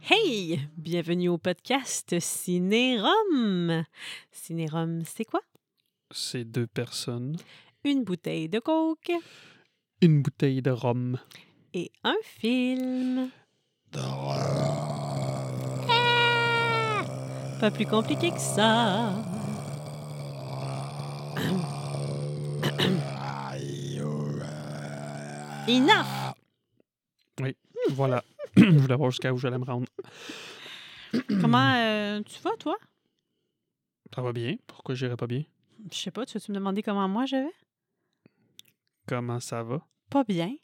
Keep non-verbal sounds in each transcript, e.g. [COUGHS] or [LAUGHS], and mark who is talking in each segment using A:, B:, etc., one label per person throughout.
A: Hey! Bienvenue au podcast Cinérum. Cinérum, c'est quoi?
B: C'est deux personnes,
A: Une bouteille de coke
B: une bouteille de
A: Hmm.
B: rhum.
A: et un film. Pas plus compliqué que ça. Enough!
B: Voilà. [CLEARS THROAT] je voulais voir jusqu'à où j'allais me rendre.
A: Comment euh, tu vas, toi?
B: Ça va bien? Pourquoi j'irais pas bien?
A: Je sais pas, tu veux-tu me demander comment moi je vais?
B: Comment ça va?
A: Pas bien.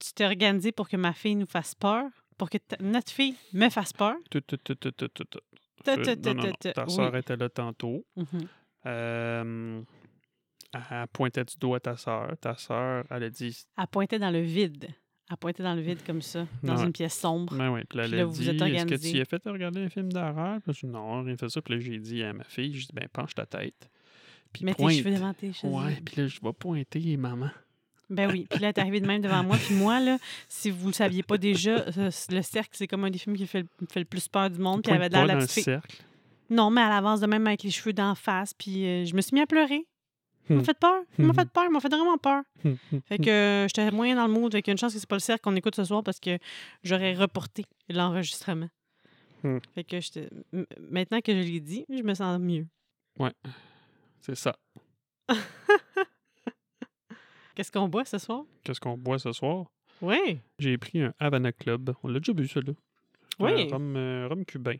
A: Tu t'es organisé pour que ma fille nous fasse peur? Pour que ta- notre fille me fasse peur?
B: Tout, tout, tout, tout, tout, tout, tout.
A: Ta-
B: Euh,
A: ta- ta-
B: non, non, non.
A: ta- ta-
B: Ta
A: oui.
B: soeur était là tantôt.
A: Mhm.
B: Euh, elle pointait du doigt ta soeur. Ta soeur, elle a dit.
A: Elle pointait dans le vide. Elle pointait dans le vide comme ça, dans
B: Ouais.
A: une pièce sombre.
B: Ben oui, puis là,
A: Puis
B: elle
A: là,
B: a
A: vous
B: dit
A: êtes
B: Est-ce que
A: organisés.
B: tu y as fait regarder un film d'horreur? Puis je dis, Non, rien fait ça. Puis là, j'ai dit à ma fille J'ai dit, Ben, penche ta tête. Puis
A: Mets tes
B: pointe.
A: cheveux devant tes cheveux.
B: Ouais, puis là, je vais pointer, maman.
A: Ben oui. Puis là, t'es arrivé de même devant moi. Puis moi, là, si vous le saviez pas déjà, euh, le cercle, c'est comme un des films qui fait le, fait le plus peur du monde. Puis elle avait
B: Pointe
A: l'air
B: pas
A: la
B: dans le
A: petite fille.
B: cercle. [LAUGHS]
A: Non, mais elle avance de même avec les cheveux d'en face. Puis euh, je me suis mis à pleurer. Il m'a
B: Hmm.
A: fait peur. Il m'a
B: Mhm.
A: fait peur. Il m'a fait vraiment peur.
B: Hum, hum.
A: Fait que euh, j'étais moyen dans le mood. Fait qu'il y a une chance que c'est pas le cercle qu'on écoute ce soir parce que j'aurais reporté l'enregistrement.
B: Hmm.
A: Fait que j'étais- m- maintenant que je l'ai dit, je me sens mieux.
B: C'est ça.
A: Qu'est-ce qu'on boit ce soir?
B: Qu'est-ce qu'on boit ce soir?
A: Oui.
B: J'ai pris un Havana Club. On l'a déjà bu, celui-là. C'est
A: Oui.
B: Un rhum, euh, rhum cubain.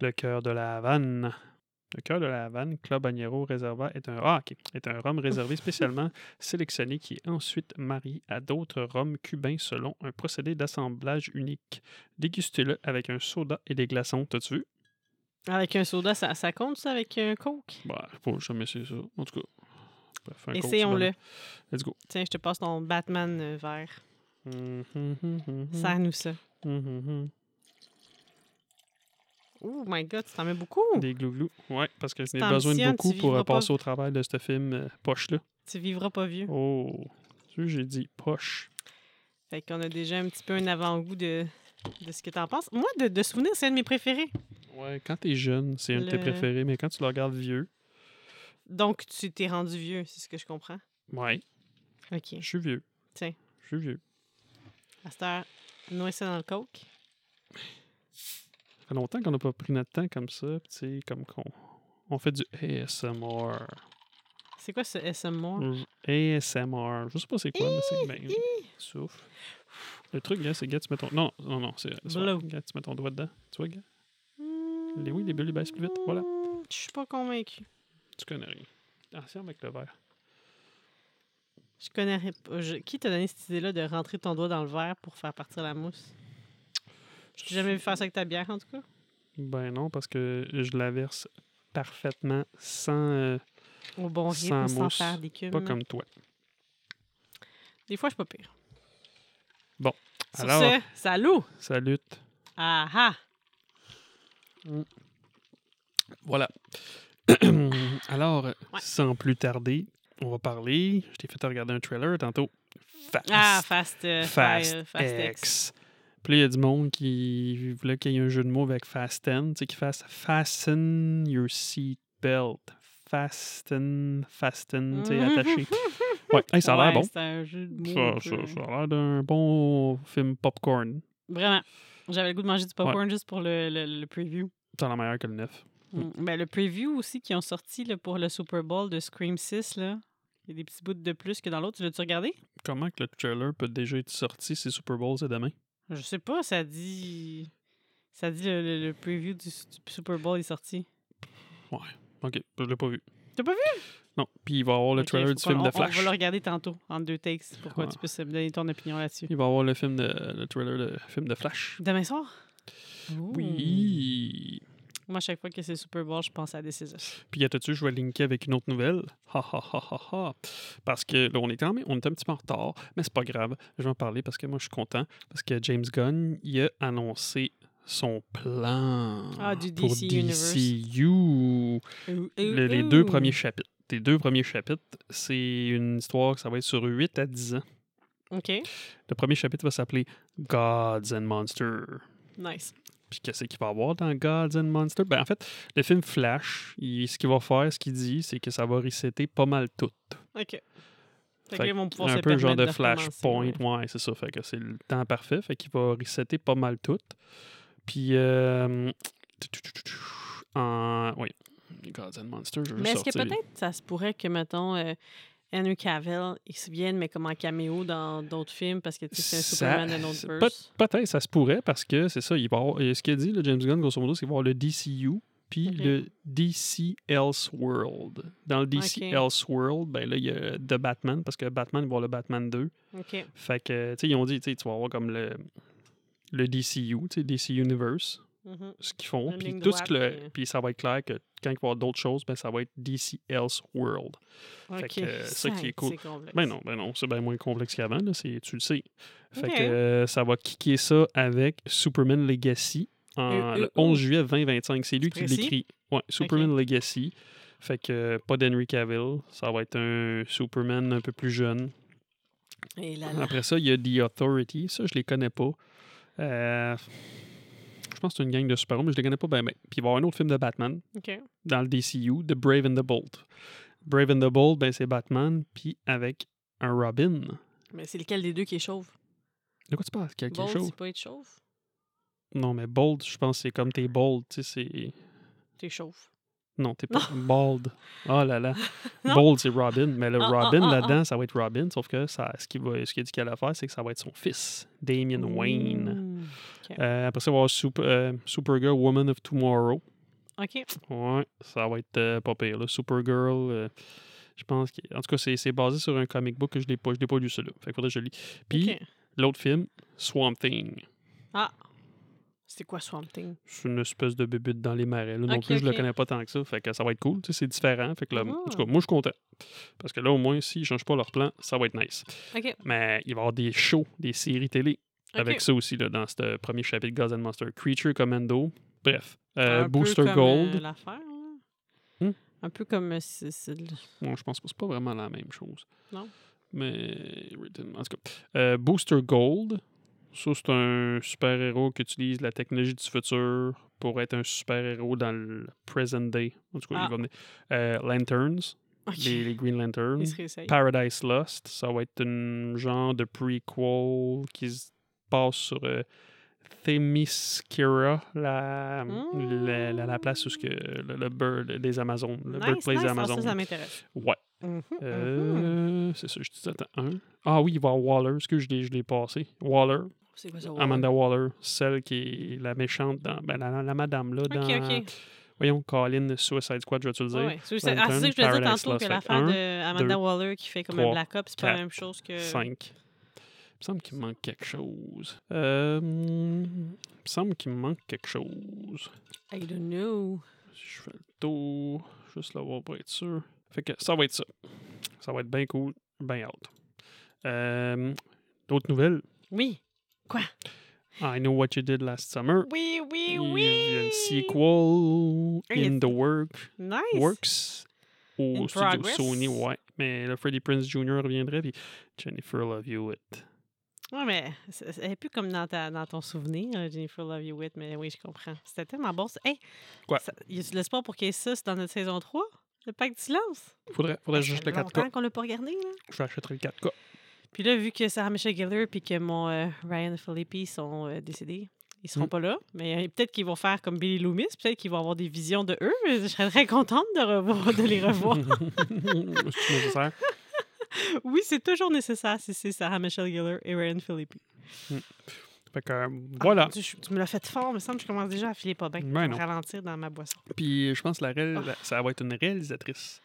B: Le cœur de la Havane. Le cœur de la Havane, Club Agnero Reserva, est un, ah, ok. est un
A: [LAUGHS]
B: rhum réservé spécialement sélectionné qui est ensuite marié à d'autres rhums cubains selon un procédé d'assemblage unique. Dégustez-le avec un soda et des glaçons. T'as-tu vu?
A: Avec un soda, ça, ça compte, ça, avec un coke?
B: Bah, faut jamais essayer ça. En tout cas. bref, un coke, c'est
A: Essayons-le.
B: bon. Let's go.
A: Tiens, je te passe ton Batman euh, vert.
B: Mhm, mhm, mhm,
A: Serre-nous ça.
B: mhm, mhm.
A: Oh my God, tu t'en mets beaucoup.
B: Des glouglous. Oui, parce que j'en ai
A: T'ambitionnes, tu
B: besoin de beaucoup pour
A: vivras
B: euh,
A: pas. Hmm.
B: passer au travers de ce film euh, poche-là.
A: Tu vivras pas vieux.
B: Oh, tu sais, j'ai dit poche.
A: Fait qu'on a déjà un petit peu un avant-goût de, de ce que t'en penses. Moi, de, de souvenirs, c'est un de mes préférés.
B: Ouais, quand t'es jeune, c'est un de tes
A: Le-
B: préférés, mais quand tu le regardes vieux,
A: Donc, tu t'es rendu vieux, c'est ce que je comprends.
B: ouais,
A: OK.
B: je suis vieux.
A: Tiens.
B: Je suis vieux.
A: À cette heure, noie ça dans le coke.
B: Ça fait longtemps qu'on n'a pas pris notre temps comme ça, pis tu sais, comme qu'on. On fait du ASMR.
A: C'est quoi ce SMR?
B: Je- ASMR. Je sais pas c'est quoi, mais c'est. Ben, souffle. Le truc, gars, c'est gars, tu mets ton. Non, non, non, c'est. c'est-
A: Blow.
B: Gars, tu mets ton doigt dedans. Tu vois, gars, Les- oui, les bulles, ils baissent plus vite, voilà.
A: Hmm, Je suis pas convaincue.
B: tu connais rien. Attention avec le verre.
A: Je connais pas. je- Qui t'a donné cette idée-là de rentrer ton doigt dans le verre pour faire partir la mousse? Je t'ai jamais vu faire ça avec ta bière, en tout cas.
B: Ben non, parce que je la verse parfaitement sans. euh,
A: Au bon rythme,
B: Sans
A: sans,
B: mousse.
A: faire des cubes.
B: pas comme toi.
A: Des fois, je suis pas pire.
B: Bon,
A: Sur
B: alors-
A: ce, salut!
B: Salut.
A: Ah ah!
B: Voilà. [COUGHS] Alors, sans plus tarder, on va parler. Je t'ai fait regarder un trailer tantôt. Fast.
A: Ah, Fast, euh,
B: Fast,
A: Fire- Fast
B: X.
A: X.
B: Puis là, il y a du monde qui voulait qu'il y ait un jeu de mots avec fasten. Tu sais, qui fasse fasten your seat belt. Fasten,
A: [LAUGHS]
B: fasten, tu sais, attaché. Ouais, hey, ça a l'air
A: Ouais,
B: bon.
A: C'est un jeu de mots. un
B: Ça,
A: peu.
B: ça, ça a l'air d'un bon film popcorn.
A: Vraiment. J'avais le goût de manger du popcorn juste pour le, le, le preview.
B: T'en as meilleur que le 9.
A: Mm. Ben, le preview aussi qu'ils ont sorti là, pour le Super Bowl de Scream 6, là. il y a des petits bouts de plus que dans l'autre. Tu l'as-tu regardé?
B: Comment que le trailer peut déjà être sorti si Super Bowl c'est demain?
A: Je sais pas, ça dit. Ça dit le, le- le preview du, du Super Bowl est sorti.
B: Ok, je l'ai pas vu.
A: T'as pas
B: vu? Non. Puis il va y avoir le
A: Ok,
B: trailer
A: faut
B: du
A: qu'on-
B: film
A: on-
B: de Flash.
A: On va le regarder tantôt, en deux takes, pour que
B: Ouais.
A: tu puisses me donner ton opinion là-dessus.
B: Il va y avoir le, film de, le trailer de film de Flash.
A: Demain soir?
B: Oui.
A: Moi, à chaque fois que c'est le Super Bowl, je pense à This Is Us.
B: Puis à dessus je vais linker avec une autre nouvelle. Ha ha ha ha ha. Parce que là, on est quand même, on est un petit peu en retard, mais c'est pas grave. Je vais en parler parce que moi, je suis content. Parce que James Gunn, il a annoncé son plan
A: Ah, du
B: pour
A: DC Universe.
B: DCU.
A: Ouh,
B: Le-
A: ouh,
B: les deux
A: ouh.
B: premiers chapitres. Les deux premiers chapitres, c'est une histoire que ça va être sur 8 à 10 ans.
A: OK.
B: Le premier chapitre va s'appeler Gods and Monsters.
A: Nice.
B: Puis qu'est-ce qu'il va y avoir dans Gods and Monsters? Ben, en fait, le film Flash, il- ce qu'il va faire, ce qu'il dit, c'est que ça va resetter pas mal tout.
A: OK. Fait
B: Fait
A: qu'ils vont pouvoir
B: un
A: se
B: peu genre
A: permettre
B: de
A: de
B: flashpoint,
A: recommencer,
B: ouais, c'est ça. Fait que c'est le temps parfait, fait qu'il va resetter pas mal tout. Puis, euh, en, oui, Gods and Monsters, je vais
A: Mais
B: juste
A: est-ce que
B: sortir les-
A: peut-être ça se pourrait que, mettons, euh, Henry Cavill, il se vienne, mais comme en caméo dans d'autres films, parce que tu sais, c'est un
B: Ça-
A: Superman de
B: c'est
A: notre
B: pas-
A: verse.
B: Peut-être, ça se pourrait, parce que c'est ça, il va avoir- et ce qu'il dit, le James Gunn, grosso modo, c'est qu'il va avoir le DCU, puis
A: Ok.
B: le DC Elseworld. Dans le DC
A: Ok.
B: Elseworld, ben là, il y a The Batman, parce que Batman, il va avoir le Batman 2.
A: OK.
B: Fait que, tu sais, ils ont dit, tu sais, tu vas avoir comme le, le DCU, tu sais, DC Universe,
A: Mhm.
B: ce qu'ils font,
A: Une
B: puis
A: ligne
B: tout ce que
A: droite,
B: le-
A: puis-
B: Puis ça va être clair que quand il va y avoir d'autres choses, ben ça va être DC Elseworld. Fait
A: OK.
B: que, euh, ça qui est
A: Sac,
B: cool.
A: c'est complexe.
B: Ben non, ben non, c'est bien moins complexe qu'avant, là, c'est, tu le sais. Fait
A: Ok.
B: que euh, ça va kicker ça avec Superman Legacy en,
A: Euh, euh,
B: le 11 juillet 2025. C'est lui
A: C'est
B: qui
A: précis?
B: l'écrit. Ouais, Superman Legacy. Fait que euh, pas d'Henry Cavill, ça va être un Superman un peu plus jeune.
A: Et Eh là, là.
B: Après ça, il y a The Authority, ça je les connais pas. Euh, je pense que c'est une gang de super-héros, mais je les connais pas bien. Puis il va y avoir un autre film de Batman
A: OK.
B: dans le DCU, The Brave and the Bold. Brave and the Bold, ben, c'est Batman, puis avec un Robin.
A: Mais c'est lequel des deux qui est chauve?
B: De quoi tu parles? Quel quelque
A: Bold,
B: chose?
A: c'est pas être chauve?
B: Non, mais bold, je pense que c'est comme t'es bold, tu sais, c'est...
A: T'es chauve.
B: Non, t'es pas bold. Oh là là.
A: [LAUGHS] Non.
B: bold, c'est Robin. Mais le
A: Ah, ah,
B: Robin,
A: ah, ah.
B: là-dedans, ça va être Robin, sauf que ça, ce qu'il va- ce qu'il a dit qu'il allait faire, c'est que ça va être son fils, Damien Wayne.
A: Mm.
B: Euh, après ça, il va y avoir Super, euh, Supergirl, Woman of Tomorrow.
A: OK.
B: Ouais, ça va être euh, pas pire. Là. Supergirl, euh, je pense que... En tout cas, c'est c'est basé sur un comic book que je l'ai pas, je l'ai pas lu, celui-là. Fait que faudrait que je le lis. Puis,
A: OK.
B: l'autre film, Swamp Thing.
A: C'était quoi Swamp Thing?
B: c'est une espèce de bébite dans les marais. là. Non
A: Ok,
B: plus, je le
A: ok.
B: connais pas tant que ça. Fait que ça va être cool. tu sais, C'est différent. Fait que là, En tout cas,
A: Ah.
B: moi, je suis content. Parce que là, au moins, s'ils ne changent pas leur plan, ça va être nice.
A: OK.
B: Mais il va y avoir des shows, des séries télé
A: OK.
B: avec ça aussi là, dans ce premier chapitre de Gods and Monsters. Creature Commando. Bref. Euh,
A: Un peu
B: Booster
A: comme,
B: Gold.
A: euh, l'affaire, là.
B: Hmm?
A: Un peu comme... euh, c'est- c'est le-
B: Bon, je pense que c'est pas vraiment la même chose.
A: Non.
B: Mais. written- En tout cas. Euh, Booster Gold. Ça, c'est un super-héros qui utilise la technologie du futur pour être un super-héros dans le present day. En tout cas,
A: Ah.
B: il va venir. Euh, Lanterns,
A: OK.
B: les, les Green Lanterns.
A: Il se réessaye.
B: Paradise Lost, ça va être un genre de prequel qui se passe sur euh, Themyscira, la,
A: Mm.
B: la, la- la place où ce que le, le bird des Amazones, le
A: nice,
B: birthplace
A: nice.
B: des
A: Ah,
B: Amazones.
A: Ça, ça m'intéresse.
B: ouais.
A: Mhm, mhm.
B: Euh, C'est ça, je dis ça. attends, un. Ah oui, il va y avoir Waller. Est-ce que je l'ai, je l'ai passé? Waller,
A: C'est quoi ça? Wall?
B: Amanda Waller, celle qui est la méchante dans. Ben, la, la- la madame, là, dans.
A: OK, OK.
B: Voyons, Colin, Suicide Squad, je vais te le dire.
A: Ouais, ouais. C'est c'est- ah,
B: Lantern,
A: c'est ça que je voulais dire
B: Paradise
A: tantôt,
B: Lost,
A: que
B: fait
A: l'affaire
B: un,
A: de Amanda
B: deux,
A: Waller qui fait comme
B: trois,
A: un Black Ops, c'est pas
B: quatre,
A: la même chose que...
B: 5. Il me semble qu'il me manque quelque chose. Euh, il me semble qu'il me manque quelque chose.
A: I don't know.
B: Je fais le tour, juste là voir pour être sûr. Fait que ça va être ça. Ça va être bien cool, bien hâte. Euh, D'autres nouvelles?
A: Oui,
B: I Know What You Did Last Summer.
A: oui, oui, oui!
B: Il y a une sequel
A: Il y a-
B: in the work,
A: Nice!
B: works au
A: In
B: studio
A: progress.
B: Sony, ouais. Mais le Freddie Prince Jr. reviendrait, puis Jennifer Love Hewitt.
A: Ouais, mais c'est- c'est- elle est plus comme dans, ta- dans ton souvenir, euh, Jennifer Love Hewitt, mais oui, je comprends. C'était tellement bon. ça. Hey!
B: Quoi?
A: ça- y a-tu de l'espoir pour qu'il y ait ça c'est dans notre saison 3? Le pack du silence?
B: Faudrait, faudrait
A: Ça
B: juste
A: fait
B: le 4K.
A: longtemps qu'on l'a pas regardé, là.
B: Je achèterai le 4K.
A: Puis là, vu que Sarah Michelle Gellar puis que mon euh, Ryan Philippi sont euh, décédés, ils seront
B: Mm.
A: pas là. Mais euh, peut-être qu'ils vont faire comme Billy Loomis, peut-être qu'ils vont avoir des visions de eux. mais Je serais très contente de, revoir, de les revoir.
B: [LAUGHS] C'est nécessaire.
A: oui, c'est toujours nécessaire si c'est Sarah Michelle Gellar et Ryan Philippi.
B: Fait que euh,
A: Ah,
B: voilà.
A: Tu, tu me l'as fait fort, il me semble que je commence déjà à filer pas bien.
B: Ben
A: Je vais
B: non.
A: ralentir dans ma boisson.
B: Puis euh, je pense que la réal-
A: Oh.
B: la- ça va être une réalisatrice.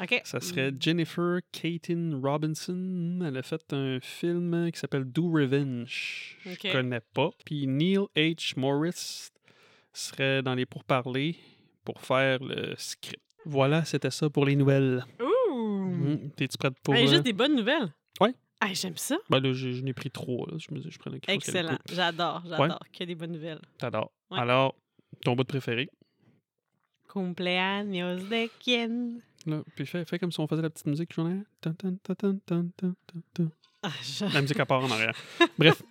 A: OK. Mm.
B: Ça serait Jennifer Katin Robinson. Elle a fait un film qui s'appelle Do Revenge.
A: Ok.
B: Je connais pas. Puis Neil H. Morris serait dans les pourparlers pour faire le script. Voilà, c'était ça pour les nouvelles.
A: Ouh!
B: Mhm. T'es-tu prête pour...
A: Hey,
B: euh,
A: Juste des bonnes nouvelles.
B: Ouais.
A: Ah, j'aime ça.
B: ben là, j'ai- je n'ai pris trois. là. Je me dis, je prenais quelque chose qui allait
A: Excellent.
B: cool.
A: J'adore, j'adore. Que des bonnes nouvelles.
B: T'adores.
A: Ouais.
B: Alors, ton bout préféré?
A: Cumpleaños de quien?
B: Là, puis fais, fais comme si on faisait la petite musique journée. Tan, tan, tan, tan, tan, tan, tan, tan.
A: Ah, je- [LAUGHS]
B: La musique à part en arrière. Bref.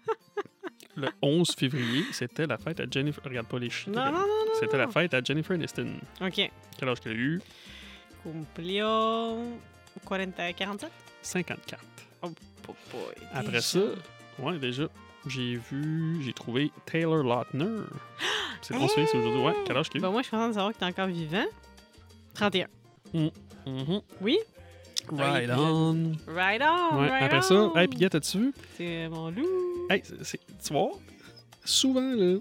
B: le 11 février, c'était la fête à Jennifer. Regarde pas les chiens.
A: Non, non, non, non.
B: C'était la
A: non.
B: fête à Jennifer Aniston.
A: OK.
B: Quel âge qu'elle a eu?
A: Cumplió 40, 47?
B: 54.
A: Oh boy.
B: Après
A: Déjà.
B: ça, ouais, déjà, j'ai vu, j'ai trouvé Taylor Lautner. C'est bon, c'est aujourd'hui, ouais. Quel âge qu'elle a
A: Ben,
B: eu?
A: moi, je suis contente de savoir que t'es encore vivant. 31.
B: Mhm.
A: Oui?
B: Right
A: Ah, il est
B: on.
A: Right on,
B: Ouais,
A: right
B: après
A: on.
B: ça, hey, Piguette, as-tu vu?
A: C'est mon loup.
B: Hey, c'est- c'est- tu vois, souvent, là,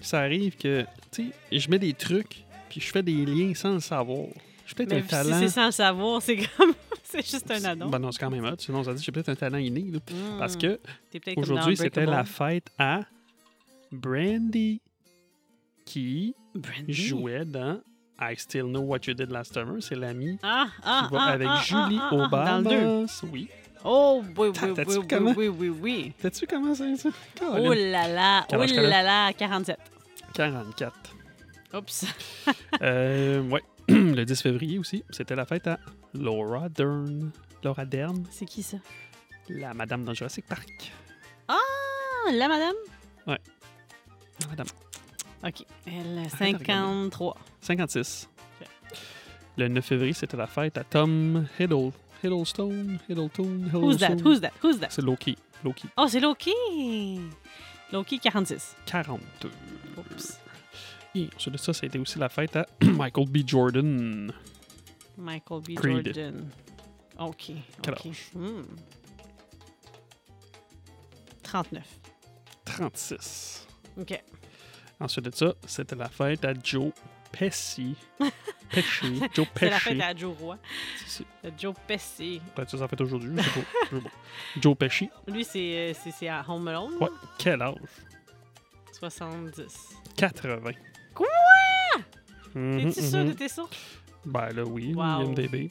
B: ça arrive que, tu sais, je mets des trucs, puis je fais des liens sans le savoir. J'ai peut-être
A: Mais
B: un
A: si
B: talent.
A: c'est sans le savoir, c'est comme... [LAUGHS] c'est juste un addon.
B: Ben non, c'est quand même hot. Sinon, ça dit, j'ai peut-être un talent inné. là.
A: Hmm.
B: Parce que
A: T'es peut-être comme dans
B: aujourd'hui, c'était la
A: Unbreakable.
B: fête à Brandy qui
A: Brandy.
B: jouait dans I Still Know What You Did Last Summer. C'est l'amie
A: Ah, ah,
B: qui va
A: ah,
B: avec
A: ah,
B: Julie
A: ah, ah, ah,
B: Obama.
A: Dans le 2.
B: Oui.
A: Oh, oui,
B: T'as-
A: oui,
B: t'as-tu
A: oui, oui,
B: comment?
A: oui, oui, oui.
B: T'as-tu comment ça? ça?
A: Oh
B: Caroline.
A: là là,
B: Quel
A: oh
B: âge qu'elle a?
A: là là, 47.
B: 44.
A: Oups.
B: Euh, ouais. [CLEARS THROAT] le 10 février aussi, c'était la fête à Laura Dern. Laura Dern,
A: C'est qui ça?
B: la madame dans Jurassic Park.
A: Ah, la madame?
B: Madame.
A: OK. Elle a
B: Arrête de
A: 53.
B: 56. Le 9 février, c'était la fête à Tom Hiddle. Hiddlestone, Hiddleton,
A: Who's that?
B: Hiddlestone.
A: Who's that? Who's that?
B: C'est Loki. Loki,
A: Oh, c'est Loki! Loki, 46.
B: 42.
A: Oups.
B: Et ensuite de ça, c'était aussi la fête à [CLEARS THROAT] Michael B. Jordan.
A: Michael B.
B: Creed.
A: Jordan. OK.
B: Quel
A: OK. Hmm. 39.
B: 36.
A: OK.
B: Ensuite de ça, c'était la fête à Joe
A: [LAUGHS]
B: Pesci. Pesci. Joe
A: C'est la
B: Pesci.
A: fête à Joe Roy.
B: C'est-
A: Le Joe Pesci.
B: Peut-être que ça fait aujourd'hui, je sais pas. Je sais pas. Joe Pesci,
A: Lui, c'est euh, c'est- c'est à Home Alone.
B: ouais, quel âge?
A: 70.
B: 80.
A: Quoi?
B: Mhm,
A: T'es-tu sûr?
B: mhm.
A: T'étais sûr?
B: Ben là, oui,
A: Wow.
B: IMDB.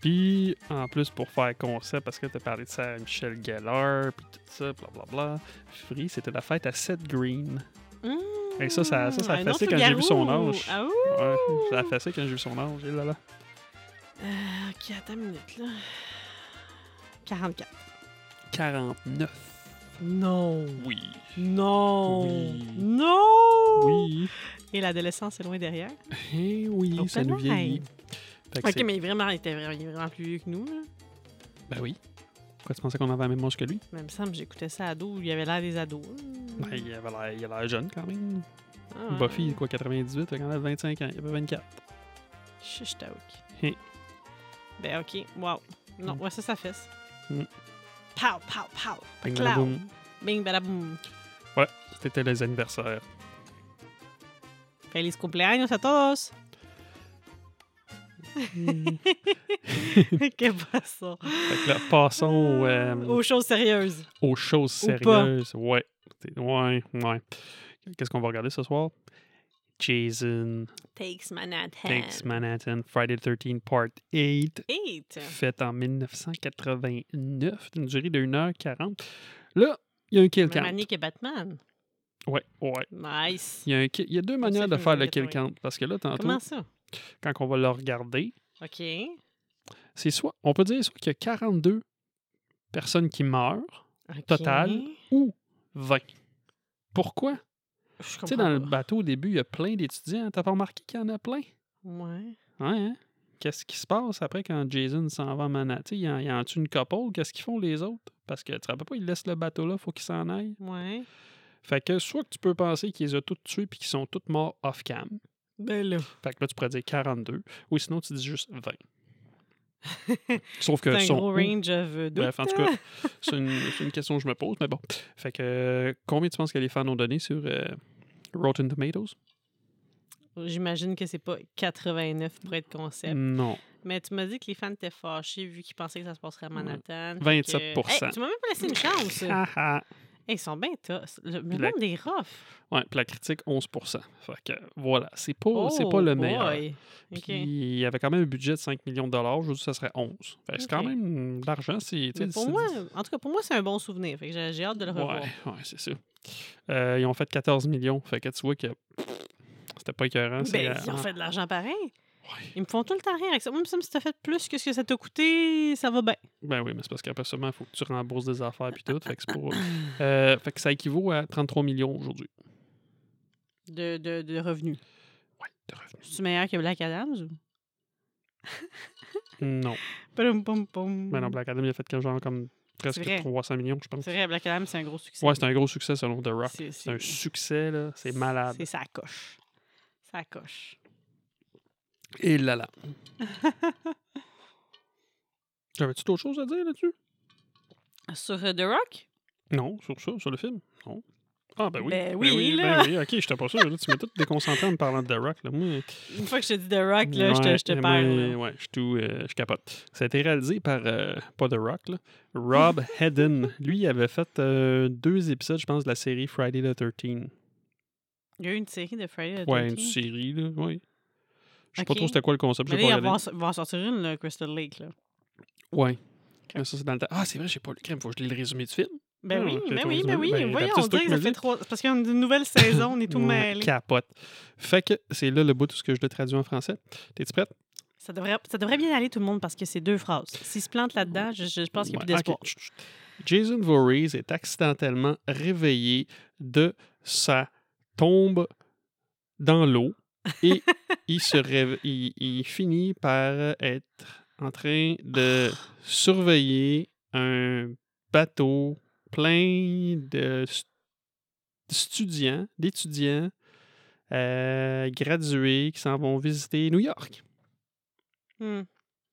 B: Puis, en plus, pour faire concept, parce que t'as parlé de ça à Michel Geller, puis tout ça, blablabla. Free, c'était la fête à Seth Green.
A: Mmh.
B: Et ça, ça- ça, ça a
A: Un autre
B: fessé quand j'ai vu son
A: loup-garou.
B: âge.
A: Ah ouh!
B: Ouais, ça a fait ça quand j'ai vu son âge, et là là.
A: Euh, ok, attends une minute, là. 44.
B: 49.
A: Non!
B: Oui.
A: Non!
B: Oui.
A: Non!
B: Oui.
A: Et l'adolescence est loin derrière.
B: Eh oui, ça
A: Open
B: nous vieillit.
A: mind.
B: Fait que
A: Ok,
B: c'est-
A: mais vraiment, il était vraiment, il est vraiment plus vieux que nous. Là.
B: Ben oui. Pourquoi tu pensais qu'on avait la même âge que lui?
A: Mais il me semble que j'écoutais ça ado, il avait l'air des ados.
B: Ben, il avait l'air- il a l'air jeune quand même.
A: Ah, ouais.
B: Buffy, quoi, 98, quand même 25 ans, il avait 24.
A: Je je t'avoue.
B: Hé.
A: Ben, ok, wow. Non, ouais, ça, ça fesse.
B: Mm.
A: Pow, pow, pow.
B: Bing,
A: Clown.
B: bada, boum.
A: Bing, badaboum.
B: C'était
A: [LAUGHS]
B: les anniversaires.
A: Feliz cumpleaños a todos.
B: Mm.
A: [LAUGHS] que passons
B: Fait que là, passons au, euh,
A: aux choses sérieuses.
B: aux choses
A: Ou pas.
B: sérieuses. Ouais. C'est- Ouais, ouais. Qu'est-ce qu'on va regarder ce soir?
A: Euh.
B: Jason,
A: Takes Manhattan.
B: Thanks Manhattan, Friday the 13th Part 8,
A: Eight.
B: faite en 1989, d'une durée de 1h40. Là, il y a un kill
A: Même
B: count.
A: année que Batman.
B: Ouais, ouais.
A: Nice.
B: Il y a, un ki- il y a deux manières
A: ça
B: de
A: que
B: faire
A: je
B: le
A: voulais
B: kill
A: trouver.
B: count. Parce que là, tantôt,
A: Comment ça?
B: quand on va le regarder,
A: OK.
B: c'est soit, on peut dire soit qu'il y a 42 personnes qui meurent,
A: OK.
B: Total. ou 20. Pourquoi?
A: Je
B: Tu
A: comprends
B: sais, dans le
A: pas.
B: bateau, au début, il y a plein d'étudiants. T'as pas remarqué qu'il y en a plein?
A: Ouais.
B: Ouais, hein? Qu'est-ce qui se passe après quand Jason s'en va à Manhattan? Tu sais, Il en, il en tue une couple. Qu'est-ce qu'ils font les autres? Parce que tu te rappelles pas, ils laissent le bateau là, faut qu'ils s'en aillent.
A: Ouais.
B: Fait que soit que tu peux penser qu'ils les ont tous tués puis qu'ils sont tous morts off-cam.
A: Ben là.
B: Fait que là, tu pourrais dire 42. Ou sinon, tu dis juste 20. Sauf
A: [LAUGHS] C'est
B: que
A: un
B: sont
A: gros
B: où?
A: range hein. of doutes.
B: Bref, en tout cas, [LAUGHS] c'est une, c'est une question que je me pose, mais bon. Fait que euh, combien tu penses que les fans ont donné sur euh, Rotten Tomatoes?
A: J'imagine que c'est pas 89 pour être concept.
B: Non.
A: Mais tu m'as dit que les fans étaient fâchés vu qu'ils pensaient que ça se passerait
B: Mm.
A: à Manhattan. fait
B: 27%.
A: que- Hey, tu m'as même pas laissé une chance. hey,
B: Ah, ah.
A: ils sont bien toss. Le, le
B: Puis la-
A: monde des roughs.
B: Ouais, puis la critique, 11 Fait que voilà, c'est pas, c'est
A: Oh
B: pas le meilleur.
A: boy. OK.
B: Puis il y avait quand même un budget de 5 millions de dollars. Aujourd'hui, ça serait 11. Fait que c'est quand
A: Ok.
B: même de l'argent. C'est, tu
A: Mais
B: sais,
A: pour
B: c'est-
A: moi, euh, en tout cas, pour moi, c'est un bon souvenir. Fait que j'ai j'ai hâte de le revoir.
B: Ouais, ouais, c'est ça. Euh, ils ont fait 14 millions. Fait que tu vois que pff, c'était pas écœurant. [LAUGHS] c'est,
A: ben,
B: euh,
A: ils ont
B: en-
A: fait de l'argent pareil. Ils me font tout le temps rire avec ça. Moi, il me semble que si t'as fait plus que ce que ça t'a coûté, ça va bien.
B: Ben oui, mais c'est parce qu'après seulement, il faut que tu rembourses des affaires puis tout. Fait que, c'est
A: [COUGHS]
B: pour... Euh, fait que ça équivaut à 33 millions aujourd'hui
A: De, de, de revenus.
B: ouais, de revenus.
A: C'est meilleur que Black Adams ou?
B: Non.
A: Pum, pum, pum.
B: Mais Ben non, Black Adam, il a fait comme genre comme presque
A: vrai.
B: 300 millions, je pense.
A: C'est vrai, Black Adam, c'est un gros succès.
B: Ouais, c'est un gros succès selon The Rock.
A: C'est-
B: C'est un succès, là. C'est malade.
A: C'est ça coche. Ça coche.
B: Et là
A: [LAUGHS]
B: là. J'avais-tu d'autres choses à dire là-dessus?
A: Sur euh, The Rock?
B: Non, sur ça, sur le film? Non. Ah, ben oui.
A: Ben oui,
B: ben
A: là.
B: oui, ok, j'étais pas sûr. Là, tu m'as tout déconcentré en me parlant de The Rock. Là. Moi,
A: Une fois que je te dis The Rock, là, je te- je te
B: mais
A: parle.
B: moi, Ouais, je, suis tout, euh, je capote. Ça a été réalisé par, euh, pas The Rock, là,
A: [LAUGHS]
B: Rob Hedden. Lui, il avait fait euh, deux épisodes, je pense, de la série Friday the 13th.
A: Il y a eu une série de Friday the
B: Ouais,
A: 13th.
B: une série, là, oui. Je sais pas
A: Ok.
B: trop c'était quoi le concept,
A: Mais
B: j'ai
A: là,
B: pas
A: il va
B: regardé.
A: en- va en sortir une, là, Crystal Lake. Là.
B: Ouais. Mais ça, c'est dans le temps. Ah, c'est vrai, j'ai pas lu. Crème, faut que je lis le résumé du film.
A: Ben
B: Ah,
A: oui,
B: ok,
A: ben
B: toi,
A: oui,
B: tu
A: ben
B: me-
A: oui.
B: ben, ben,
A: Voyons,
B: peut-être
A: on
B: c'est toi
A: dirait
B: qui
A: que ça
B: me
A: fait
B: le dis.
A: trois... Parce qu'il y a une nouvelle saison,
B: [LAUGHS]
A: on est tout
B: Ouais,
A: mêlé.
B: Capote. Fait que c'est là le bout de ce que je le traduis en français. T'es-tu prête?
A: Ça devrait, ça devrait bien aller tout le monde parce que c'est deux phrases. S'ils se plantent là-dedans, je, je pense qu'il n'y a
B: Ouais,
A: plus d'espoir.
B: ok. Chut, chut. Jason Voorhees est accidentellement réveillé de sa tombe dans l'eau
A: [LAUGHS]
B: et il, se réve- il, il finit par être en train de surveiller un bateau plein de stu- d'étudiants, d'étudiants euh, gradués qui s'en vont visiter New York.
A: Hmm.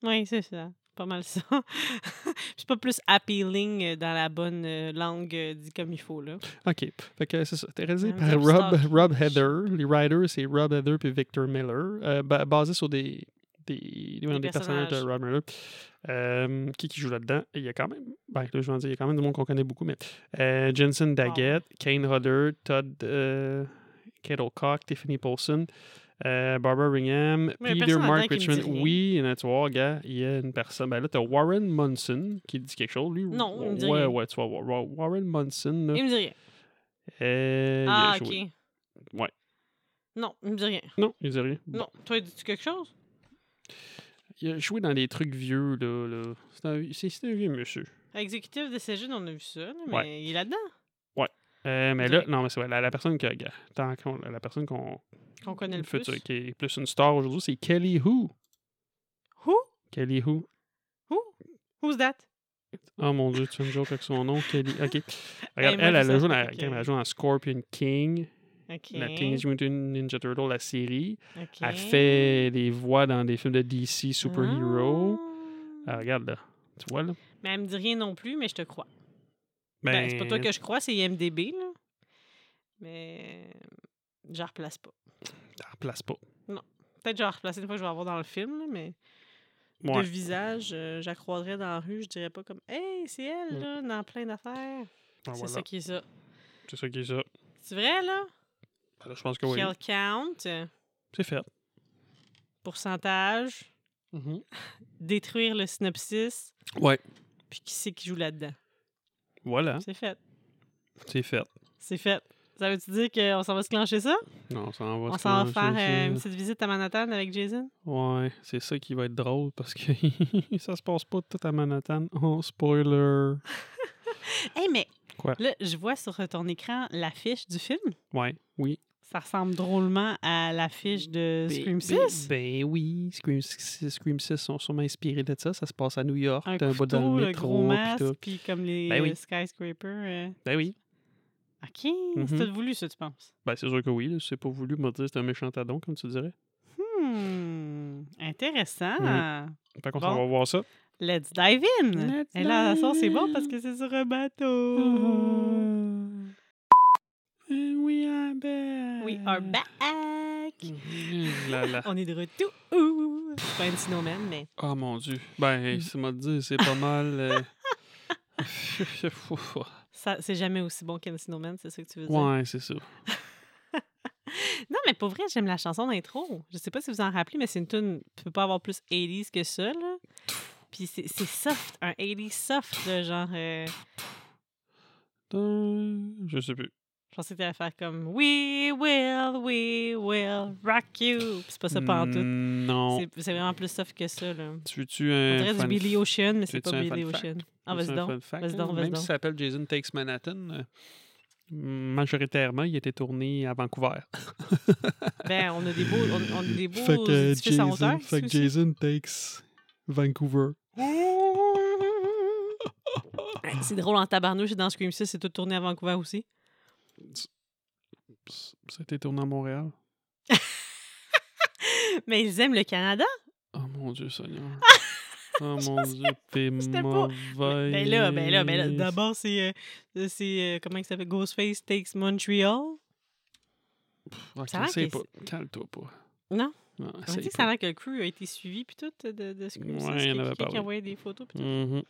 A: Oui, c'est ça. Pas mal ça. [LAUGHS] c'est pas plus appealing euh, dans la bonne euh, langue euh, dit comme il faut. là.
B: [LAUGHS] OK. Fait que c'est ça. C'était réalisé
A: Ah,
B: par
A: Rob
B: Rob,
A: Stark.
B: Rob Heather. Les writers, c'est Rob Heather puis Victor Miller. euh, ba- basé sur des, des, des, personnages de
A: personnages.
B: Rob Miller. Euh, qui qui joue là-dedans? Il y a quand même... Ben, là, je vais en dire, il y a quand même du monde qu'on connaît beaucoup, mais... euh, Jensen Daggett, Kane Hodder, Todd... euh, Kettle Cock, Tiffany Paulson, euh, Barbara Ringham,
A: Mais y a
B: Peter
A: personne
B: Mark
A: là-dedans qui me dit
B: Richmond.
A: rien.
B: Oui, il y en a, tu vois, gars, il y a une personne. Ben là, t'as Warren Munson qui dit quelque chose. Lui,
A: Non, il me dit
B: ouais,
A: rien.
B: ouais, tu vois, Wa- Wa- Warren Munson, là,
A: Il me dit rien.
B: euh, il a
A: Ah,
B: joué.
A: OK.
B: Ouais.
A: Non, il me dit rien.
B: Non, il dit rien.
A: Non. Toi, dis-tu quelque chose?
B: Il a joué dans des trucs vieux, là. là. C'est un, c'est- c'est un vieux monsieur.
A: Exécutif de CGN, on a vu ça, là, mais
B: Ouais.
A: il est là-dedans.
B: Euh, mais
A: Il
B: là,
A: dirait-
B: non, mais c'est vrai, la, la personne que, gars, tant qu'on- la personne qu'on
A: Qu'on connaît le
B: fait,
A: plus.
B: qui est plus une star aujourd'hui, c'est Kelly Who.
A: Who?
B: Kelly Who.
A: Who? Who's that?
B: Oh mon dieu, tu fais une joke avec son nom, Kelly.
A: [LAUGHS]
B: Ok.
A: Hey,
B: Regarde,
A: moi,
B: elle,
A: je
B: elle
A: sais
B: a joué
A: pas
B: dans-
A: qui
B: elle a
A: est.
B: joué dans Scorpion King,
A: OK.
B: la Teenage Mutant Ninja Turtle, la série.
A: OK.
B: Elle fait des voix dans des films de DC Superhero.
A: Ah.
B: Ah, regarde là. Tu vois là?
A: Mais elle me dit rien non plus, mais je te crois. Ben, c'est pas toi que je crois, c'est IMDB, là. Mais je la replace pas.
B: T'en replaces pas.
A: Peut-être que je vais la replacer une fois que je vais la voir dans le film, là, mais
B: Ouais.
A: de visage, euh, je la croiserais dans la rue, je dirais pas comme « Hey, c'est elle,
B: Mm.
A: là, dans plein d'affaires.
B: Ah,
A: C'est
B: voilà.
A: ça qui est ça.
B: C'est ça qui est ça.
A: C'est vrai, là?
B: Ben là, je pense que oui.
A: Kill count,
B: C'est fait.
A: pourcentage, détruire le synopsis,
B: Ouais. Hein?
A: puis qui c'est qui joue là-dedans.
B: Voilà.
A: C'est fait.
B: C'est fait.
A: C'est fait. Ça veut-tu dire qu'on s'en va se clencher ça?
B: Non, on s'en va.
A: On
B: se
A: s'en va
B: clencher,
A: faire euh,
B: ça.
A: une petite visite à Manhattan avec Jason?
B: Ouais, c'est ça qui va être drôle parce que [LAUGHS] ça se passe pas tout à Manhattan. [LAUGHS] Oh, spoiler.
A: Hey, mais
B: Quoi?
A: là, je vois sur ton écran l'affiche du film.
B: Ouais, oui.
A: Ça ressemble drôlement à l'affiche de Scream 6.
B: Ben, oui, Scream 6, Scream 6 sont sûrement inspirés de ça. Ça se passe à New York,
A: Un
B: un bout dans
A: couteau,
B: le
A: le gros
B: métro, pis
A: masque,
B: tout.
A: puis comme les
B: Ben oui.
A: euh, skyscrapers. euh.
B: Ben oui.
A: OK, c'est tout voulu, ça, tu penses?
B: Ben, c'est sûr que oui. là. Si c'est pas voulu, me dire c'est un méchant tadon, comme tu dirais.
A: Hmm, intéressant.
B: Fait qu'on
A: Bon.
B: s'en va voir ça.
A: Let's dive in.
B: Let's
A: Et là,
B: dive
A: ça, c'est
B: in.
A: bon parce que c'est sur un bateau. Uh-huh.
B: And we are back.
A: We are back.
B: Mhm, là, là.
A: On est de retour. Je suis pas un snowman, mais
B: Oh mon dieu. Ben, c'est m'a dit, c'est pas mal.
A: [LAUGHS]
B: euh, [LAUGHS]
A: ça, c'est jamais aussi bon qu'un snowman, c'est ça que tu veux dire?
B: ouais, c'est ça.
A: Non, mais pour vrai, j'aime la chanson d'intro. Je sais pas si vous en rappelez, mais c'est une tune. Tu peux pas avoir plus 80s que ça, là. Puis c'est c'est soft, un 80s soft, là, genre. euh,
B: Euh, Je sais plus.
A: Je pensais que t'allais faire comme We will, we will rock you. Puis C'est pas ça pas en tout.
B: Hmm, Non.
A: C'est c'est vraiment plus soft que ça, là.
B: Tu veux-tu
A: On
B: un.
A: dirait du
B: fun
A: Billy
B: f-
A: Ocean, mais c'est
B: veux-tu
A: pas
B: un
A: Billy
B: fun fact?
A: Ocean. Ah,
B: veux-tu
A: vas-y
B: un
A: donc.
B: fun fact,
A: Vas-y
B: là?
A: donc, vas-y
B: Même
A: donc.
B: s'il s'appelle Jason Takes Manhattan, euh, majoritairement, il était tourné à Vancouver.
A: Ben, on a des beaux, on, on a des beaux
B: Fait que
A: édifices en hauteur. ici aussi.
B: Jason Takes Vancouver.
A: Hey, [LAUGHS] C'est drôle en tabarnouche dans Scream 6, c'est tout tourné à Vancouver aussi.
B: C'était tourné à Montréal.
A: Mais ils aiment le Canada.
B: Oh mon
A: [LAUGHS]
B: Dieu, Seigneur. Oh mon Dieu, t'es
A: c'était pas-
B: mauvais.
A: Ben là, ben là, ben là. D'abord, c'est. euh, c'est euh, comment il s'appelle Ghostface Takes Montreal.
B: Ah, Ok,
A: ça a l'air
B: c'est
A: qu'il-
B: pas. Calme-toi pas.
A: Non?
B: Non,
A: On
B: c'est
A: dit que ça a l'air que le crew a été suivi, puis tout, euh, de, de Scream
B: Ouais,
A: 6.
B: il y en
A: qu'il y a
B: avait
A: quelqu'un qui
B: parlé.
A: envoyait des photos, puis tout.
B: Mhm.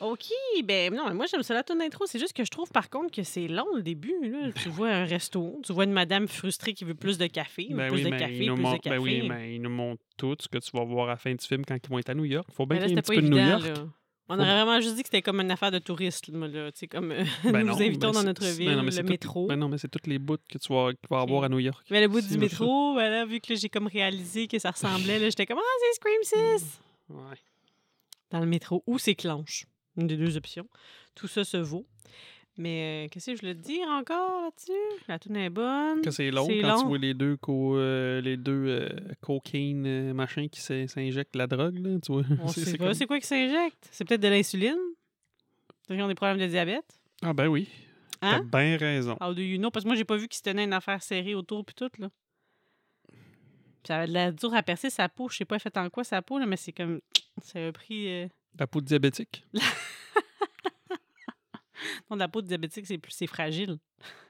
A: OK, ben non, mais moi j'aime ça la tune d'intro. C'est juste que je trouve par contre que c'est long le début. Là.
B: Ben
A: tu vois un resto, tu vois une madame frustrée qui veut plus de café,
B: Ben
A: plus
B: oui,
A: de
B: mais
A: café,
B: ils nous
A: plus de
B: montrent-
A: café.
B: ben oui, mais ils nous montrent tout ce que tu vas voir à la fin du film quand ils vont être à New York. Faut bien
A: Mais Ben là,
B: qu'il ben y ait un
A: c'était
B: petit
A: pas
B: peu de
A: évident.
B: New York.
A: là. On
B: Faut-
A: aurait vraiment juste dit que c'était comme une affaire de touristes, là. Tu sais, comme euh, [LAUGHS]
B: Ben
A: nous
B: non,
A: invitons
B: ben
A: dans
B: c'est-
A: notre
B: c'est-
A: ville
B: ben non, mais
A: le
B: c'est tout-
A: métro.
B: Ben non, mais c'est toutes les bouts que tu vas, que tu vas avoir à New York.
A: Mais le bout
B: C'est
A: du
B: le fun.
A: métro, ben là, vu que là, j'ai comme réalisé que ça ressemblait, là, j'étais comme Ah, c'est
B: Mm.
A: Scream 6!
B: Ouais.
A: Dans le métro ou c'est clenche. Une des deux options. Tout ça se vaut. Mais euh, qu'est-ce que je voulais te dire encore là-dessus? La tune est bonne.
B: Que c'est long
A: C'est
B: quand tu
A: long.
B: vois les deux, co- euh, les deux euh, cocaine euh, machin qui s'in- s'injectent la drogue. Là, tu vois. [LAUGHS]
A: On sait pas.
B: comme-
A: C'est quoi qui s'injecte? C'est peut-être de l'insuline? Ceux qui ont des problèmes de diabète?
B: Ah ben oui, t'as
A: Hein?
B: bien raison.
A: How do you know? Parce que moi, j'ai pas vu qu'ils se tenaient une affaire serrée autour puis tout, là. Puis ça avait de la dure à percer sa peau. Je sais pas fait en quoi sa peau, là, mais c'est comme... Ça a pris... euh,
B: La peau diabétique.
A: Non, la peau de diabétique, c'est plus... C'est fragile.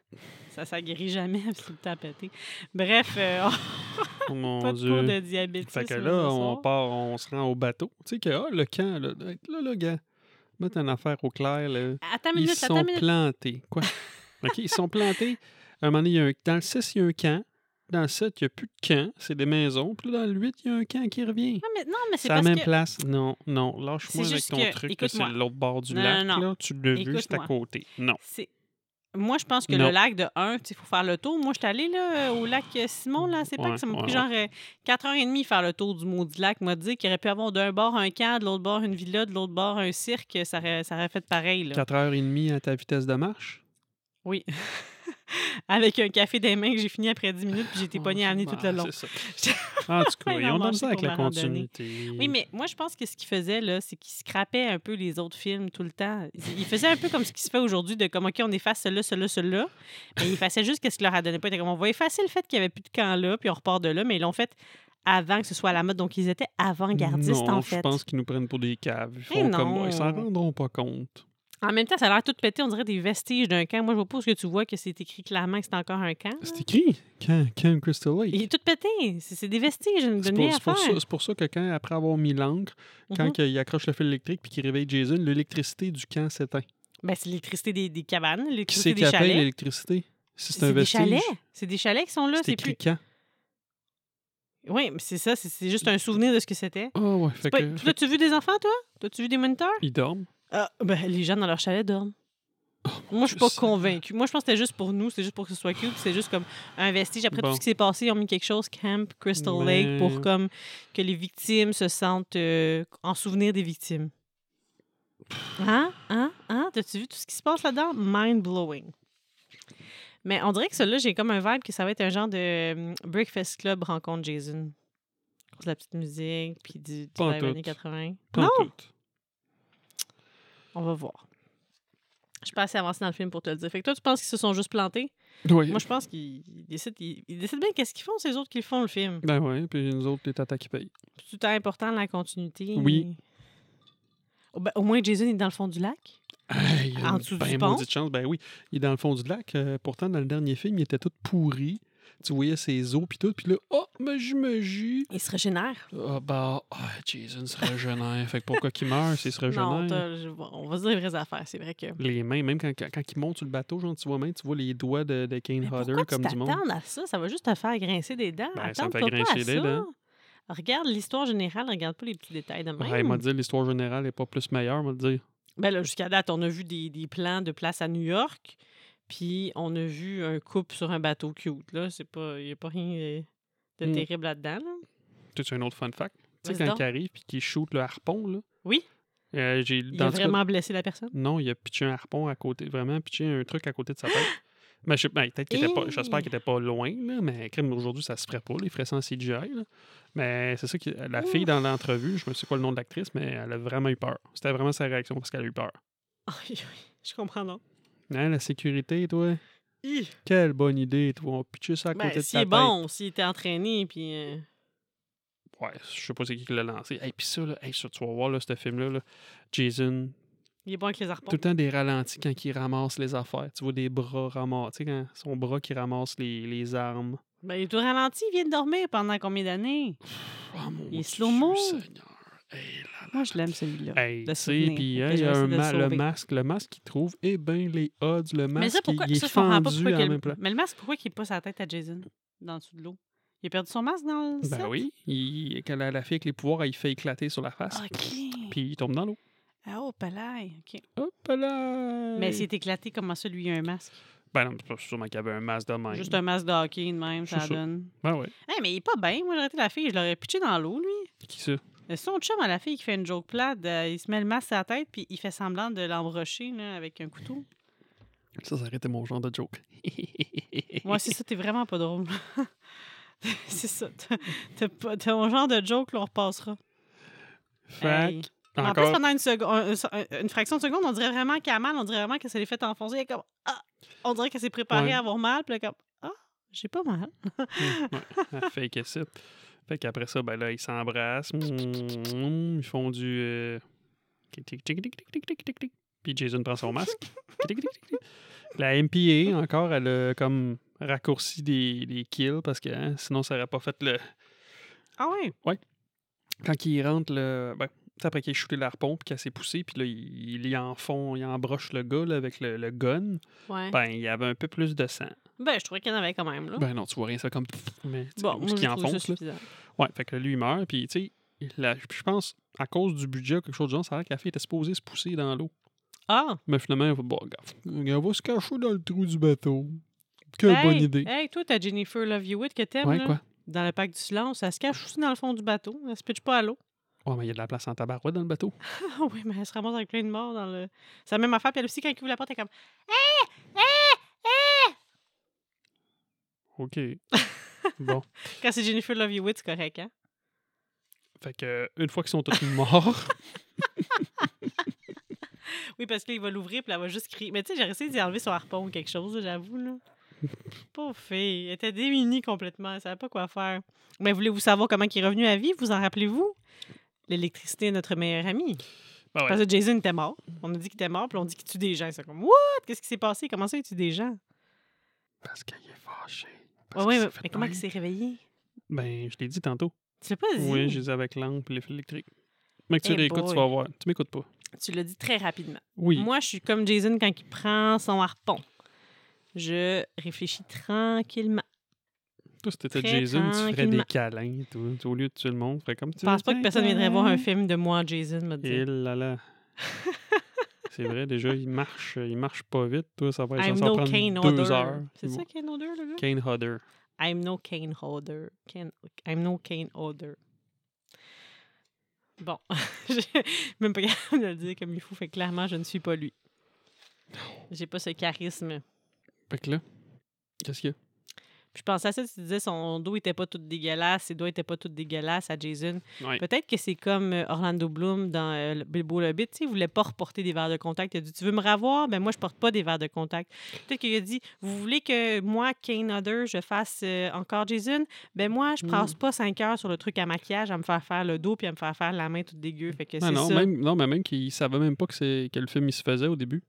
A: [LAUGHS] ça, ça guérit jamais. [LAUGHS] puis C'est tout le temps pété. Bref, euh,
B: Oh
A: on
B: mon
A: pas de peau
B: dieu.
A: de diabète.
B: Fait que là, on part, on se rend au bateau. Tu sais que, ah, le camp, là, là, là, gars, mettre une affaire au clair, là.
A: Attends une
B: Ils
A: minute, attends
B: sont
A: une minute.
B: plantés.
A: [LAUGHS]
B: Quoi? OK, ils sont plantés. À un moment donné, il y a un- dans le 6, il y a un camp. Dans le 7, il n'y a plus de camp. C'est des maisons. Puis là, dans le 8, il y a un camp qui revient.
A: Non, mais, non, mais c'est
B: C'est la
A: parce
B: même
A: que...
B: place. Non, non. Lâche-moi
A: C'est
B: avec
A: juste
B: ton
A: que-
B: truc. là, C'est
A: écoute-moi.
B: l'autre bord du
A: Non,
B: lac.
A: non, non.
B: Là. Tu l'as vu, c'est à
A: Écoute-moi.
B: côté. Non.
A: C'est- Moi, je pense que
B: Non.
A: le lac de 1, il faut faire le tour. Moi, je suis allée là, euh, au lac Simon, là, c'est pas
B: Ouais,
A: que ça m'a
B: ouais,
A: pris genre euh, 4h30 faire le tour du maudit lac. M'a dit qu'il aurait pu avoir d'un bord un camp, de l'autre bord une villa, de l'autre bord un cirque. Ça aurait, ça aurait fait pareil. Là.
B: 4h30 à ta vitesse de marche.
A: Oui. [LAUGHS] Avec un café des mains que j'ai fini après 10 minutes, puis j'ai été pognée à amener tout le
B: Ah,
A: long.
B: c'est
A: [LAUGHS]
B: ça. En tout cas,
A: Il
B: ils
A: en
B: ont de la
A: manque
B: misère avec
A: pour
B: la
A: ma randonnée.
B: continuité.
A: Oui, mais moi, je pense que ce qu'il faisait, là, c'est qu'il scrapait un peu les autres films tout le temps. Il il faisait un peu comme ce qui se fait aujourd'hui, de comme, OK, on efface celui-là, celui-là, celui-là. Mais il effaçait juste ce qu'il leur a donné. Pas. Il était comme, on va effacer le fait qu'il n'y avait plus de camp là, puis on repart de là. Mais ils l'ont fait avant que ce soit à la mode. Donc, ils étaient avant-gardistes,
B: non,
A: en fait.
B: je pense qu'ils nous prennent pour des caves. Ils,
A: Mais
B: font comme,
A: non.
B: ils s'en rendront pas compte.
A: En même temps, ça a l'air tout pété. On dirait des vestiges d'un camp. Moi, je vois pas où est-ce que tu vois que c'est écrit clairement que c'est encore un camp. là.
B: C'est écrit. Camp, camp Crystal Lake.
A: Il est tout pété. C'est c'est des vestiges, une
B: C'est
A: demi
B: pour,
A: à
B: c'est pour ça,
A: faire.
B: c'est pour ça que quand, après avoir mis l'encre, quand
A: Mhm.
B: que- il accroche le fil électrique puis qu'il réveille Jason, l'électricité du camp s'éteint.
A: Ben, c'est l'électricité des, des cabanes,
B: Qui
A: l'électricité
B: c'est qui
A: des
B: appelle
A: chalets.
B: l'électricité? Si c'est un
A: C'est des
B: vestige.
A: chalets. C'est des chalets qui sont là.
B: C'est
A: C'est
B: écrit
A: plus.
B: camp.
A: Oui, mais c'est ça, c'est- c'est juste un souvenir de ce que c'était.
B: Ah ouais, fait
A: Pas-
B: que...
A: Toi, as-tu vu des enfants, toi? As-tu vu des moniteurs?
B: Ils dorment.
A: Ah, ben, les gens dans leur chalet dorment.
B: Oh,
A: Moi, je suis
B: Dieu
A: pas
B: Seigneur.
A: convaincue. Moi, je pense que c'était juste pour nous, c'est juste pour que ce soit cute. puis C'est juste comme un vestige. Après
B: Bon.
A: tout ce qui s'est passé, ils ont mis quelque chose, Camp Crystal
B: Mais-
A: Lake, pour comme que les victimes se sentent euh, en souvenir des victimes. Hein? Hein? Hein? T'as-tu vu tout ce qui se passe là-dedans? Mind-blowing. Mais on dirait que celui-là, j'ai comme un vibe que ça va être un genre de euh, Breakfast Club rencontre Jason. À cause de la petite musique, puis du, du
B: Pas en
A: vibe
B: tout.
A: années 80.
B: Pas en
A: non!
B: tout.
A: On va voir. Je suis pas assez avancée dans le film pour te le dire. Fait que toi, tu penses qu'ils se sont juste plantés?
B: Oui.
A: Moi, je pense qu'ils ils décident, ils, ils décident bien qu'est-ce qu'ils font, ces autres qui le font, le film.
B: Ben ouais, puis nous autres, les tatas qui payent.
A: C'est tout le temps important, la continuité.
B: Oui.
A: Oh, ben, au moins, Jason est dans le fond du lac.
B: Hey, il y a
A: En
B: une
A: dessous
B: ben
A: du pont?
B: maudite chance. Ben oui, il est dans le fond du lac. Euh, pourtant, dans le dernier film, il était tout pourri. Tu voyais ses os puis tout. Puis là, oh, magie, magie.
A: Il se régénère.
B: Ah bah, ah, Jason se
A: [LAUGHS]
B: régénère. fait que pourquoi qu'il meurt s'il se
A: Non,
B: régénère?
A: t'as- je- on va se dire les vraies affaires. C'est vrai que.
B: Les mains, même quand, quand, quand il monte sur le bateau, genre, tu vois, même, tu vois les doigts de, de Kane
A: Mais
B: Hodder
A: pourquoi
B: comme
A: tu
B: du monde.
A: t'attends à ça? Ça va juste te faire grincer des dents.
B: Ben, ça me fait
A: Attends-toi pas à
B: grincer des
A: ça.
B: dents.
A: Regarde l'histoire générale, regarde pas les petits détails de même.
B: Ouais, il m'a dit l'histoire générale n'est pas plus meilleure, il m'a dit.
A: Ben là, jusqu'à date, on a vu des, des plans de place à New York. Puis on a vu un couple sur un bateau cute. Là, c'est pas, il n'y a pas rien de- de
B: Mm.
A: terrible là-dedans. là.
B: C'est un autre fun fact. Tu sais,
A: Vas-y
B: quand
A: donc.
B: il arrive puis qu'il shoot le harpon, là.
A: Oui.
B: euh, j'ai
A: Il
B: dans
A: a
B: le cas-
A: vraiment blessé la
B: [LAUGHS]
A: personne.
B: Non, il a pitché un harpon à côté, vraiment pitché un truc à côté de sa tête.
A: [GASPS]
B: Mais je sais- ben, peut-être qu'il était pas,
A: Hey!
B: j'espère qu'il était pas loin, là, mais crime, aujourd'hui, ça se ferait pas, là, il ferait ça en CGI. là. Mais c'est ça que la fille dans l'entrevue, je me sais pas le nom de l'actrice, mais elle a vraiment eu peur. C'était vraiment sa réaction parce qu'elle a eu peur.
A: Aïe, aïe, Je comprends non.
B: Hein, la sécurité, toi,
A: Hi!
B: quelle bonne idée, toi, on pitchait ça à côté
A: Ben,
B: de
A: s'il
B: ta
A: est
B: tête.
A: bon, s'il était entraîné, puis... euh,
B: Ouais, je sais pas c'est qui qui l'a lancé. Et puis ça, là, hey, ça, tu vas voir, là, ce film-là, là, Jason,
A: il est bon avec les harpons.
B: tout le temps des ralentis quand il ramasse les affaires. Tu vois des bras ramasser, tu sais, quand son bras qui ramasse les, les armes.
A: Ben, il est tout ralenti, il vient de dormir pendant combien d'années?
B: Oh mon
A: Il est
B: Dieu
A: slow-mo.
B: Seigneur. Hey, là, là.
A: Moi, je l'aime, celui-là.
B: Hey,
A: le
B: tu sais,
A: souvenir. Ok,
B: puis hein,
A: je
B: il
A: vais
B: y a
A: essayer de
B: un
A: le
B: ma- le
A: sauver.
B: masque, le masque qui trouve, eh ben les odds, le masque,
A: Mais ça, pourquoi...
B: il, il
A: ça,
B: est
A: je comprends pas
B: fendu
A: pourquoi...
B: en
A: que le-
B: même plan.
A: Mais le masque, pourquoi il est pas sa tête à Jason, dans le dessous de l'eau? Il a perdu son masque dans le set?
B: Ben oui, il, quand la, la fille avec les pouvoirs, il fait éclater sur la face,
A: Ah, OK.
B: puis il tombe dans l'eau.
A: Ah, oh, palais. OK.
B: Hop là!
A: Mais s'il est éclaté, comment ça, lui, il a un masque?
B: Ben non, c'est pas sûrement qu'il y avait un masque de même.
A: Juste un masque de hockey, de même,
B: Je suis
A: ça
B: sûr.
A: donne.
B: Ben ouais.
A: Hey, mais il est pas bien. Moi, j'aurais été la fille, je l'aurais pitché dans l'eau, lui.
B: Qui ça?
A: Euh, Son chum à la fille qui fait une joke plate, euh, il se met le masque à la tête, puis il fait semblant de l'embrocher là, avec un couteau.
B: Ça, ça aurait été mon genre de [LAUGHS] joke.
A: Moi, c'est ça, t'es vraiment pas drôle. [LAUGHS] c'est ça. t'as- t'as pas- t'as mon genre de joke, là, on repassera.
B: Fait
A: Hey.
B: que,
A: En
B: encore,
A: plus, pendant une, seconde, un- un- une fraction de seconde, on dirait vraiment qu'elle a mal, on dirait vraiment qu'elle s'est les fait enfoncer. Elle est comme, ah! On dirait qu'elle s'est préparée
B: Ouais.
A: à avoir mal, puis elle est comme, ah, j'ai pas mal.
B: elle [LAUGHS] fake it. Fait qu'après ça, ben là, ils s'embrassent. Mm, Ils font du. euh, tic, tic, tic, tic, tic, tic, tic, tic, tic. Puis Jason prend son
A: [LAUGHS]
B: masque. Tic, tic, tic, tic, tic. La MPA, encore, elle a comme raccourci des, des kills parce que hein, sinon, ça aurait pas fait le.
A: Ah oui?
B: Quand il rentre, le. Ben, c'est après qu'il ait shooté l'arpon, puis qu'elle s'est poussée, puis là, il, il en fond, il embroche le gars là, avec le, le gun.
A: Ouais.
B: Ben, il y avait un peu plus de sang.
A: Ben, je trouvais qu'il y en avait quand même, là.
B: Ben non, tu vois rien, ça comme. Mais tu sais,
A: bon,
B: où
A: moi,
B: est-ce
A: je
B: qu'il
A: trouve ça
B: enfonce, là?
A: suffisant.
B: Ouais, fait que là, lui, il meurt, puis tu sais, la- puis je pense, à cause du budget ou quelque chose du genre, ça a l'air que la fille était supposée se pousser dans l'eau.
A: Ah!
B: Mais finalement, elle va, bon, gaffe, elle va se cacher dans le trou du bateau. Quelle
A: Hey,
B: bonne idée.
A: Hey, toi, t'as Jennifer Love Hewitt que t'aimes,
B: ouais,
A: Ben, là,
B: quoi?
A: dans le pack du silence. Elle se cache aussi dans le fond du bateau. Elle se pitche pas à l'eau. [LAUGHS]
B: Ouais, mais il y a de la place en tabarouette dans le bateau.
A: Ah oui, mais elle se ramasse avec plein de morts dans le... C'est la même affaire. Puis elle aussi, quand il ouvre la porte, elle est comme... [LAUGHS]
B: OK. bon.
A: Quand c'est Jennifer Love Hewitt, c'est correct, hein?
B: Fait que, euh, une fois qu'ils sont tous morts, [LAUGHS]
A: Oui, parce qu'il va l'ouvrir, puis elle va juste crier. Mais tu sais, j'ai essayé d'y enlever son harpon ou quelque chose, là, j'avoue,
B: [LAUGHS]
A: là. Pauvre fille. Elle était démunie complètement. Elle savait pas quoi faire. Mais voulez-vous savoir comment il est revenu à vie? Vous en rappelez-vous? L'électricité est notre meilleure amie.
B: ben ouais,
A: Parce que Jason était mort. On a dit qu'il était mort, puis on dit qu'il tue des gens. C'est comme, what? Qu'est-ce qui s'est passé? Comment ça, il tue des gens?
B: parce qu'il est fâché.
A: Ouais,
B: Parce
A: ouais, mais,
B: qu'il s'est fait
A: mais comment il
B: mal.
A: s'est réveillé?
B: Ben, je l'ai dit tantôt.
A: Tu l'as pas dit?
B: Oui, je les ai avec l'angle puis les fils électriques. Mais que tu
A: Hey
B: l'écoutes, tu
A: Eh boy.
B: vas voir. Tu m'écoutes pas.
A: Tu l'as dit très rapidement.
B: Oui.
A: Moi, je suis comme Jason quand il prend son harpon. Je réfléchis tranquillement.
B: Toi, si t'étais
A: Très
B: Jason, tu ferais des
A: tranquillement.
B: câlins, toi. Tu- Au lieu de tuer le monde, tu ferais comme tu
A: Je pense pas que personne viendrait voir un
B: film.
A: film de moi, Jason, me
B: Et
A: dire.
B: hein. Eh là
A: [LAUGHS]
B: là. C'est vrai, déjà, il marche, il marche pas vite. Toi, ça va ça
A: I'm
B: va
A: no
B: prendre
A: Kane
B: deux
A: holder.
B: heures.
A: C'est ça, Kane holder, le gars?
B: Kane Hodder.
A: I'm no Kane holder. Kane- I'm no Kane holder. Bon, [LAUGHS] je même pas capable de le dire comme il faut, fait que clairement, je ne suis pas lui. J'ai pas ce charisme.
B: Fait que là, qu'est-ce qu'il y a?
A: Puis je pensais à ça, tu disais son dos était pas tout dégueulasse, ses doigts étaient pas tout dégueulasses à Jason.
B: Ouais.
A: Peut-être que c'est comme euh, Orlando Bloom dans euh, le- Bilbo le Hobbit, tu sais, il voulait pas reporter des verres de contact. Il a dit Tu veux me ravoir Ben moi, je porte pas des verres de contact. Peut-être qu'il a dit Vous voulez que moi, Kane Hodder, je fasse euh, encore Jason Ben moi, je
B: Mm.
A: passe pas cinq heures sur le truc à maquillage, à me faire faire le dos puis à me faire faire la main toute dégueu. Fait que
B: Ah
A: c'est
B: non,
A: ça.
B: même, non, mais même qu'il savait même pas que, c'est- que le film il se faisait au début.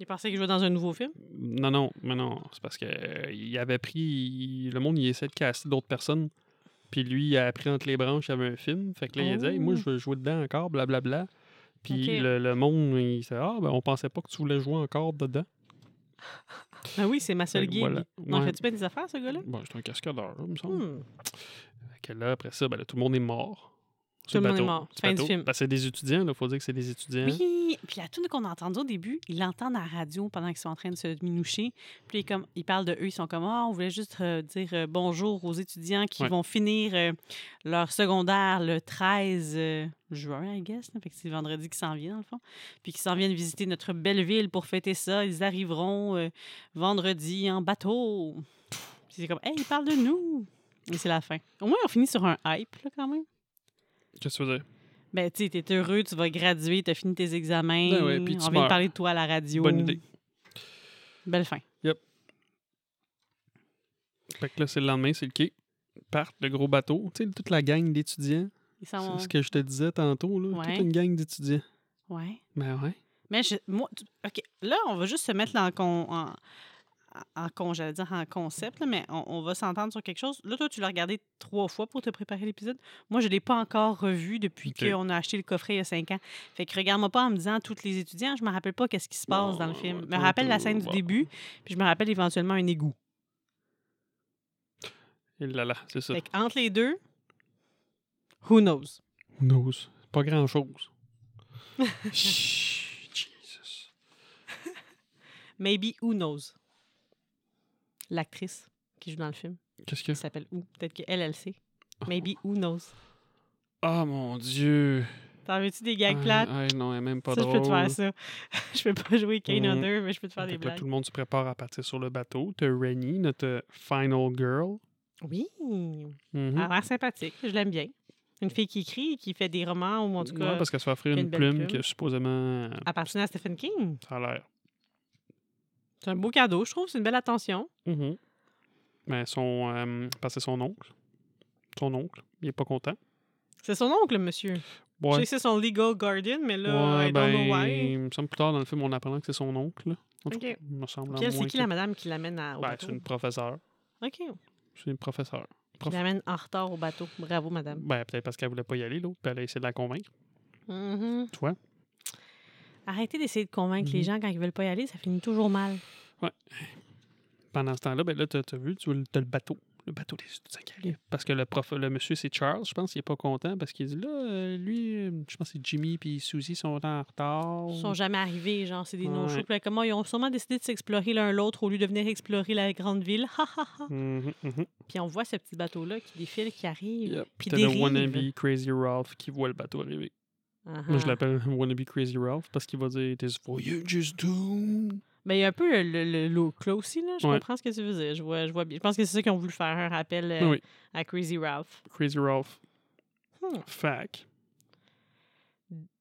A: Il pensait qu'il jouait dans un nouveau film.
B: Non, non, mais non. C'est parce que euh, il avait pris. il- le monde, il essaie de casser d'autres personnes. Puis lui, il a appris entre les branches, il y avait un film. Fait que là, il a dit Hey, Moi, je veux jouer dedans encore, blablabla. Puis
A: Oh. Ok.
B: le, le monde, il s'est dit Ah, ben, on pensait pas que tu voulais jouer encore dedans.
A: Ah oui, c'est ma seule
B: Fait que
A: guide.
B: Ben, voilà.
A: Non,
B: Ouais. Oh.
A: fais-tu bien des affaires, ce gars-là
B: Bon, c'est un cascadeur, il me semble.
A: Hmm.
B: Fait que là, après ça, ben, là, tout le monde est mort. sur
A: Tout le monde est
B: bateau,
A: mort.
B: du
A: Fin du
B: bateau.
A: film.
B: Parce que c'est des étudiants, il faut dire que c'est des étudiants.
A: Oui, puis la tune qu'on a entendue au début, ils l'entendent à la radio pendant qu'ils sont en train de se minoucher. Puis ils comme, ils parlent de eux, ils sont comme Ah, on voulait juste euh, dire euh, bonjour aux étudiants qui
B: Ouais.
A: vont finir euh, leur secondaire le 13 euh, juin, I guess. là. Fait que c'est le vendredi qui s'en vient, dans le fond. Puis qui s'en viennent visiter notre belle ville pour fêter ça. Ils arriveront euh, vendredi en bateau. Puis c'est comme Hey, ils parlent de nous. Et c'est la fin. Au moins, on finit sur un hype, là, quand même.
B: Qu'est-ce que tu veux dire?
A: Ben, tu sais, t'es heureux, tu vas graduer, t'as fini tes examens.
B: Ben ouais, puis tu
A: on vient de
B: meurs.
A: parler de toi à la radio.
B: Bonne idée.
A: Belle fin.
B: Fait que là, c'est le lendemain, c'est le quai. Ils Partent, le gros bateau. Tu sais, toute la gang d'étudiants.
A: Ils
B: C'est
A: sont...
B: ce que je te disais tantôt, là.
A: Ouais.
B: Toute une gang d'étudiants.
A: Ouais.
B: Ben ouais.
A: Mais je- moi, tu- OK, là, on va juste se mettre là en, con- en, en con- j'allais dire en concept, là, mais on, on va s'entendre sur quelque chose. Là, toi, tu l'as regardé trois fois pour te préparer l'épisode. Moi, je ne l'ai pas encore revu depuis
B: OK.
A: qu'on a acheté le coffret il y a cinq ans. Fait que regarde-moi pas en me disant tous les étudiants, je me rappelle pas qu'est-ce qui se passe
B: Bon,
A: dans le film. Je me
B: attends,
A: rappelle la
B: attends,
A: scène du
B: bon.
A: début, puis je me rappelle éventuellement un égout.
B: Et là là, c'est ça.
A: Fait que entre les deux, who knows?
B: Who knows?
A: [LAUGHS]
B: Pas grand-chose. Chut, Jesus.
A: Maybe Who Knows. L'actrice qui joue dans le film,
B: Qu'est-ce que...
A: elle s'appelle Who. Peut-être qu'elle, elle sait. Maybe Who Knows.
B: Ah, mon Dieu!
A: T'en veux-tu des gags
B: Ah,
A: plates?
B: ah, non, elle est même pas
A: ça,
B: drôle.
A: je peux te faire ça. [LAUGHS] je peux pas jouer Kane
B: Mm.
A: Hunter, mais je peux te faire
B: Fait
A: des
B: que là,
A: blagues.
B: tout le monde se prépare à partir sur le bateau. T'as Rennie, notre final girl.
A: Oui.
B: Mhm.
A: Elle a l'air sympathique. Je l'aime bien. Une fille qui écrit et qui fait des romans, ou en tout
B: Ouais,
A: cas,
B: parce qu'elle se fait offrir
A: il y a
B: une
A: une belle plume.
B: plume, que supposément, euh,
A: appartenait à Stephen King.
B: ça a l'air.
A: C'est un beau cadeau, je trouve. C'est une belle attention.
B: Mhm. Mais son, euh, parce que c'est son oncle. Son oncle, il est pas content.
A: C'est son oncle, le monsieur. Je sais
B: Ouais,
A: que c'est son legal guardian, mais là,
B: Ouais,
A: I don't know
B: ben,
A: why.
B: il me semble plus tard dans le film, on apprend que c'est son oncle. là. En tout
A: Ok.
B: cas, il me semble à
A: Puis elle, c'est
B: moins
A: qui
B: que-
A: la madame qui l'amène à- au
B: Ben,
A: bateau?
B: c'est une professeure.
A: OK.
B: C'est une professeure.
A: Qui
B: Prof-
A: l'amène en retard au bateau. Bravo, madame.
B: Ben, peut-être parce qu'elle voulait pas y aller, l'autre, puis elle a essayé de la convaincre.
A: Mhm.
B: Toi?
A: Arrêtez d'essayer de convaincre les
B: Mhm.
A: gens quand ils veulent pas y aller, ça finit toujours mal.
B: Pendant ce temps-là, ben là, t'as t'as vu, tu vois, le- t'as le bateau. Le bateau des étudiants qui arrive. Parce que le prof, le monsieur, c'est Charles, je pense, il est pas content parce qu'il dit là, euh, lui, euh, je pense que c'est Jimmy puis Suzy sont en retard.
A: Ils sont jamais arrivés, genre, c'est des
B: Oh. Ouais.
A: non-shows. Puis là, Comment ils ont sûrement décidé de s'explorer l'un l'autre au lieu de venir explorer la grande ville. Ha, ha, ha.
B: Mhm, mhm.
A: Puis on voit ce petit bateau-là qui défile, qui arrive.
B: Yep.
A: Puis
B: T'as le
A: dérive.
B: wannabe Crazy Ralph qui voit le bateau arriver.
A: Ah,
B: Moi,
A: ah.
B: je l'appelle [LAUGHS] wannabe Crazy Ralph parce qu'il va dire This voyage is doomed.
A: Mais Ben, il y a un peu le, le, le clos aussi, là. Je
B: Ouais.
A: comprends ce que tu veux dire. Je vois, je vois bien. Je pense que c'est ça qu'ils ont voulu faire, un rappel euh,
B: Oui,
A: à Crazy Ralph.
B: Crazy Ralph.
A: Hmm.
B: Fac.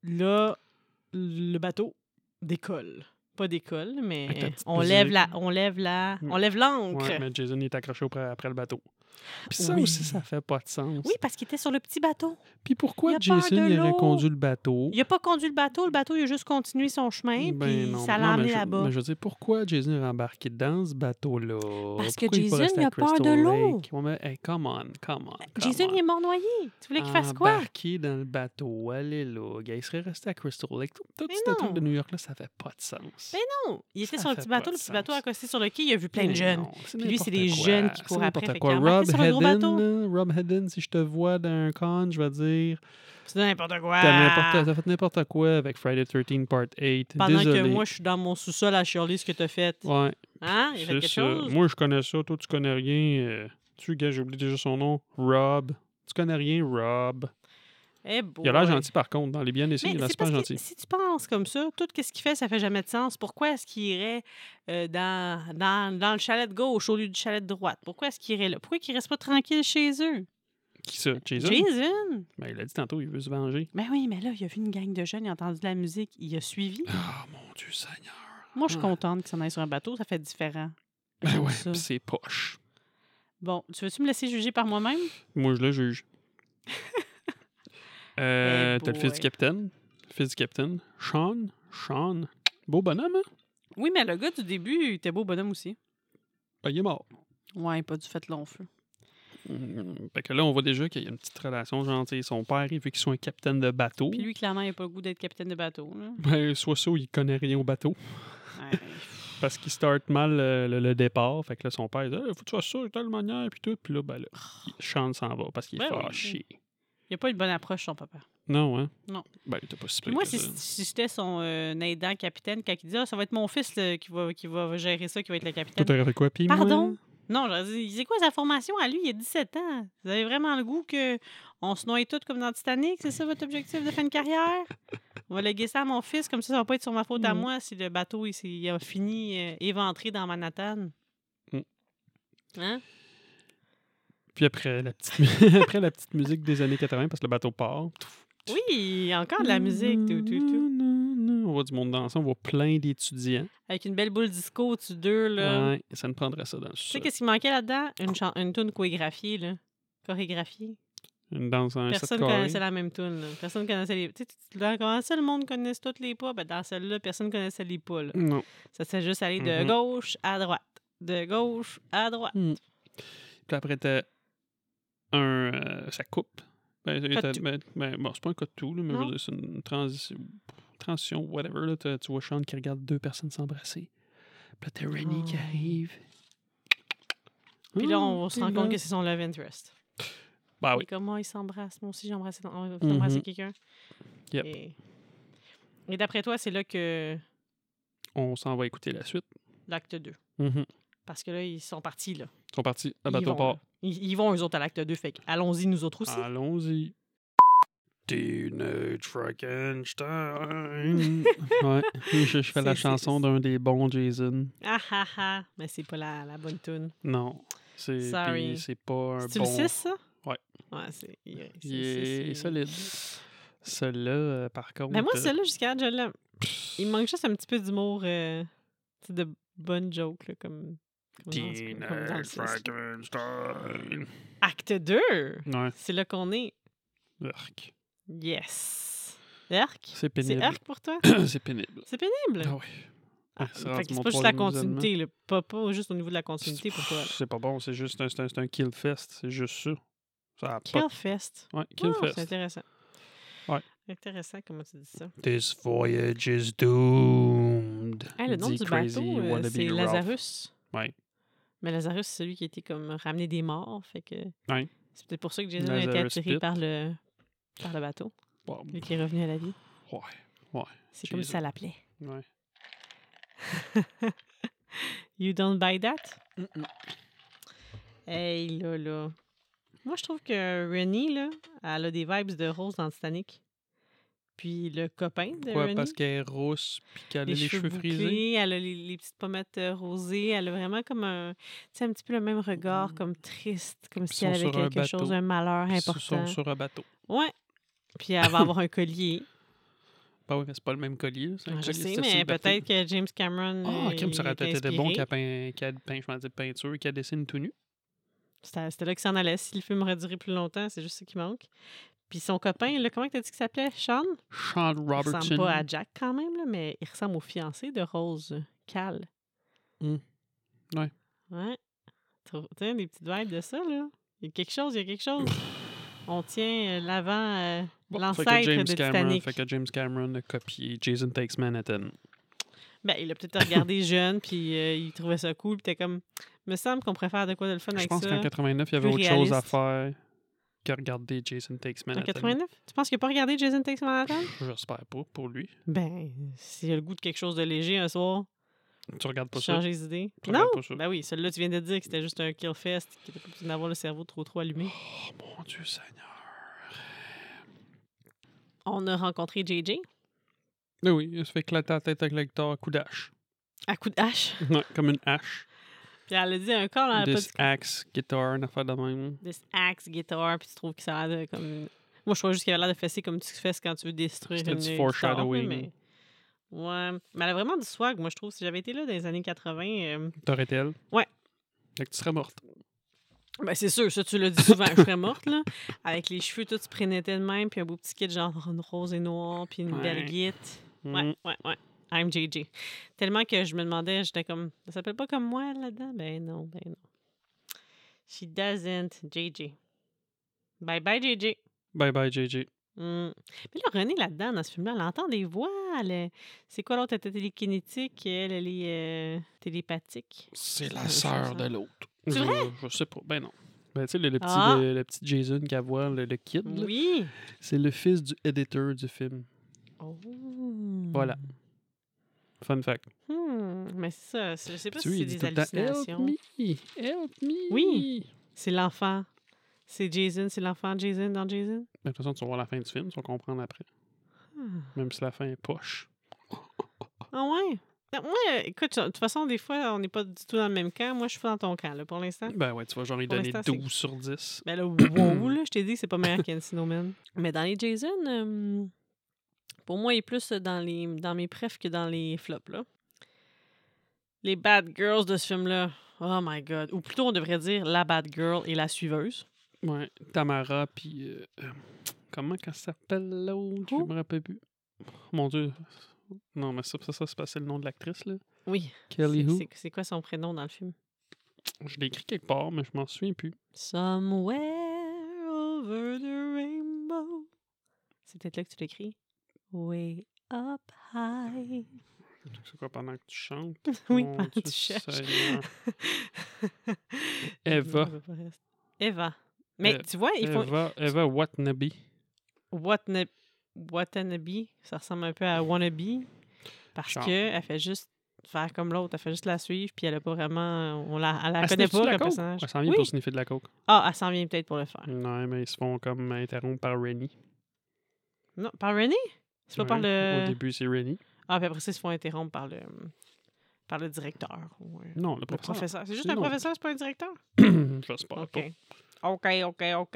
A: là, le bateau décolle. Pas décolle,
B: Avec la
A: mais
B: petite
A: on
B: musique.
A: lève, la, on lève la,
B: Mm.
A: on lève l'ancre.
B: Ouais, mais Jason il est accroché auprès- après le bateau. Puis ça
A: Oui.
B: aussi, ça fait pas de sens.
A: Oui, parce qu'il était sur le petit bateau.
B: Puis pourquoi
A: Il a peur
B: Jason
A: de
B: il aurait
A: l'eau.
B: conduit le bateau
A: Il n'a pas conduit le bateau, le bateau il a juste continué son chemin,
B: Ben
A: puis
B: non,
A: ça
B: non,
A: l'a
B: mais
A: emmené
B: je-
A: là-bas.
B: Mais je veux dire, pourquoi Jason est embarqué dans ce bateau-là?
A: Parce que
B: Pourquoi est
A: Jason,
B: pas resté
A: il
B: à
A: a peur de
B: Crystal
A: l'eau. Ben,
B: Lake? Ouais, mais, hey, come on, come on. come
A: Jason,
B: on. Ah, ben,
A: il est mort noyé. Tu voulais qu'il fasse quoi?
B: Embarqué dans le bateau, allez là, gars, il serait resté à Crystal Lake. Tout, tout
A: Mais
B: ce truc de
A: non.
B: New York là, ça fait pas de sens.
A: Mais Non, il était
B: Ça
A: sur le
B: fait
A: petit
B: pas
A: bateau,
B: de
A: le petit bateau
B: sens.
A: accosté sur le quai, il a vu plein de
B: Mais
A: jeunes.
B: non,
A: Puis lui, c'est
B: n'importe
A: des
B: quoi.
A: jeunes qui
B: C'est
A: courent
B: n'importe
A: après, fait
B: quoi.
A: qu'il a embarqué
B: Rob
A: sur un gros
B: Hedden,
A: bateau.
B: là, Rob Hedden, si je te vois d'un con, je vais dire,
A: C'est n'importe quoi.
B: t'as n'importe- t'as fait n'importe quoi avec Friday 13 Part 8.
A: Pendant
B: Désolé.
A: que moi, je suis dans mon sous-sol à Shirley, ce que t'as fait.
B: Ouais,
A: Hein? Il a fait
B: C'est
A: quelque
B: ça.
A: chose?
B: Moi, je connais ça. Toi, tu connais rien. euh, tu, gars, j'ai oublié déjà son nom. Rob. Tu connais rien, Rob.
A: Eh,
B: Il a l'air
A: boy.
B: gentil, par contre. Dans les biens des signes,
A: Mais
B: il a l'air
A: c'est
B: super
A: parce que
B: gentil.
A: si tu penses comme ça, tout ce qu'il fait, ça fait jamais de sens. Pourquoi est-ce qu'il irait euh, dans, dans, dans le chalet de gauche au lieu du chalet de droite? Pourquoi est-ce qu'il irait là? Pourquoi qu'il reste pas tranquille chez eux?
B: Qui ça? Jason?
A: Jason?
B: Ben, il a dit tantôt, il veut se venger.
A: Ben oui, mais là, il a vu une gang de jeunes, il a entendu de la musique, il a suivi.
B: Ah, mon Dieu Seigneur.
A: Moi, je suis
B: Ah.
A: contente qu'il s'en aille sur un bateau, ça fait différent.
B: Ben
A: J'aime
B: ouais,
A: ça.
B: pis c'est poche.
A: Bon, tu veux-tu me laisser juger par moi-même?
B: Moi, je
A: [LAUGHS]
B: le juge. Euh,
A: Eh
B: T'as le fils
A: boy.
B: du capitaine. Le fils du capitaine. Sean. Sean. Beau bonhomme, hein?
A: Oui, mais le gars du début, il était beau bonhomme aussi.
B: Ben, il est mort.
A: Ouais, pas du fait long feu.
B: Mm, Fait que là, on voit déjà qu'il y a une petite relation gentille. Son père, il veut qu'il soit un capitaine de bateau.
A: Puis lui, clairement, il a pas le goût d'être capitaine de bateau.
B: [LAUGHS]
A: Là.
B: Ben, soit ça ou il connaît rien au bateau.
A: Ouais.
B: Parce qu'il start mal euh, le, le départ. Fait que là, son père, il dit, Ah, faut que tu sois sûr de telle manière, puis tout. Puis là, ben là, Sean s'en va parce qu'il est
A: Ben oui.
B: fâché.
A: Il a pas une bonne approche, son papa.
B: Non, hein?
A: Non.
B: Ben, il était pas si
A: Puis
B: pire
A: moi,
B: que
A: si,
B: ça.
A: si j'étais son euh, aidant capitaine, quand il dit Ah, ça va être mon fils là, qui, va, qui va gérer ça, qui va être le
B: Toi,
A: capitaine.
B: t'aurais fait quoi, puis moi?
A: Pardon? Non, j'aurais dit C'est quoi sa formation à lui Il a 17 ans. Vous avez vraiment le goût que on se noie toutes comme dans Titanic C'est ça votre objectif de fin de carrière On va léguer ça à mon fils, comme ça, ça va pas être sur ma faute à
B: Mm.
A: moi si le bateau il, s'est- il a fini euh, éventré dans Manhattan.
B: Mm.
A: Hein
B: Puis après la, petite mu- [LAUGHS] après la petite musique des années 80, parce que le bateau part.
A: Oui, encore de Ah, la musique. Tout, tout,
B: Mm.
A: tout.
B: On voit du monde danser, on voit plein d'étudiants.
A: Avec une belle boule disco au-dessus d'eux, là.
B: Ouais, ça ne prendrait ça dans le
A: Tu sais
B: sud.
A: qu'est-ce qui manquait là-dedans? Une, chan- une toune chorégraphiée, là. Chorégraphiée.
B: Une danse un set
A: Personne
B: carré.
A: connaissait la même toune, là. Personne connaissait les... Tu sais, tu- tu- dans- comment ça, le monde connaissait toutes les pas? Ben, dans celle-là, personne connaissait les pas, là.
B: Non.
A: Ça s'est juste aller de
B: Mhm.
A: gauche à droite. De gauche à
B: Mmh,
A: droite.
B: Puis après, t'as un. euh, ça coupe. Ben,
A: de
B: t'as-
A: tout.
B: ben, ben, bon, c'est pas un cas de tout, là, mais je veux
A: Non.
B: dire, c'est une transition, transition whatever. Là, T'as- tu vois Sean qui regarde deux personnes s'embrasser. Puis là, t'as Rennie qui
A: Oh.
B: arrive.
A: Puis là, on
B: Oh,
A: se
B: t'es
A: rend
B: là.
A: compte que c'est son love interest.
B: Bah
A: Et
B: oui.
A: comment il s'embrasse? Moi aussi, j'embrassais on va embrasser
B: Mhm.
A: quelqu'un.
B: Yep.
A: Et, et d'après toi, c'est là que
B: On s'en va écouter la suite.
A: l'acte 2.
B: Mhm.
A: Parce que là, ils sont partis, là.
B: Ils sont partis. Le
A: Ils
B: bateau
A: vont,
B: part.
A: là. Ils, ils vont, eux autres, à l'acte 2. Fait allons-y, nous autres aussi.
B: Allons-y. Teenage Frankenstein. [LAUGHS] ouais. Je, je fais la
A: C'est-
B: chanson
A: c'est-
B: d'un des bons Jason.
A: Ah ah ah, mais c'est pas la, la bonne tune.
B: Non. C'est
A: Sorry.
B: puis c'est pas un
A: C'est
B: bon.
A: le 6, ça?
B: Ouais.
A: Ouais, c'est. il est- c'est-
B: Il est,
A: c'est- c'est-
B: solide. Celui-là, euh, par contre.
A: Mais moi,
B: euh,
A: celui-là, jusqu'à là, je l'aime.
B: pff,
A: Il me manque juste un petit peu d'humour, euh, tu sais, de bonne joke, là, comme. comme dans- comme dans le
B: Teenage
A: six.
B: Frankenstein.
A: Acte 2!
B: Ouais.
A: C'est là qu'on est.
B: Urk.
A: Yes! Herc?
B: C'est
A: C'est
B: pénible.
A: Herc pour toi?
B: [COUGHS] C'est pénible.
A: C'est pénible!
B: Ah oui.
A: Ah,
B: Ouais,
A: fait
B: c'est rendu
A: que c'est
B: mon
A: pas juste la
B: troisième isolement.
A: continuité, là. Pas, pas juste au niveau de la continuité pour toi. là.
B: C'est pas bon, c'est juste un, c'est un, c'est un kill fest, c'est juste ça. Ça a pas.
A: Killfest.
B: Ouais, kill
A: Oh, c'est
B: fest.
A: intéressant.
B: Ouais.
A: Intéressant comment tu dis ça.
B: This voyage is doomed.
A: Hey, le nom
B: dit
A: du
B: crazy
A: bateau, euh,
B: wannabe
A: c'est
B: Ralph.
A: Lazarus.
B: Ouais.
A: Mais Lazarus, c'est celui qui a été comme ramené des morts. Fait que
B: Ouais.
A: c'est peut-être pour ça que Jason a été
B: Lazarus
A: attiré
B: Pit.
A: par le, par le bateau
B: Bon,
A: et qu'il est revenu à la vie.
B: ouais,
A: C'est comme
B: Jason.
A: ça l'appelait.
B: ouais.
A: You don't buy that?
B: Mm,
A: Hey, là, là. Moi, je trouve que Rennie, là, elle a des vibes de Rose dans Titanic. Puis le copain de
B: Pourquoi?
A: Rennie.
B: Parce qu'elle est rousse puis qu'elle a les, cheveux, frisés.
A: bouclés, elle a les, les petites pommettes euh, rosées, elle a vraiment comme un, tu sais, un petit peu le même regard, comme triste, comme
B: Mmh. Puis
A: si elle
B: sont
A: avait
B: sur un
A: quelque chose,
B: bateau.
A: un malheur
B: Puis Ils
A: important.
B: sont sur un bateau.
A: Ouais. Puis elle va avoir un collier.
B: Bah oui, mais c'est pas le même collier. c'est [LAUGHS] un
A: Ah, je
B: collier
A: sais,
B: style sur
A: mais
B: le bateau.
A: peut-être que James Cameron.
B: Ah,
A: euh,
B: Kim, ça
A: il
B: aurait
A: était
B: peut-être été bon
A: inspiré.
B: qu'elle peint, qu'elle peint, je m'en dis, peinture, qu'elle dessine tout nu.
A: C'était c'était là que ça en allait. Si le film aurait duré plus longtemps, c'est juste ce qui manque. Puis son copain, là, comment t'as dit qu'il s'appelait? Sean?
B: Sean
A: Il
B: Robertson.
A: ressemble pas à Jack quand même, là, mais il ressemble au fiancé de Rose, Cal.
B: Hmm. Ouais.
A: Ouais. Trou- Tiens, des petites vibes de ça, là. Il y a quelque chose, il y a quelque chose. On tient euh, l'avant, euh,
B: Bon, fait que
A: l'ancêtre de
B: James Cameron,
A: Titanic.
B: fait que James Cameron a copié Jason Takes Manhattan.
A: Ben, il a peut-être regardé
B: [LAUGHS]
A: jeune, puis euh, il trouvait ça cool, puis t'es comme, me semble qu'on préfère de quoi de le fun
B: Je
A: avec
B: pense
A: ça.
B: qu'en 89, il y avait
A: plus
B: autre chose à
A: réaliste.
B: faire que regarder Jason Takes
A: En
B: Manhattan.
A: 89? Tu penses qu'il n'a pas regardé Jason Takes Manhattan?
B: J'espère pas pour lui.
A: Ben, s'il a le goût de quelque chose de léger un soir,
B: Tu regardes pas ça.
A: changer d'idée.
B: Tu
A: Non!
B: regardes pas ça.
A: Ben oui, celui-là, tu viens de dire que c'était juste un kill fest, qu'il était pas possible d'avoir le cerveau trop trop allumé.
B: Oh mon Dieu Seigneur.
A: On a rencontré JJ
B: Mais oui, il se fait éclater la tête avec la guitare à coup d'hache.
A: à coup de hache.
B: Ouais, comme une hache.
A: Puis elle a dit un corps, elle a Ah, pas
B: This
A: dit
B: axe, guitare, une affaire de même.
A: this axe guitar, puis tu trouves que ça a l'air de comme. une- Moi, je trouve juste qu'il avait l'air de fesser comme tu fesses quand tu veux détruire
B: C'était
A: une
B: du
A: guitare, là,
B: foreshadowing.
A: mais... Ouais. Mais elle a vraiment du swag, moi, je trouve. Si j'avais été là dans les années 80, euh,
B: T'aurais été elle?
A: Ouais.
B: Fait que tu serais morte.
A: ben c'est sûr, ça, tu l'as dit souvent, je serais morte, là. Avec les cheveux, tout se prénétait de même, puis un beau petit kit genre une rose et noir, puis une belle
B: Ouais.
A: guite.
B: Mm.
A: Ouais, ouais, ouais. I'm JJ. Tellement que je me demandais, j'étais comme, ça s'appelle pas comme moi là-dedans? Ben non, ben non. She doesn't, JJ. Bye bye, JJ.
B: Bye bye JJ.
A: Mm. Mais là, René, là-dedans, dans ce film-là, elle entend des voix. elle- euh, C'est quoi l'autre? Elle était télékinétique, elle, elle est euh, télépathique.
B: C'est
A: la sœur de
B: l'autre.
A: C'est
B: Je, je sais pas. Ben non. Ben, tu sais, le, le petit,
A: Ah.
B: le, le petit Jason Cavour, le, le kid, là,
A: Oui.
B: c'est le fils du éditeur du film.
A: Oh.
B: Voilà. Fun fact.
A: Hmm, Mais c'est ça. c'est- Je sais pas
B: Tu
A: si c'est
B: il dit
A: des
B: tout le temps,
A: hallucinations.
B: Help me! Help me!
A: Oui. C'est l'enfant. C'est Jason, c'est l'enfant de Jason dans Jason.
B: Ben, De toute façon, tu vas voir la fin du film, tu vas comprendre après. Même si la fin est poche.
A: Ah ouais? Ah, Moi, euh, écoute, de toute façon, des fois, on n'est pas du tout dans le même camp. Moi, je suis pas dans ton camp, là, pour l'instant.
B: Ben ouais, tu vas genre lui
A: Pour
B: donner
A: l'instant, c'est-
B: 12 sur 10.
A: Ben [COUGHS] là, wow, là, je t'ai dit que c'est pas meilleur qu'un Snowman. Mais dans les Jason, euh, pour moi, il est plus dans, les, dans mes prefs que dans les flops, là. Les bad girls de ce film-là. Oh my God. Ou plutôt, on devrait dire la bad girl et la suiveuse.
B: Ouais, Tamara, puis. euh, euh, comment qu'elle s'appelle l'autre Je
A: Who?
B: me rappelle plus. Mon Dieu. Non, mais ça, ça, ça c'est passé le nom de l'actrice, là.
A: Oui.
B: Kelly
A: C'est-
B: Who.
A: c'est- C'est quoi son prénom dans le film?
B: Je l'ai écrit quelque part, mais je m'en souviens plus.
A: Somewhere over the rainbow. C'est peut-être là que tu l'écris. Way up high. [LAUGHS]
B: C'est quoi pendant que tu chantes
A: oui,
B: Mon
A: pendant que
B: Dieu
A: tu cherches.
B: Seigneur.
A: [LAUGHS]
B: Eva.
A: Non, on peut pas rester. Eva. Mais
B: Euh,
A: tu vois, ils font.
B: Eva, Eva Watanabe.
A: Watna- Watanabe, ça ressemble un peu à Wannabe. Parce
B: Genre.
A: que elle fait juste faire comme l'autre. Elle fait juste la suivre, puis elle a pas vraiment. On la, elle la
B: Elle
A: connaît
B: sniffe-tu de
A: pas
B: la
A: comme
B: coke?
A: personnage.
B: Elle s'en vient
A: Oui.
B: pour sniffer de la coke.
A: Ah, elle s'en vient peut-être pour le faire.
B: Non, mais ils se font comme interrompre par Rennie.
A: Non, par Rennie? C'est pas par
B: Ouais,
A: le.
B: Au début, c'est Rennie.
A: Ah, puis après ça, ils se font interrompre par le, par le directeur. ou, euh,
B: Non, le
A: Le
B: professeur. [CLEARS THROAT]
A: professeur. C'est juste
B: C'est
A: un
B: l'autre.
A: professeur, c'est pas un directeur?
B: J'espère pas.
A: OK. OK, OK, OK.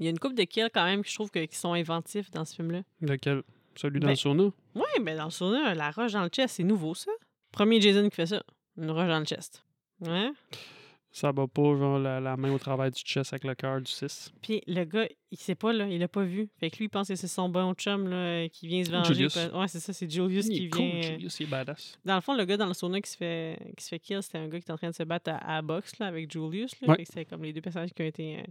A: Il y a une couple de kills quand même que je trouve que- qui sont inventifs dans ce film-là.
B: Lequel Celui dans
A: Ben,
B: le sauna
A: Oui, mais dans le sauna, la roche dans le chest, c'est nouveau, ça. Premier Jason qui fait ça. Une roche dans le chest. Hein?
B: Ça bat pas, genre, la, la main au travail du chest avec le cœur du 6.
A: Puis le gars, il sait pas, là. Il l'a pas vu. Fait que lui, il pense que c'est son bon chum, là, euh, qui vient se venger.
B: Julius.
A: Ouais, c'est ça, c'est Julius qui
B: est cool,
A: vient. euh,
B: Julius, il est badass.
A: Dans le fond, le gars dans le sauna qui se fait, qui se fait kill, c'était un gars qui était en train de se battre à, à la boxe là, avec Julius. Là,
B: Ouais.
A: Fait que C'était comme les deux personnages qui ont été euh,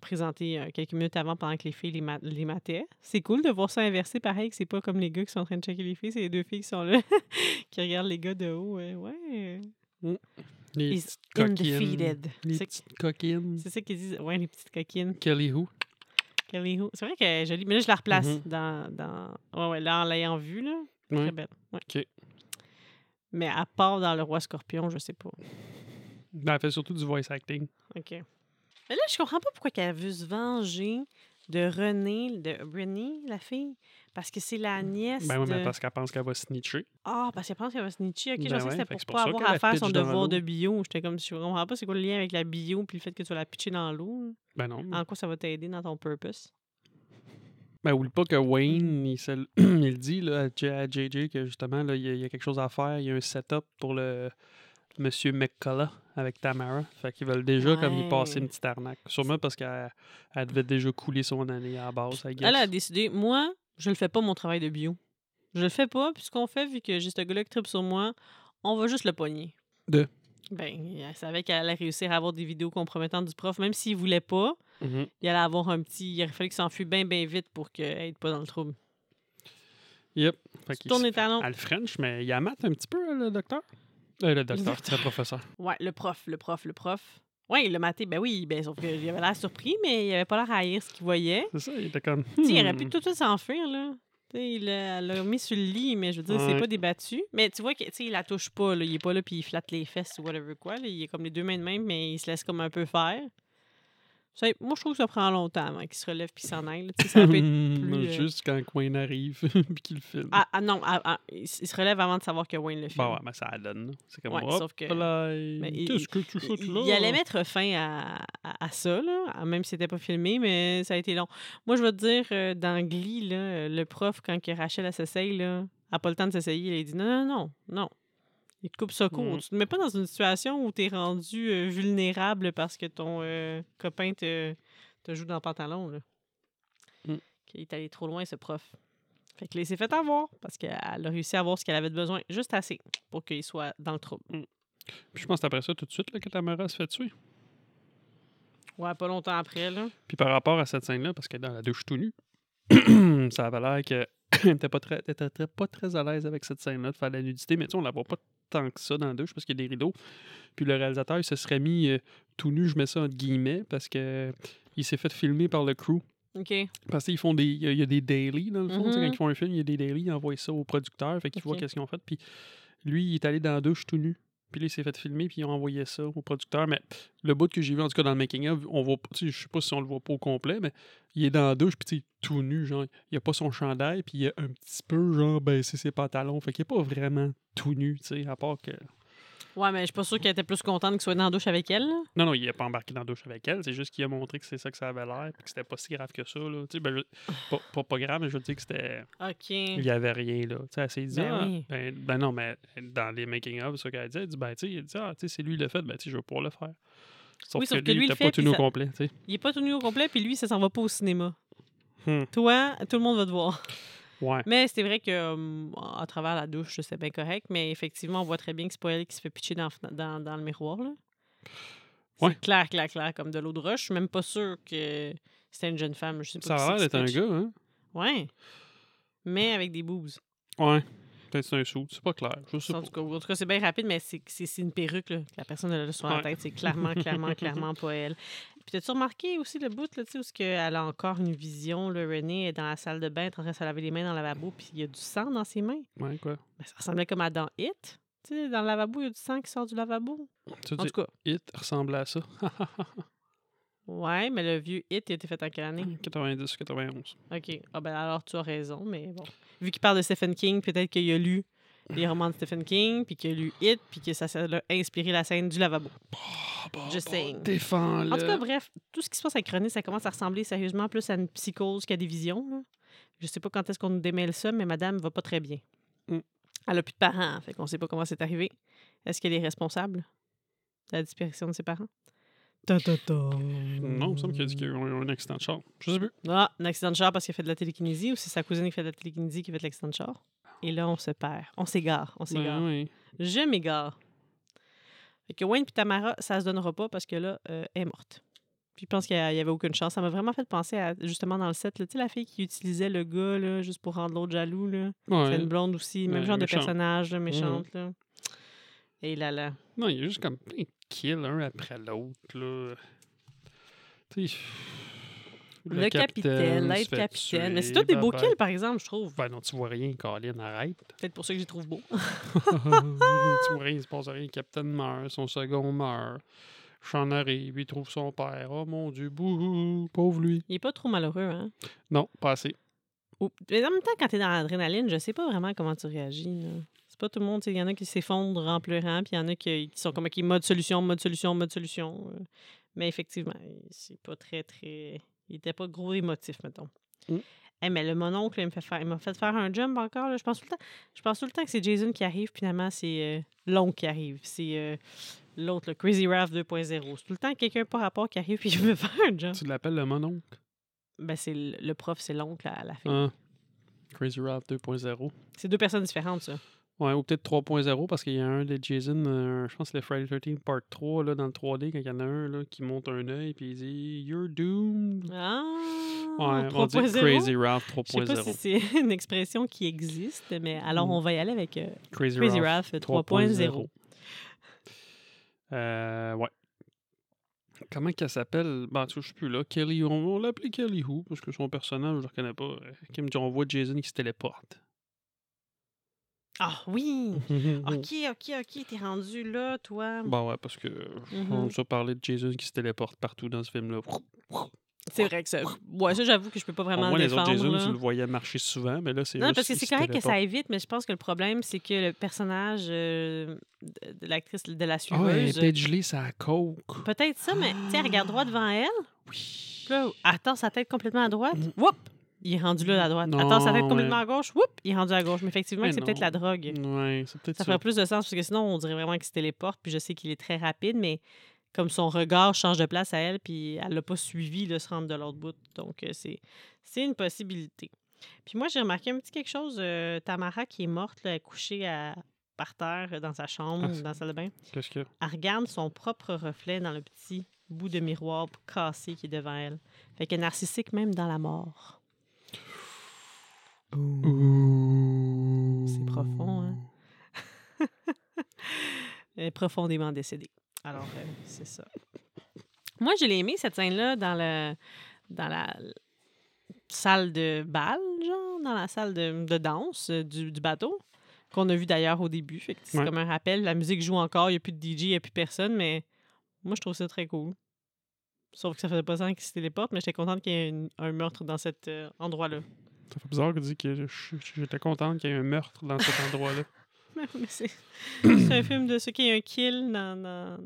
A: présentés euh, quelques minutes avant pendant que les filles les, ma- les mataient. C'est cool de voir ça inversé pareil, que c'est pas comme les gars qui sont en train de checker les filles, c'est les deux filles qui sont là, [LAUGHS] qui regardent les gars de haut. euh, ouais.
B: Les
A: He's
B: petites coquines.
A: undefeated.
B: Les
A: C'est-
B: petites coquines.
A: C'est ça qu'ils disent. Ouais, les petites coquines.
B: Kelly Who
A: Kelly Ho- C'est vrai qu'elle est jolie, mais là, je la replace
B: Mhm.
A: dans, dans. Ouais, ouais, là, en l'ayant vue, là.
B: Ouais.
A: Très belle. Ouais.
B: OK.
A: Mais à part dans Le Roi Scorpion, je sais pas.
B: Ben, elle fait surtout du voice acting.
A: OK. Mais là, je comprends pas pourquoi qu'elle veut se venger de René, de Britney, la fille. Parce que c'est la nièce.
B: Ben oui,
A: de-
B: mais parce qu'elle pense qu'elle va snitcher.
A: Ah, parce qu'elle pense qu'elle va se nicher. OK,
B: Ben
A: je pensais
B: ouais,
A: que c'était
B: fait
A: pour,
B: que c'est
A: pas
B: pour ça
A: avoir
B: qu'elle
A: à
B: la
A: faire
B: pitche
A: son
B: dans l'eau.
A: devoir de bio. J'étais comme, je comprends pas c'est quoi le lien avec la bio puis le fait que tu vas la pitcher dans l'eau.
B: Ben non.
A: En quoi ça va t'aider dans ton purpose?
B: Ben, oublie pas que Wayne, il, se l- [CLEARS THROAT] il dit là, à, J- à JJ que justement, là, il, y a, il y a quelque chose à faire. Il y a un setup pour le Monsieur McCullough avec Tamara. Fait qu'ils veulent déjà comme y passer
A: Ouais.
B: une petite arnaque. Sûrement parce qu'elle elle devait déjà couler son année à la base, I guess.
A: Elle a décidé, moi, je le fais pas mon travail de bio. Je le fais pas, puis ce qu'on fait, vu que j'ai ce gars-là qui tripe sur moi, on va juste le pogner.
B: De?
A: Ben, elle savait qu'elle allait réussir à avoir des vidéos compromettantes du prof, même s'il voulait pas.
B: Mhm.
A: Il allait avoir un petit. Il aurait fallu qu'il s'enfuit bien, bien vite pour qu'elle aille pas dans le trouble.
B: Yep. Fait
A: Tu
B: qu'il
A: tournes
B: se-
A: les talons.
B: Elle French, mais il a mat un petit peu, le docteur. Euh, le docteur, c'est le professeur.
A: Ouais, le prof, le prof, le prof. Ouais, il l'a maté. Ben oui, ben, sauf qu'il avait l'air surpris, mais il avait pas l'air à haïr ce qu'il voyait.
B: C'est ça, il était comme.
A: Tu sais, il aurait
B: hmm.
A: pu tout de suite s'enfuir, là. Tu sais, il l'a elle l'a mis sur le lit, mais je veux dire, c'est
B: Ouais.
A: pas débattu. Mais tu vois que, tu sais, il la touche pas, là. Il est pas là, puis il flatte les fesses ou whatever quoi. là. Il est comme les deux mains de même, mais il se laisse comme un peu faire. Ça, moi, je trouve que ça prend longtemps avant qu'il se relève puis s'en aille. là. Tu sais,
B: [LAUGHS]
A: ça peut être- plus, euh,
B: Juste quand Wayne arrive, [LAUGHS] puis qu'il le filme.
A: Ah, ah, non, ah, ah, il s- il se relève avant de savoir que Wayne le fait.
B: Bon, ouais, mais ça la donne. là. C'est comme.
A: Ouais,
B: hop
A: sauf que-
B: là,
A: il-
B: Qu'est-ce que tu fais
A: Il,
B: là?
A: il allait mettre fin à, à- à ça, là, à- même si c'était pas filmé, mais ça a été long. Moi, je vais te dire, euh, dans Glee, là, euh, le prof, quand que Rachel elle s'essaye, là, elle n'a pas le temps de s'essayer, elle, il dit non, non, non, non. Il te coupe ça court.
B: Mm.
A: Tu te mets pas dans une situation où tu es rendu euh, vulnérable parce que ton euh, copain te, te joue dans le pantalon. Là.
B: Mm.
A: Il est allé trop loin, ce prof. Fait qu'il s'est fait avoir parce qu'elle a réussi à avoir ce qu'elle avait de besoin, juste assez pour qu'il soit dans le trouble.
B: Puis je pense que c'est après ça, tout de suite, là, que Tamara se fait tuer.
A: Ouais, pas longtemps après, là.
B: Puis par rapport à cette scène-là, parce que dans la douche tout nue, [CLEARS THROAT] ça avait l'air que. T'étais pas, très, elle était très- pas très à l'aise avec cette scène-là de faire de la nudité, mais tu sais, on la voit pas tant que ça dans le 2. Je pense qu'il y a des rideaux. Puis le réalisateur, il se serait mis euh, tout nu, je mets ça entre guillemets, parce que euh, il s'est fait filmer par le crew.
A: OK.
B: Parce qu'ils font des. Il y, a- il y a des daily, dans le fond. tu sais,
A: Mhm.
B: Quand ils font un film, il y a des daily, ils envoient ça au producteur, fait qu'ils voient
A: Ok.
B: qu'est-ce qu'ils ont fait. Puis lui, il est allé dans la douche tout nu. Puis là, il s'est fait filmer, puis ils ont envoyé ça au producteur. Mais le bout que j'ai vu, en tout cas, dans le making-of, on voit pas. tu sais, Je sais pas si on le voit pas au complet, mais il est dans la douche, puis tu sais, tout nu, genre. Il a pas son chandail, puis il a un petit peu, genre, baissé ses pantalons. Fait qu'il est pas vraiment tout nu, tu sais, à part que.
A: Ouais, mais je suis pas sûre qu'elle était plus contente qu'il soit dans la douche avec elle. là.
B: Non, non, il n'est pas embarqué dans la douche avec elle. C'est juste qu'il a montré que c'est ça que ça avait l'air, puis que c'était pas si grave que ça. Là. Tu sais, ben, je- pas, pas, pas grave, mais je veux dire que c'était.
A: OK.
B: Il n'y avait rien, là. Tu sais, elle s'est dit,
A: Mm. Ben
B: ah,
A: oui.
B: ben, ben non, mais dans les making-of, c'est ce qu'elle dit. Elle dit, ben, tu sais, il dit, ah, tu sais, c'est lui qui l'a fait, ben, tu sais, je vais pouvoir le faire. Sauf,
A: Oui,
B: que, lui, il
A: le
B: n'était
A: fait,
B: pas tout
A: puis
B: nu au
A: ça-
B: complet, tu sais.
A: Il est pas tout nu au complet, puis lui, ça s'en va pas au cinéma.
B: Hmm.
A: Toi, tout le monde va te voir.
B: Ouais.
A: Mais c'est vrai que euh, à travers la douche, c'est bien correct, mais effectivement, on voit très bien que c'est pas elle qui se fait pitcher dans, la fena- dans, dans le miroir. Là.
B: Ouais.
A: C'est clair, clair, clair, comme de l'eau de roche. Je suis même pas sûre que c'était une jeune femme. Je sais pas
B: Ça
A: qui
B: a l'air
A: c'est
B: d'être un
A: qui se pitche.
B: gars, hein?
A: Ouais. Mais avec des boobs.
B: Ouais. Peut-être c'est un sou, c'est pas clair. Je sais
A: En
B: pas.
A: tout cas, en tout cas, c'est bien rapide, mais c'est- c'est c'est une perruque là, que la personne a là sur
B: Ouais.
A: la tête. C'est clairement, clairement, clairement pas elle. Puis t'as-tu remarqué aussi le bout là, tu sais, où est-ce que elle a encore une vision? Là, René est dans la salle de bain, elle est en train de se laver les mains dans le lavabo, puis il y a du sang dans ses mains.
B: Ouais, quoi.
A: Ben, ça ressemblait comme à dans Hit. Tu sais, dans le lavabo, il y a du sang qui sort du lavabo.
B: Tu
A: En
B: dis,
A: tout cas,
B: Hit ressemble à ça.
A: ouais, mais le vieux Hit, il a été fait en quelle année?
B: 90, 91.
A: OK. Ah ben alors, tu as raison, mais bon. Vu qu'il parle de Stephen King, peut-être qu'il a lu les romans de Stephen King, puis qu'il a lu Hit, puis que ça ça l'a inspiré la scène du lavabo.
B: Ah, bah,
A: Oh, Just
B: bah,
A: saying.
B: Défends-le.
A: En tout cas, bref, tout ce qui se passe avec René, ça commence à ressembler sérieusement plus à une psychose qu'à des visions. là. Je sais pas quand est-ce qu'on nous démêle ça, mais madame va pas très bien.
B: Mm.
A: Elle a plus de parents, fait qu'on sait pas comment c'est arrivé. Est-ce qu'elle est responsable de la disparition de ses parents? Ta ta ta.
B: Non, il me semble qu'il a dit qu'il y a eu un, un accident de char. Je sais plus.
A: Ah, un accident de char parce qu'il a fait de la télékinésie ou c'est sa cousine qui fait de la télékinésie qui fait de l'accident de char? Et là, on se perd. On s'égare. On
B: Ben
A: s'égare.
B: oui.
A: Je m'égare. Fait que Wayne puis Tamara, ça se donnera pas parce que là, euh, elle est morte. Puis je pense qu'il y a- il y avait aucune chance. Ça m'a vraiment fait penser à, justement, dans le set, là, tu sais, la fille qui utilisait le gars, là, juste pour rendre l'autre jaloux, là.
B: Ouais.
A: C'est une blonde aussi, même
B: Ouais,
A: genre
B: méchante. Mm.
A: de personnage, là, méchante, là. Et là, là.
B: Non, il y a juste comme plein de kills un après l'autre, là. Tu sais,
A: Le, capitaine,
B: se
A: l'aide
B: fait
A: capitaine. Mais c'est
B: tuer,
A: tous des beaux
B: bye-bye.
A: kills, par exemple, je trouve.
B: Ben non, tu vois rien,
A: [LAUGHS]
B: Colin, arrête.
A: Peut-être pour ça que j'y trouve beau.
B: tu vois rien, il se passe rien. Le capitaine meurt, son second meurt. Sean arrive, il trouve son père. Oh mon dieu, bouhou, pauvre lui.
A: Il est pas trop malheureux, hein.
B: Non, pas assez.
A: Ou- Mais en même temps, quand t'es dans l'adrénaline, je sais pas vraiment comment tu réagis. là. C'est pas tout le monde. Il y en a qui s'effondrent en pleurant, puis il y en a qui, qui sont comme qui mode solution, mode solution, mode solution. euh. Mais effectivement, c'est pas très, très. Il était pas gros émotif, mettons.
B: Mm.
A: Eh, mais le mononcle, il me fait faire- il m'a fait, faire un jump encore. là. Je, pense tout le temps, je pense tout le temps que c'est Jason qui arrive, puis finalement, c'est euh, l'oncle qui arrive. C'est euh, l'autre, le Crazy Ralph 2.0. C'est tout le temps quelqu'un par rapport qui arrive, puis il me fait faire un jump.
B: Tu l'appelles le mononcle?
A: Ben, c'est le, le prof, c'est l'oncle à la fin.
B: Hein? Crazy Ralph 2.0.
A: C'est deux personnes différentes, ça.
B: Ouais, ou peut-être 3.0 parce qu'il y a un de Jason, euh, je pense que c'est le Friday 13 Part 3 là, dans le 3D, quand il y en a un là, qui monte un œil puis il dit You're doomed.
A: Ah!
B: Ouais, on dit
A: 3.0.
B: Crazy Ralph
A: Je sais
B: 3.0.
A: pas si c'est [LAUGHS] une expression qui existe, mais alors
B: Mm.
A: on va y aller avec euh,
B: Crazy,
A: Crazy
B: Ralph
A: Ralph 3.0.
B: Euh, ouais. Comment qu'elle s'appelle Bah, je suis plus là. Kelly, on, on l'appelait Kelly Who parce que son personnage, je le reconnais pas. Euh, Kim, on voit Jason qui
A: [LAUGHS]
B: se téléporte.
A: Ah oui!
B: Mm.
A: Ok, ok, ok, t'es rendu là, toi.
B: Bah ouais, parce que on
A: Mhm.
B: nous a parlé de Jason qui se téléporte partout dans ce film-là.
A: C'est vrai que ça. Ouais, ça, j'avoue que je peux pas vraiment
B: Au moins,
A: le
B: les autres
A: défendre.
B: Jason,
A: là.
B: tu le voyais marcher souvent, mais là, c'est
A: Non,
B: juste
A: parce que
B: il
A: c'est
B: se
A: correct que ça
B: téléporte.
A: aille vite, mais je pense que le problème, c'est que le personnage euh, de de l'actrice, de la
B: Ah, ouais,
A: suiveuse. euh,
B: Paige Lee, ça coke.
A: Peut-être ça, mais tu sais, elle regarde droit devant elle.
B: Oui.
A: Puis là, elle tord sa tête complètement à droite. Whoop! Il est rendu là à droite. Elle
B: Mm. Non,
A: tord sa tête
B: mais-
A: complètement à gauche. Whoop! Il est rendu à gauche. Mais effectivement,
B: Mais
A: c'est peut-être
B: non.
A: la drogue.
B: Ouais, c'est peut-être
A: Ça
B: ça.
A: ferait plus de sens parce que sinon, on dirait vraiment qu'il se téléporte. Puis je sais qu'il est très rapide, mais comme son regard change de place à elle, puis elle l'a pas suivi de se rendre de l'autre bout. Donc, euh, c'est, c'est une possibilité. Puis moi, j'ai remarqué un petit quelque chose. euh, Tamara, qui est morte, là, elle est couchée à- par terre euh, dans sa chambre,
B: Ah, c'est-
A: dans la salle de bain,
B: Qu'est-ce que.
A: elle regarde son propre reflet dans le petit bout de miroir cassé qui est devant elle. Fait qu'elle est narcissique même dans la mort.
B: Ouh.
A: C'est profond, hein? est profondément décédé. Alors, euh, c'est ça. [LAUGHS] Moi, je l'ai aimé, cette scène-là, dans, le, dans la salle de bal, genre, dans la salle de, de danse euh, du, du bateau, qu'on a vu d'ailleurs au début. Fait que c'est
B: Ouais.
A: comme un rappel. La musique joue encore, il n'y a plus de DJ, il n'y a plus personne, mais moi, je trouve ça très cool. Sauf que ça faisait pas sens qu'ils se téléportent, mais j'étais contente qu'il y ait une- un meurtre dans cet euh, endroit-là. [LAUGHS]
B: Ça fait bizarre que dit que je- j'étais contente qu'il y ait un meurtre dans cet
A: [LAUGHS]
B: endroit-là.
A: Mais c'est c'est [COUGHS] un film de ce qui est un kill dans, dans-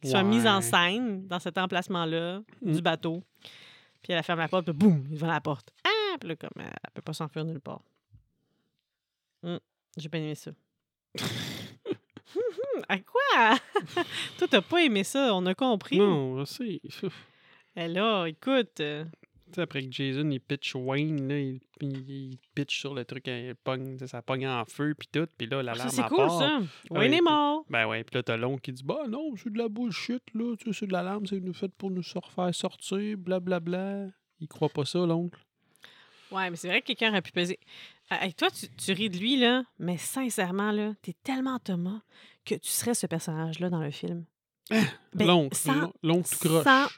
A: qui soit mise en
B: Ouais.
A: scène dans cet emplacement-là
B: Mm.
A: du bateau. Puis elle ferme la porte, puis boum, devant la porte. Ah! Puis là, comme elle, elle peut pas s'enfuir nulle part. Mm. J'ai pas aimé ça. [LAUGHS] Hum, hum, à quoi? [LAUGHS] Toi, t'as pas aimé ça, on a compris.
B: Non, je sais. Tu
A: Eh là, écoute, euh,
B: sais, après que Jason, il pitch Wayne, là, il, il- il pitch sur le truc, il pogne, tu sais, ça pogne en feu, puis tout, puis là, l'alarme
A: Ah, ça c'est
B: elle
A: cool
B: part.
A: ça.
B: Ah
A: Wayne
B: oui,
A: est mort.
B: Ben ouais, puis là, t'as l'oncle qui dit Bah non, c'est de la bullshit, là, tu sais, c'est de l'alarme, c'est nous fait pour nous se refaire sortir, blablabla. Il croit pas ça, l'oncle.
A: Ouais, mais c'est vrai que quelqu'un aurait pu peser. Euh, hey, toi, tu, tu ris de lui, là, mais sincèrement, là, t'es tellement Thomas que tu serais ce personnage-là dans le film. Ben,
B: Ah, l'oncle,
A: sans-
B: l'oncle tout croche.
A: sans-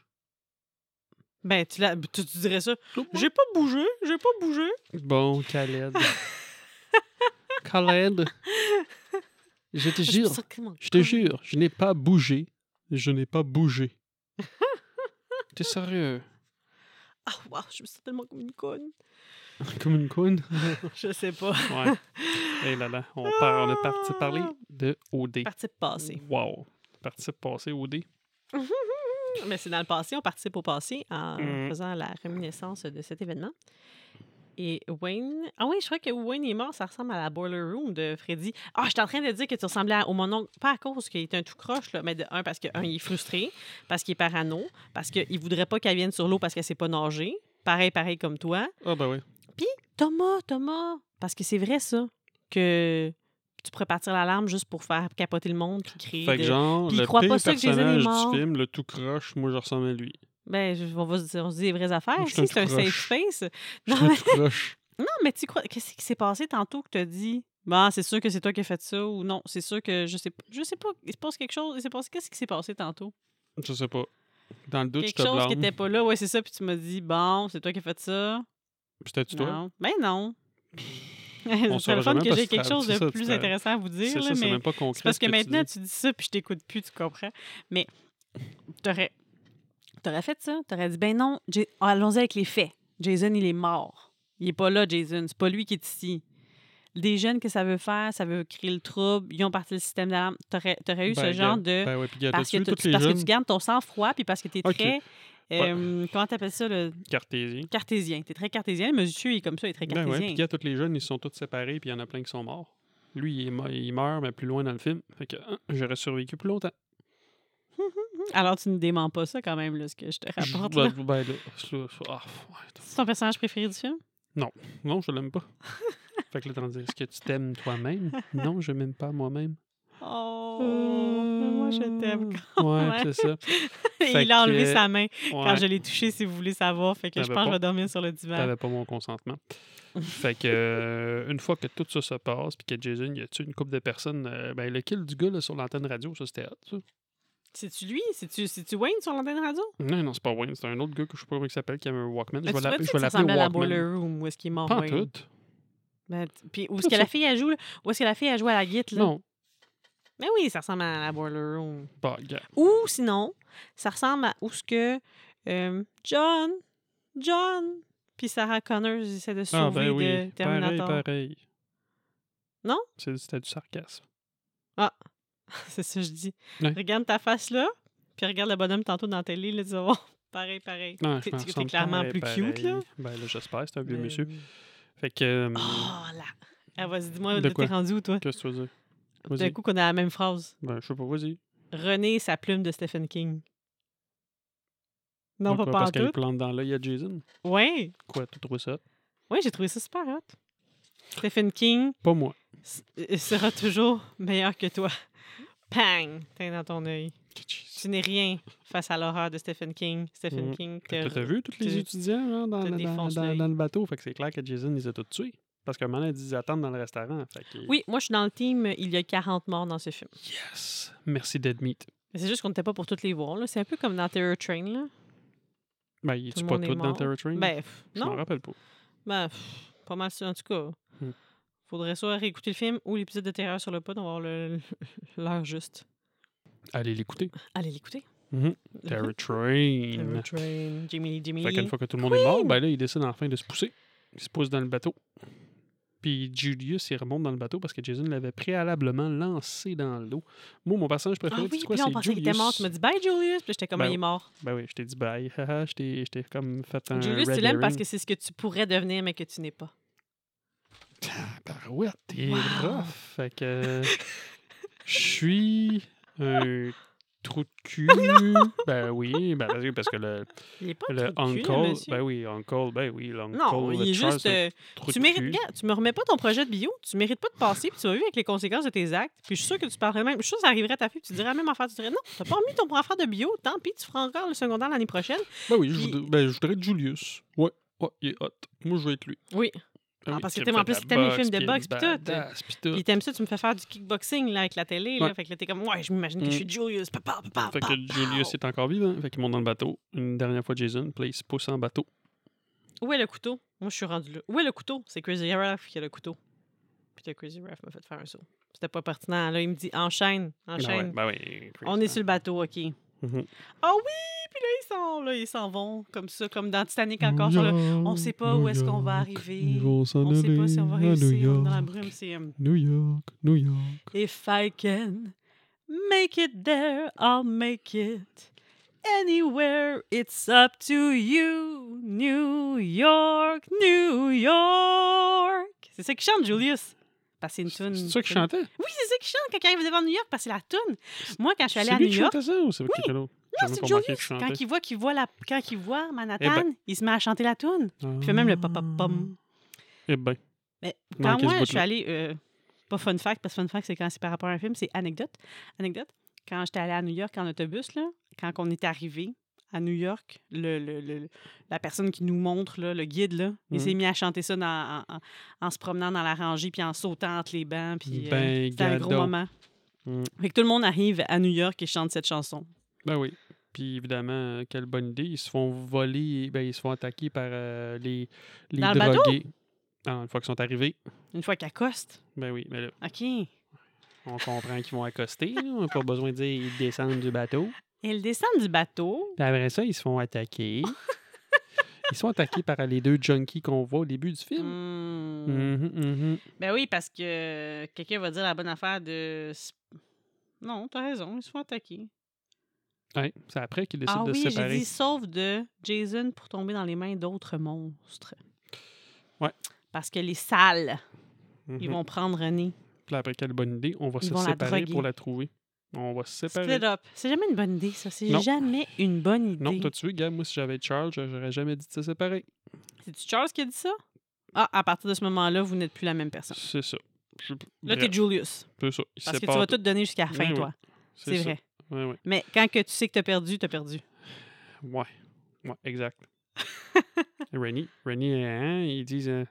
A: Ben, tu, l'as- tu, tu dirais ça. J'ai pas bougé, j'ai pas bougé.
B: Bon, [LAUGHS] Khaled. Khaled. Je te jure, je te jure, je n'ai pas bougé. Je n'ai pas bougé. [LAUGHS] T'es sérieux?
A: Ah, wow, je me sens tellement comme une
B: [LAUGHS]
A: conne.
B: Comme une conne?
A: Je sais pas.
B: [LAUGHS] Ouais. Et là là, on, part, on est parti parler de OD.
A: Participe passé.
B: Wow. Participe passé OD.
A: Mais c'est dans le passé, on participe au passé en
B: Mm.
A: faisant la réminiscence de cet événement. Et Wayne. Ah oui, je crois que Wayne est mort, ça ressemble à la Boiler Room de Freddy. Ah, je suis en train de dire que tu ressemblais à- au mon oncle, pas à cause qu'il est un tout croche, là, mais de un, parce que un, il est frustré, parce qu'il est parano, parce qu'il voudrait pas qu'elle vienne sur l'eau parce qu'elle sait pas nager. Pareil, pareil comme toi.
B: Ah ben oui.
A: Thomas, Thomas, parce que c'est vrai ça, que tu pourrais partir l'alarme juste pour faire capoter le monde puis créer.
B: Fait que
A: de-
B: genre,
A: Puis il
B: le
A: croit
B: pire
A: pas ça que Jason est
B: personnage
A: mort.
B: du film, le tout croche, moi je ressemble à lui.
A: Ben, je- on, va se dire, on se dit les vraies affaires.
B: Je suis
A: Si,
B: un
A: c'est un safe
B: croche.
A: space.
B: [LAUGHS] Je
A: [LAUGHS] Non, mais,
B: suis un tout croche.
A: non, mais tu crois. Qu'est-ce qui s'est passé tantôt que tu as dit? Bon, c'est sûr que c'est toi qui as fait ça ou non, c'est sûr que je sais pas. Je sais pas, il se passe quelque chose. Il s'est passé. Qu'est-ce qui s'est passé tantôt?
B: Je sais pas. Dans le doute, je
A: quelque
B: te
A: chose qui
B: blâme.
A: n'était pas là. Ouais, c'est ça. Puis tu m'as dit, bon, c'est toi qui as fait ça.
B: C'était-tu toi?
A: non. Ben non.
B: [LAUGHS]
A: [LAUGHS]
B: On
A: c'est
B: saura
A: le fun
B: jamais
A: que
B: parce
A: j'ai
B: que
A: quelque
B: ça-
A: chose
B: c'est
A: de
B: ça,
A: plus
B: c'est-
A: intéressant à vous dire.
B: C'est
A: là,
B: ça, c'est
A: mais...
B: même pas concret.
A: C'est parce
B: ce
A: que,
B: tu
A: maintenant,
B: dis.
A: tu dis ça, puis je t'écoute plus, tu comprends. Mais t'aurais, t'aurais fait ça. T'aurais dit, ben non, Ja- allons-y avec les faits. Jason, il est mort. Il est pas là, Jason. C'est pas lui qui est ici. Des jeunes que ça veut faire, ça veut créer le trouble, ils ont parti le système d'alarme. T'aurais, t'aurais eu
B: Ben,
A: ce genre
B: gars,
A: de...
B: Ben ouais, puis regarde,
A: parce que,
B: tu
A: tu-
B: toutes les
A: parce que
B: jeunes
A: tu gardes ton sang-froid, puis parce que t'es
B: Ok.
A: très... euh, Comment t'appelles ça, le
B: cartésiens.
A: cartésien? T'es très cartésien. Le monsieur, il est comme ça, il est très
B: Ben
A: cartésien.
B: ouais, puis regarde, tous les jeunes, ils sont tous séparés, puis il y en a plein qui sont morts. Lui, il, est mo- il meurt, mais plus loin dans le film. Fait que hein, j'aurais survécu plus longtemps.
A: Hmm. Alors, tu ne démens pas ça, quand même, là, ce que je te
B: Je-
A: rapporte. là.
B: ben, ben là, je- je- ah, ouais.
A: C'est ton personnage préféré du film?
B: Non,
A: [LAUGHS]
B: je l'aime pas. fait que là, t'en dis, est-ce que tu t'aimes toi-même? Non, je m'aime
A: [LAUGHS]
B: pas moi-même.
A: Oh, mais moi je t'aime.
B: Ouais,
A: même.
B: c'est ça.
A: [LAUGHS] Et
B: Hmm. Fait
A: il a enlevé
B: que-
A: sa main quand
B: Ouais.
A: je l'ai touché, si vous voulez savoir. Fait que je
B: T'avais
A: pense que je
B: pas-
A: vais dormir sur le divan.
B: T'avais pas mon consentement. fait que euh, une fois que tout ça se passe, puis que Jason il a tué une couple de personnes, euh, ben le kill du gars là, sur l'antenne radio, ça c'était hot, ça.
A: C'est-tu lui? C'est-tu, c'est-tu Wayne sur l'antenne radio?
B: Non, non, c'est pas Wayne, c'est un autre gars que je sais pas comment il s'appelle qui avait un Walkman. Je
A: Mais
B: vais
A: tu
B: l'app-
A: vois-tu
B: je
A: que
B: vais
A: ça ressemblait
B: l'appeler
A: à la Boiler
B: Walkman.
A: Room où est-ce qu'il est mort
B: Pas en
A: Wayne?
B: tout.
A: Ben, t- puis où
B: Pas
A: est-ce qu'elle
B: ça.
A: a fait elle joue? là? Où est-ce que la fille elle joue à la guite? Là?
B: Non,
A: Mais oui, ça ressemble à la Boiler Room.
B: bah, gars.
A: Ou sinon, ça ressemble à où ce que euh, John, John, puis Sarah Connors essaie de sauver
B: Ah, ben oui,
A: de Terminator.
B: pareil, pareil.
A: Non?
B: C'est- C'était du sarcasme.
A: [LAUGHS] C'est ça que je dis.
B: Ouais.
A: Regarde ta face là, puis regarde le bonhomme tantôt dans la télé, là, tu vas voir. [LAUGHS] Pareil, pareil.
B: Non,
A: T'es-
B: je me
A: t'es
B: ressemble
A: clairement
B: pareil,
A: plus cute, là.
B: pareil. Ben là, j'espère, c'est un vieux
A: Mais-
B: monsieur. Fait que. euh,
A: Oh là! Ah, vas-y, dis-moi,
B: De
A: là,
B: quoi?
A: t'es rendu où, toi?
B: Qu'est-ce que tu veux dire?
A: D'un
B: Vas-y.
A: coup, qu'on a la même phrase.
B: Ben, je sais pas, vas-y.
A: René, sa plume de Stephen King. Non,
B: Pourquoi?
A: pas
B: Parce qu'elle
A: partout.
B: plante dans l'œil à Jason.
A: Oui,
B: Quoi, tu trouves ça?
A: oui, j'ai trouvé ça super hot. Stephen King
B: Pas moi.
A: s- euh, sera toujours meilleur que toi. [LAUGHS] Pang! T'es dans ton œil. Tu n'es rien face à l'horreur de Stephen King. Stephen
B: Mm.
A: King,
B: Fait que
A: te-
B: T'as vu tous les
A: te-
B: étudiants hein, dans,
A: te
B: dans-
A: défonce
B: dans-
A: l'œil.
B: dans le bateau? Fait que c'est clair que Jason les a tous tués. Parce qu'à un moment, donné, elle dit d'attendre dans le restaurant. Fait que-
A: Oui, moi, je suis dans le team euh, Il y a 40 morts dans ce film.
B: Yes! Merci, Dead Meat.
A: Mais C'est juste qu'on n'était pas pour toutes les voir. là. C'est un peu comme dans Terror Train. Là.
B: Ben, y tu
A: le
B: pas
A: monde est
B: tout dans
A: mort.
B: Terror Train?
A: Ben, pff,
B: Je m'en
A: non.
B: rappelle pas.
A: Ben, pff, pas mal ça, en tout cas.
B: Hmm.
A: Faudrait soit réécouter le film ou l'épisode de Terreur sur le pod, on va avoir le- [LAUGHS] l'heure juste. [LAUGHS]
B: Allez l'écouter.
A: Allez l'écouter. [LAUGHS]
B: Mhm. Terror Train.
A: Terror Train, Jimmy Lee, Jimmy
B: Fait qu'une
A: Lee.
B: fois que tout le monde est mort, ben là, il décide enfin de se pousser. Il se pousse dans le bateau. Puis Julius, il remonte dans le bateau parce que Jason l'avait préalablement lancé dans l'eau. Moi, mon personnage
A: Ah
B: préféré, tu
A: oui,
B: sais quoi,
A: puis là, on
B: c'est
A: pensait qu'il était mort.
B: Julius.
A: Tu m'as dit Bye, Julius. Puis là, j'étais comme
B: Ben
A: Il est mort.
B: Ben oui, je t'ai dit bye. [LAUGHS] Haha, je t'ai je t'ai comme fait un
A: Julius,
B: red
A: tu l'aimes parce
B: herring.
A: que c'est ce que tu pourrais devenir, mais que tu n'es pas.
B: Tabarouette, t'es
A: Wow.
B: rough.
A: [LAUGHS]
B: Fait que je suis un trou de
A: [LAUGHS]
B: cul. ben oui, ben parce que- parce que le,
A: Il est pas
B: le
A: trop de cul, là,
B: uncle,
A: monsieur.
B: ben oui, uncle, ben oui, l'uncle.
A: Non,
B: de
A: il est
B: Charles,
A: juste.
B: c'est un
A: euh,
B: trou
A: tu
B: de
A: mérites,
B: cul.
A: regarde, tu me remets pas ton projet de bio, tu mérites pas de passer, puis tu vas vivre avec les conséquences de tes actes, puis je suis sûre que tu parlerais même. Je suis sûre que ça arriverait à ta fille, puis tu dirais la même affaire, tu dirais non, t'as pas remis ton affaire de bio, tant pis, tu feras encore le secondaire l'année prochaine.
B: Ben oui, je
A: Puis-
B: voudrais, ben, je voudrais Julius. Ouais, ouais, il est hot. Moi, je vais être lui.
A: Oui.
B: Ben
A: Ah,
B: oui,
A: parce que
B: il
A: t'aimes-
B: fait
A: en
B: de
A: plus,
B: la
A: il t'aime les films de boxe,
B: boxe, il
A: puis
B: est
A: tout. hein.
B: badass, puis tout.
A: Puis t'aimes ça, tu me fais faire du kickboxing là, avec la télé, là,
B: Euh. Ouais.
A: fait que là, t'es comme, ouais, je m'imagine que
B: Mm.
A: je suis Julius, papa, papa,
B: Fait que Julius est encore vivant. Fait qu'il monte dans le bateau. Une dernière fois, Jason, puis là, il se pousse en bateau.
A: Où est le couteau? Moi, je suis rendu là. Où est le couteau? C'est Crazy Ralph qui a le couteau. Puis le Crazy Ralph m'a fait faire un saut. C'était pas pertinent, là, il me dit, enchaîne,
B: Ah ouais,
A: enchaîne.
B: ben oui,
A: On est sur le bateau, OK.
B: Mhm.
A: Ah oui! Puis là, ils sont, là, ils s'en vont comme ça, comme dans Titanic encore. sont là, on sait pas où est-ce qu'on va arriver. On sait pas si on va réussir. On est Dans la brume, c'est euh,
B: New York, New York.
A: If I can make it there, I'll make it anywhere. It's up to you, New York, New York. C'est ça qui chante, Julius. Parce que c'est une
B: C'est
A: tune.
B: c'est ça que je chantais.
A: Oui, c'est ça qui chante quand il arrive devant New York, parce que c'est la tune. Moi, quand je suis allée
B: C'est
A: à
B: lui
A: New
B: qui
A: York,
B: chantait ça ou c'est quelqu'un d'autre?
A: Non,
B: J'ai même
A: Ah, c'est
B: pas remarqué
A: Julius.
B: qu'il
A: Quand
B: chantait.
A: il voit qu'il voit la, quand il voit Manhattan,
B: Eh ben.
A: il se met à chanter la tune.
B: Ah.
A: Il fait même le papa pom.
B: Eh ben,
A: Mais
B: Manqué
A: quand
B: ce
A: moi, je suis
B: bout-là.
A: allée, euh, pas fun fact parce que fun fact c'est quand c'est par rapport à un film, c'est anecdote. Anecdote. Quand j'étais allée à New York en autobus là, quand on est arrivé à New York, le, le- le- la personne qui nous montre là, le guide là,
B: Mhm.
A: il s'est mis à chanter ça dans- en, en- en se promenant dans la rangée puis en sautant entre les bancs puis euh,
B: Ben,
A: c'était un gros
B: gadon.
A: moment.
B: Mm.
A: Fait que tout le monde arrive à New York et chante cette chanson.
B: ben oui. Puis évidemment, euh, quelle bonne idée. Ils se font voler, ben, ils se font attaquer par euh, les, les
A: Dans le bateau?
B: drogués. Ah, une fois qu'ils sont arrivés.
A: Une fois qu'accoste.
B: Ben oui, mais là,
A: OK.
B: on comprend qu'ils vont accoster. là. On n'a pas besoin de dire ils descendent du bateau.
A: Ils descendent du bateau.
B: Puis après ça, ils se
A: [LAUGHS]
B: font attaquer. ils sont attaqués par les deux junkies qu'on voit au début du film.
A: Mm.
B: Mhm, mhm.
A: Ben oui, parce que euh, quelqu'un va dire la bonne affaire de. sp- Non, t'as raison, ils se font attaquer.
B: Ouais, c'est après qu'ils décident
A: Ah
B: de
A: oui, j'ai
B: se séparer.
A: dit sauf de Jason pour tomber dans les mains d'autres monstres.
B: Ouais.
A: Parce que les sales, ils
B: Mhm.
A: vont prendre René.
B: Puis là, après, quelle bonne idée. On va
A: Ils
B: se
A: vont la
B: séparer
A: droguer.
B: pour la trouver. On va se séparer.
A: Split up. C'est jamais une bonne idée, ça. C'est
B: Non.
A: jamais une bonne idée.
B: Non, t'as-tu vu, Gab, moi, si j'avais Charles, j'a- j'aurais jamais dit de se séparer.
A: C'est-tu Charles qui a dit ça? Ah, à partir de ce moment-là, vous n'êtes plus la même personne.
B: C'est ça. Je-
A: Là,
B: Bref,
A: t'es Julius.
B: c'est ça. Ils se
A: Parce que tu
B: séparent
A: vas
B: tous.
A: tout donner jusqu'à la fin,
B: Oui, oui,
A: toi. C'est
B: ça.
A: vrai.
B: Ouais, ouais.
A: Mais quand que tu sais que t'as perdu, t'as perdu.
B: Ouais, ouais,
A: [LAUGHS]
B: exact. Rennie, Rennie, hein, ils disent, euh,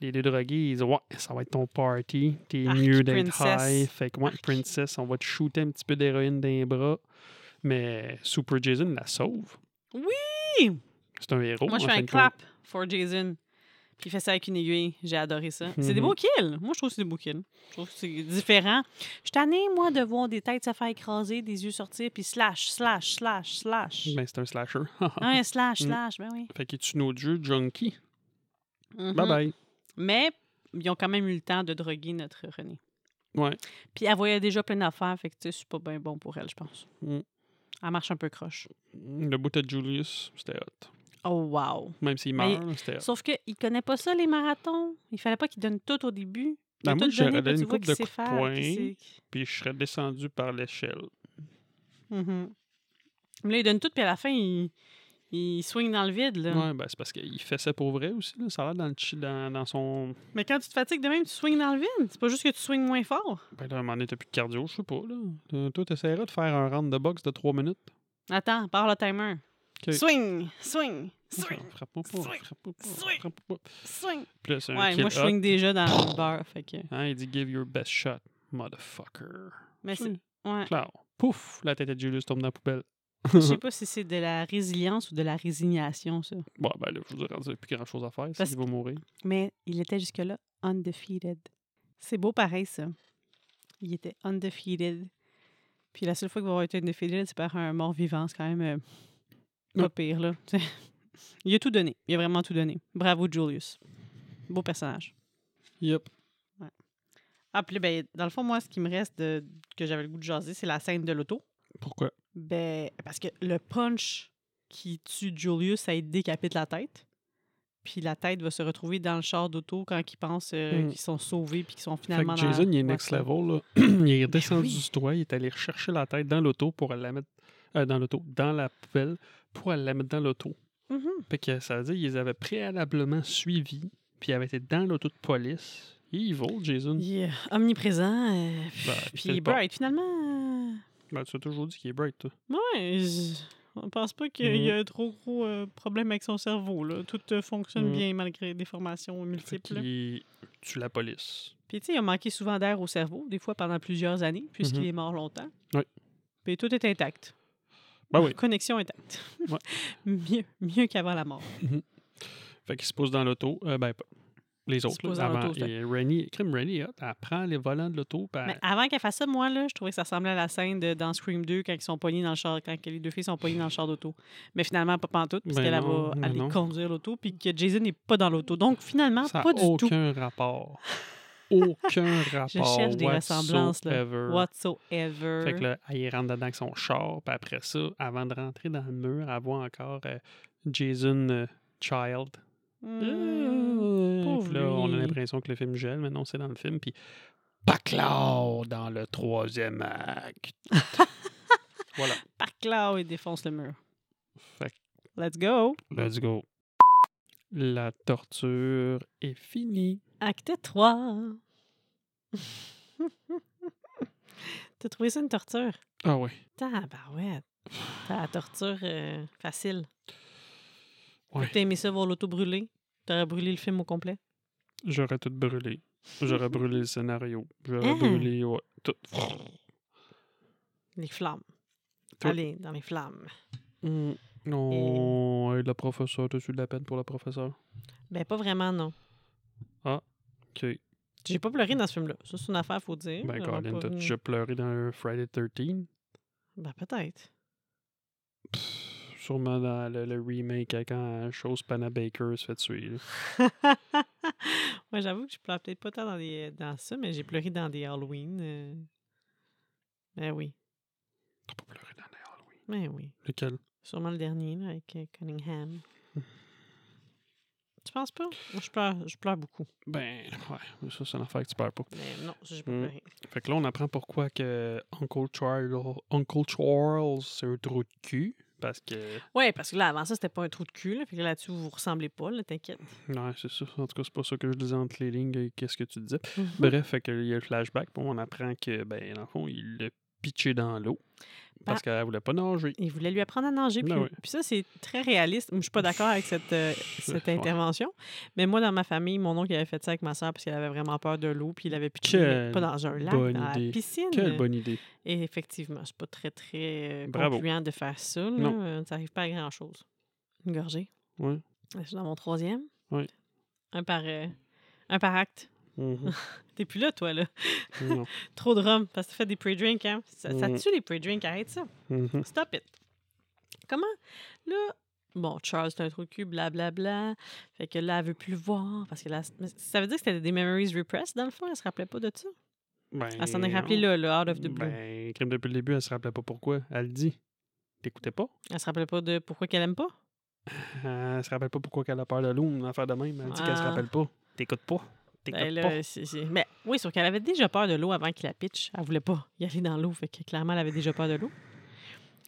B: les deux drogués, ils disent, ouais, ça va être ton party, t'es
A: Arc,
B: mieux d'être
A: princesse.
B: high, fait que ouais,
A: Arc.
B: princess, on va te shooter un petit peu d'héroïne dans les bras, mais Super Jason la sauve.
A: Oui!
B: C'est un héros.
A: Moi, je
B: en
A: fais
B: fin
A: un
B: de compte.
A: clap for Jason. Puis il fait ça avec une aiguille. J'ai adoré ça. C'est
B: Mhm.
A: des beaux kills. Moi, je trouve que c'est des beaux kills. Je trouve que c'est différent. Je suis tannée, moi, de voir des têtes se faire écraser, des yeux sortir, puis slash, slash, slash, slash.
B: Ben, c'est un slasher. [LAUGHS]
A: Un slash,
B: Mm.
A: slash, ben oui.
B: fait qu'il tue nos dieux, junkie.
A: Mhm.
B: Bye bye.
A: Mais ils ont quand même eu le temps de droguer notre René.
B: Ouais.
A: Puis elle voyait déjà plein d'affaires, fait que tu sais, c'est pas bien bon pour elle, je pense.
B: Mm.
A: Elle marche un peu croche.
B: Le bout de Julius, c'était hot.
A: Oh, wow.
B: Même s'il
A: Mais-
B: meurt, c'était hot.
A: Sauf qu'il connaît pas ça, les marathons. Il fallait pas qu'il donne tout au début. Il a
B: Ben, moi,
A: tout
B: j'aurais
A: donné, puis
B: donné
A: tu
B: une
A: vois
B: couple
A: qu'il
B: de
A: sait
B: coups de
A: faire, puis
B: poing.
A: c'est-
B: Puis je serais descendu par l'échelle.
A: Mhm. Mais là, il donne tout, puis à la fin, il, il swing dans le vide. Là.
B: Ouais, ben, c'est parce qu'il fait ça pour vrai aussi. Là. Ça a l'air dans, le chi- dans, dans son.
A: Mais quand tu te fatigues de même, tu swings dans le vide. C'est pas juste que tu swings moins fort.
B: Ben, là, à un moment donné, t'as plus de cardio, je sais pas. Là. Euh, Toi, t'essaieras de faire un round de boxe de 3 minutes.
A: Attends, pars le timer.
B: Ok.
A: Swing, swing, swing,
B: Frappe-moi pas,
A: Swing.
B: frappe-moi pas,
A: Swing.
B: frappe-moi pas.
A: swing.
B: Puis là, c'est un
A: Ouais,
B: kill
A: moi, je swing déjà dans le
B: [LAUGHS]
A: beurre, fait que...
B: up. Hein, il dit give your best shot, motherfucker.
A: Mais c'est...
B: Oui.
A: Ouais.
B: [LAUGHS] Claire, pouf, la tête de Julius tombe dans la poubelle.
A: Je sais
B: [LAUGHS]
A: pas si c'est de la résilience ou de la résignation, ça.
B: Bon, ben là, je vous ai rendu plus grand chose à faire,
A: Parce
B: s'il va mourir.
A: Mais il était jusque-là undefeated. C'est beau pareil, ça. Il était undefeated. Puis la seule fois qu'il va avoir été undefeated, c'est par un mort-vivant. C'est quand même euh,
B: Ouais.
A: pas pire, là. [LAUGHS] C'est- il a tout donné. Il a vraiment tout donné. Bravo, Julius. Beau personnage.
B: Yep.
A: Ah, puis là, ben, dans le fond, moi, ce qui me reste de- que j'avais le goût de jaser, c'est la scène de l'auto.
B: Pourquoi?
A: Ben, parce que le punch qui tue Julius, ça lui décapite la tête. Puis la tête va se retrouver dans le char d'auto quand ils pensent euh,
B: Mm.
A: qu'ils sont sauvés puis qu'ils sont
B: Fait
A: finalement
B: que Jason,
A: dans
B: il est
A: ouais,
B: next
A: ça.
B: level, là. [CLEARS THROAT] il est redescendu
A: Ben oui.
B: du toit, il est allé rechercher la tête dans l'auto pour aller la mettre... euh, dans l'auto, dans la poubelle, pour aller la mettre dans l'auto.
A: Mhm.
B: Fait que ça veut dire qu'ils avaient préalablement suivi, puis ils avaient été dans l'auto de police. Il vaut, Jason.
A: Il est omniprésent. euh,
B: Ben, il fait
A: puis
B: le port.
A: Bright, finalement. euh,
B: Ben, tu as toujours dit qu'il est bright, toi.
A: Ouais, je- on pense pas qu'il
B: Mhm.
A: y a un trop gros euh, problème avec son cerveau. Là. Tout euh, fonctionne
B: Mm.
A: bien malgré des formations
B: Fait
A: multiples. là.
B: qu'il tue la police.
A: Puis, tu sais, il a manqué souvent d'air au cerveau, des fois pendant plusieurs années, puisqu'il
B: Mhm.
A: est mort longtemps.
B: Oui.
A: Puis tout est intact.
B: Ben oui.
A: Connexion intacte.
B: Ouais.
A: [LAUGHS] mieux mieux qu'avant la mort.
B: Fait qu'il se pose dans l'auto. Euh, ben, pas. Les
A: se
B: autres, là,
A: pose dans
B: avant.
A: l'auto, fait.
B: Et Rennie, crime Rennie, là, elle prend les volants de l'auto. puis
A: Mais
B: elle-
A: avant qu'elle fasse ça, moi, là, je trouvais que ça ressemblait à la scène de, dans Scream 2 quand, ils sont pognés dans le char, quand les deux filles sont pognées dans le char d'auto. Mais finalement, pas pantoute, parce
B: Ben
A: qu'elle elle
B: non,
A: va
B: ben
A: aller
B: non.
A: conduire l'auto, puis que Jason n'est pas dans l'auto. Donc, finalement,
B: ça n'a
A: pas du tout.
B: aucun rapport.
A: [LAUGHS]
B: Aucun rapport.
A: cherche des ressemblances, là.
B: whatsoever.
A: Whatsoever.
B: Fait que là, elle il rentre dedans avec son char, puis après ça, avant de rentrer dans le mur, elle voit encore euh, Jason euh, Child. Ah,
A: Hmm. pauvre
B: Puis là, on a
A: lui.
B: l'impression que le film gèle, mais non, c'est dans le film. Puis, Paclao dans le troisième
A: [LAUGHS]
B: acte. voilà.
A: Par là, il défonce le mur.
B: Fait
A: Let's go.
B: que, let's go. La torture est finie.
A: Acte 3. [LAUGHS] T'as trouvé ça une torture?
B: Ah oui.
A: Tabarouette. T'as la torture euh, facile.
B: Ouais.
A: T'as aimé ça voir l'auto brûler? T'aurais brûlé le film au complet?
B: J'aurais tout brûlé. J'aurais brûlé le scénario. J'aurais
A: Ah.
B: brûlé ouais, tout.
A: Les flammes.
B: Toi-
A: Allez, dans les flammes.
B: Mm. Non, hey, la professeure, t'as eu de la peine pour la professeure.
A: Ben, pas vraiment, non.
B: Ah, Ok.
A: J'ai pas pleuré dans ce film-là. Ça, c'est une affaire, faut dire.
B: Ben,
A: Vraiment
B: Colin,
A: pas
B: t'as
A: une-
B: déjà pleuré dans un Friday 13?
A: Ben, peut-être. [LAUGHS]
B: Pff, Sûrement dans le, le remake à quand euh, Chose Panna Baker se fait tuer. là.
A: Moi, j'avoue que je pleure peut-être pas tant dans, des, dans ça, mais j'ai pleuré dans des Halloween. euh. Ben oui.
B: T'as pas pleuré dans les Halloween.
A: Ben oui.
B: Lequel?
A: Sûrement le dernier, là, avec euh, Cunningham.
B: Mmh.
A: tu penses pas? Moi, je pleure, je pleure beaucoup.
B: Ben, ouais, ça, c'est une affaire que tu perds pas.
A: Mais non, ça, j'ai pas
B: Mm.
A: pleuré.
B: Fait que là, on apprend pourquoi que euh, Uncle Charles, Uncle Charles c'est un trou de cul. Parce que.
A: Ouais, parce que là, avant ça, c'était pas un trou de cul. Là, fait que là-dessus, vous vous ressemblez pas, là,
B: [LAUGHS]
A: t'inquiète.
B: Non, c'est ça. En tout cas, c'est pas ça que je disais entre les lignes. euh, Qu'est-ce que tu disais?
A: Ben,
B: Bref, fait que il y a le flashback. Bon, on apprend que, ben, dans le fond, il l'a pitché dans l'eau. Parce
A: Bah.
B: qu'elle voulait pas nager.
A: Il voulait lui apprendre à nager. Puis,
B: Ben oui.
A: puis ça, c'est très réaliste. Moi, Je suis pas d'accord avec cette,
B: [LAUGHS]
A: euh, cette intervention. Mais moi, dans ma famille, mon oncle il avait fait ça avec ma soeur parce qu'elle avait vraiment peur de l'eau. Puis il avait pitché
B: Quelle
A: mais pas dans un lac,
B: bonne
A: dans
B: idée.
A: la piscine.
B: Quelle bonne idée.
A: Et effectivement, c'est pas très, très euh,
B: Bravo.
A: concluant de faire ça. Là.
B: Non.
A: Euh, Ça arrive pas à grand-chose. Une gorgée.
B: Ouais.
A: Je suis dans mon troisième.
B: Oui.
A: Un par, euh, un par acte. [LAUGHS]
B: Mhm.
A: T'es plus là, toi, là. [LAUGHS]
B: Non.
A: Trop de rhum, parce que tu fais des pre-drinks, hein. Ça, ça
B: Mm.
A: tue les pre-drinks, arrête ça.
B: Mhm.
A: Stop it. Comment? Là, bon, Charles, c'est un trou de cul, blablabla. Fait que là, elle veut plus le voir, parce que là... mais Ça veut dire que c'était des memories repressed, dans le fond? Elle se rappelait pas de ça?
B: Ben,
A: Elle s'en est rappelée là, là, out of the blue.
B: Ben, crime depuis le début, elle se rappelait pas pourquoi. Elle le dit. T'écoutais pas?
A: Elle se rappelait pas de pourquoi qu'elle aime pas?
B: Elle se rappelle pas pourquoi qu'elle a peur de l'eau, une affaire de même. Elle dit qu'elle se
A: Ah.
B: rappelle pas. T'écoutes pas.
A: Ben
B: T'écoutes
A: là,
B: pas.
A: c'est- c'est- Mais oui, sauf qu'elle avait déjà peur de l'eau avant qu'il la pitch. Elle voulait pas y aller dans l'eau, fait que clairement, elle avait déjà peur de l'eau.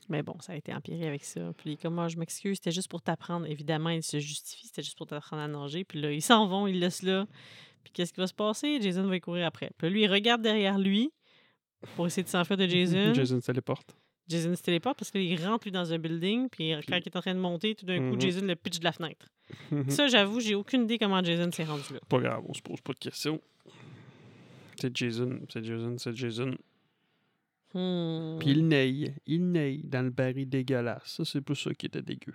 A: Mais bon, ça a été empiré avec ça. Puis comme moi, je m'excuse, c'était juste pour t'apprendre. Évidemment, il se justifie, c'était juste pour t'apprendre à nager. Puis là, ils s'en vont, ils le laissent là. Puis qu'est-ce qui va se passer? Jason
B: [LAUGHS]
A: va y courir après. Puis là, lui, il regarde derrière lui pour essayer de s'enfuir de Jason.
B: Jason se téléporte.
A: Jason se téléporte parce qu'il rentre lui, dans un building, puis quand il est en train de monter, tout d'un
B: Mhm.
A: coup, Jason le pitch de la fenêtre.
B: [LAUGHS] Mhm.
A: Ça, j'avoue, j'ai aucune idée comment Jason s'est rendu là.
B: Pas grave, on se pose pas de questions. C'est Jason, c'est Jason, c'est Jason.
A: Hmm.
B: Puis il naille, il naille dans le baril dégueulasse. Ça, c'est plus ça qui était dégueu.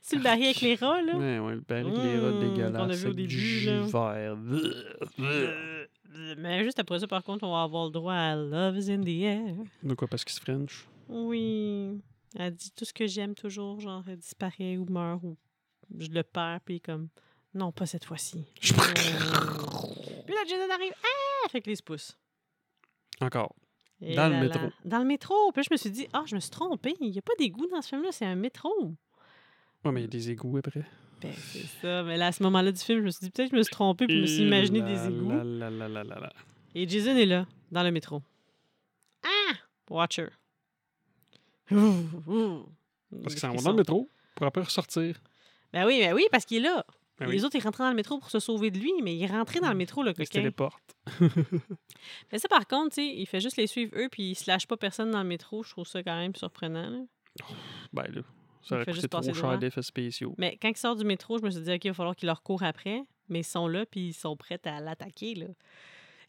A: C'est le baril avec les rats, là.
B: Ouais, ouais, le baril avec les rats
A: Mmh, qu'on a
B: dégueulasses.
A: vu au
B: avec du
A: début,
B: jus
A: là.
B: vert.
A: Euh, Mais juste après ça, par contre, on va avoir le droit à Love is in the air.
B: De quoi, parce qu'il
A: [LAUGHS]
B: se french?
A: Oui. Elle dit tout ce que j'aime toujours, genre, elle disparaît ou meurt ou je le perds, puis comme, non, pas cette fois-ci.
B: Je- [LAUGHS]
A: Euh, puis là, Jason arrive, ah! Fait que les se pousse.
B: Encore.
A: Et
B: Dans le
A: là,
B: métro.
A: là. Dans le métro. Puis là, je me suis dit, ah, je me suis trompée. Il n'y a pas d'égout dans ce film-là, c'est un métro.
B: Ouais, mais il y a des égouts après.
A: Ben, c'est ça. Mais là, à ce moment-là du film, je me suis dit, peut-être que je me suis trompée, puis je me suis imaginé
B: Et
A: des
B: là,
A: égouts.
B: là, là, là, là, là.
A: Et Jason est là, dans le métro. Ah! Watcher. Ouh, ouh.
B: Parce
A: Des
B: qu'ils s'en vont
A: frissons.
B: dans le métro pour après ressortir.
A: Ben oui, ben oui, parce qu'il est là.
B: Ben
A: Les
B: oui.
A: autres, ils rentraient dans le métro pour se sauver de lui, mais il est rentré dans le métro, le
B: Ils se
A: coquin.
B: téléportent.
A: Mais ça, par contre, tu sais, il fait juste les suivre eux, puis il se lâche pas personne dans le métro. Je trouve ça quand même surprenant. là.
B: Ben là, ça
A: Il
B: aurait
A: fait juste
B: coûté trop
A: passer
B: cher
A: devant.
B: d'effets spéciaux.
A: Mais quand il sort du métro, je me suis dit, OK, il va falloir qu'il leur court après. Mais ils sont là, puis ils sont prêts à l'attaquer, là.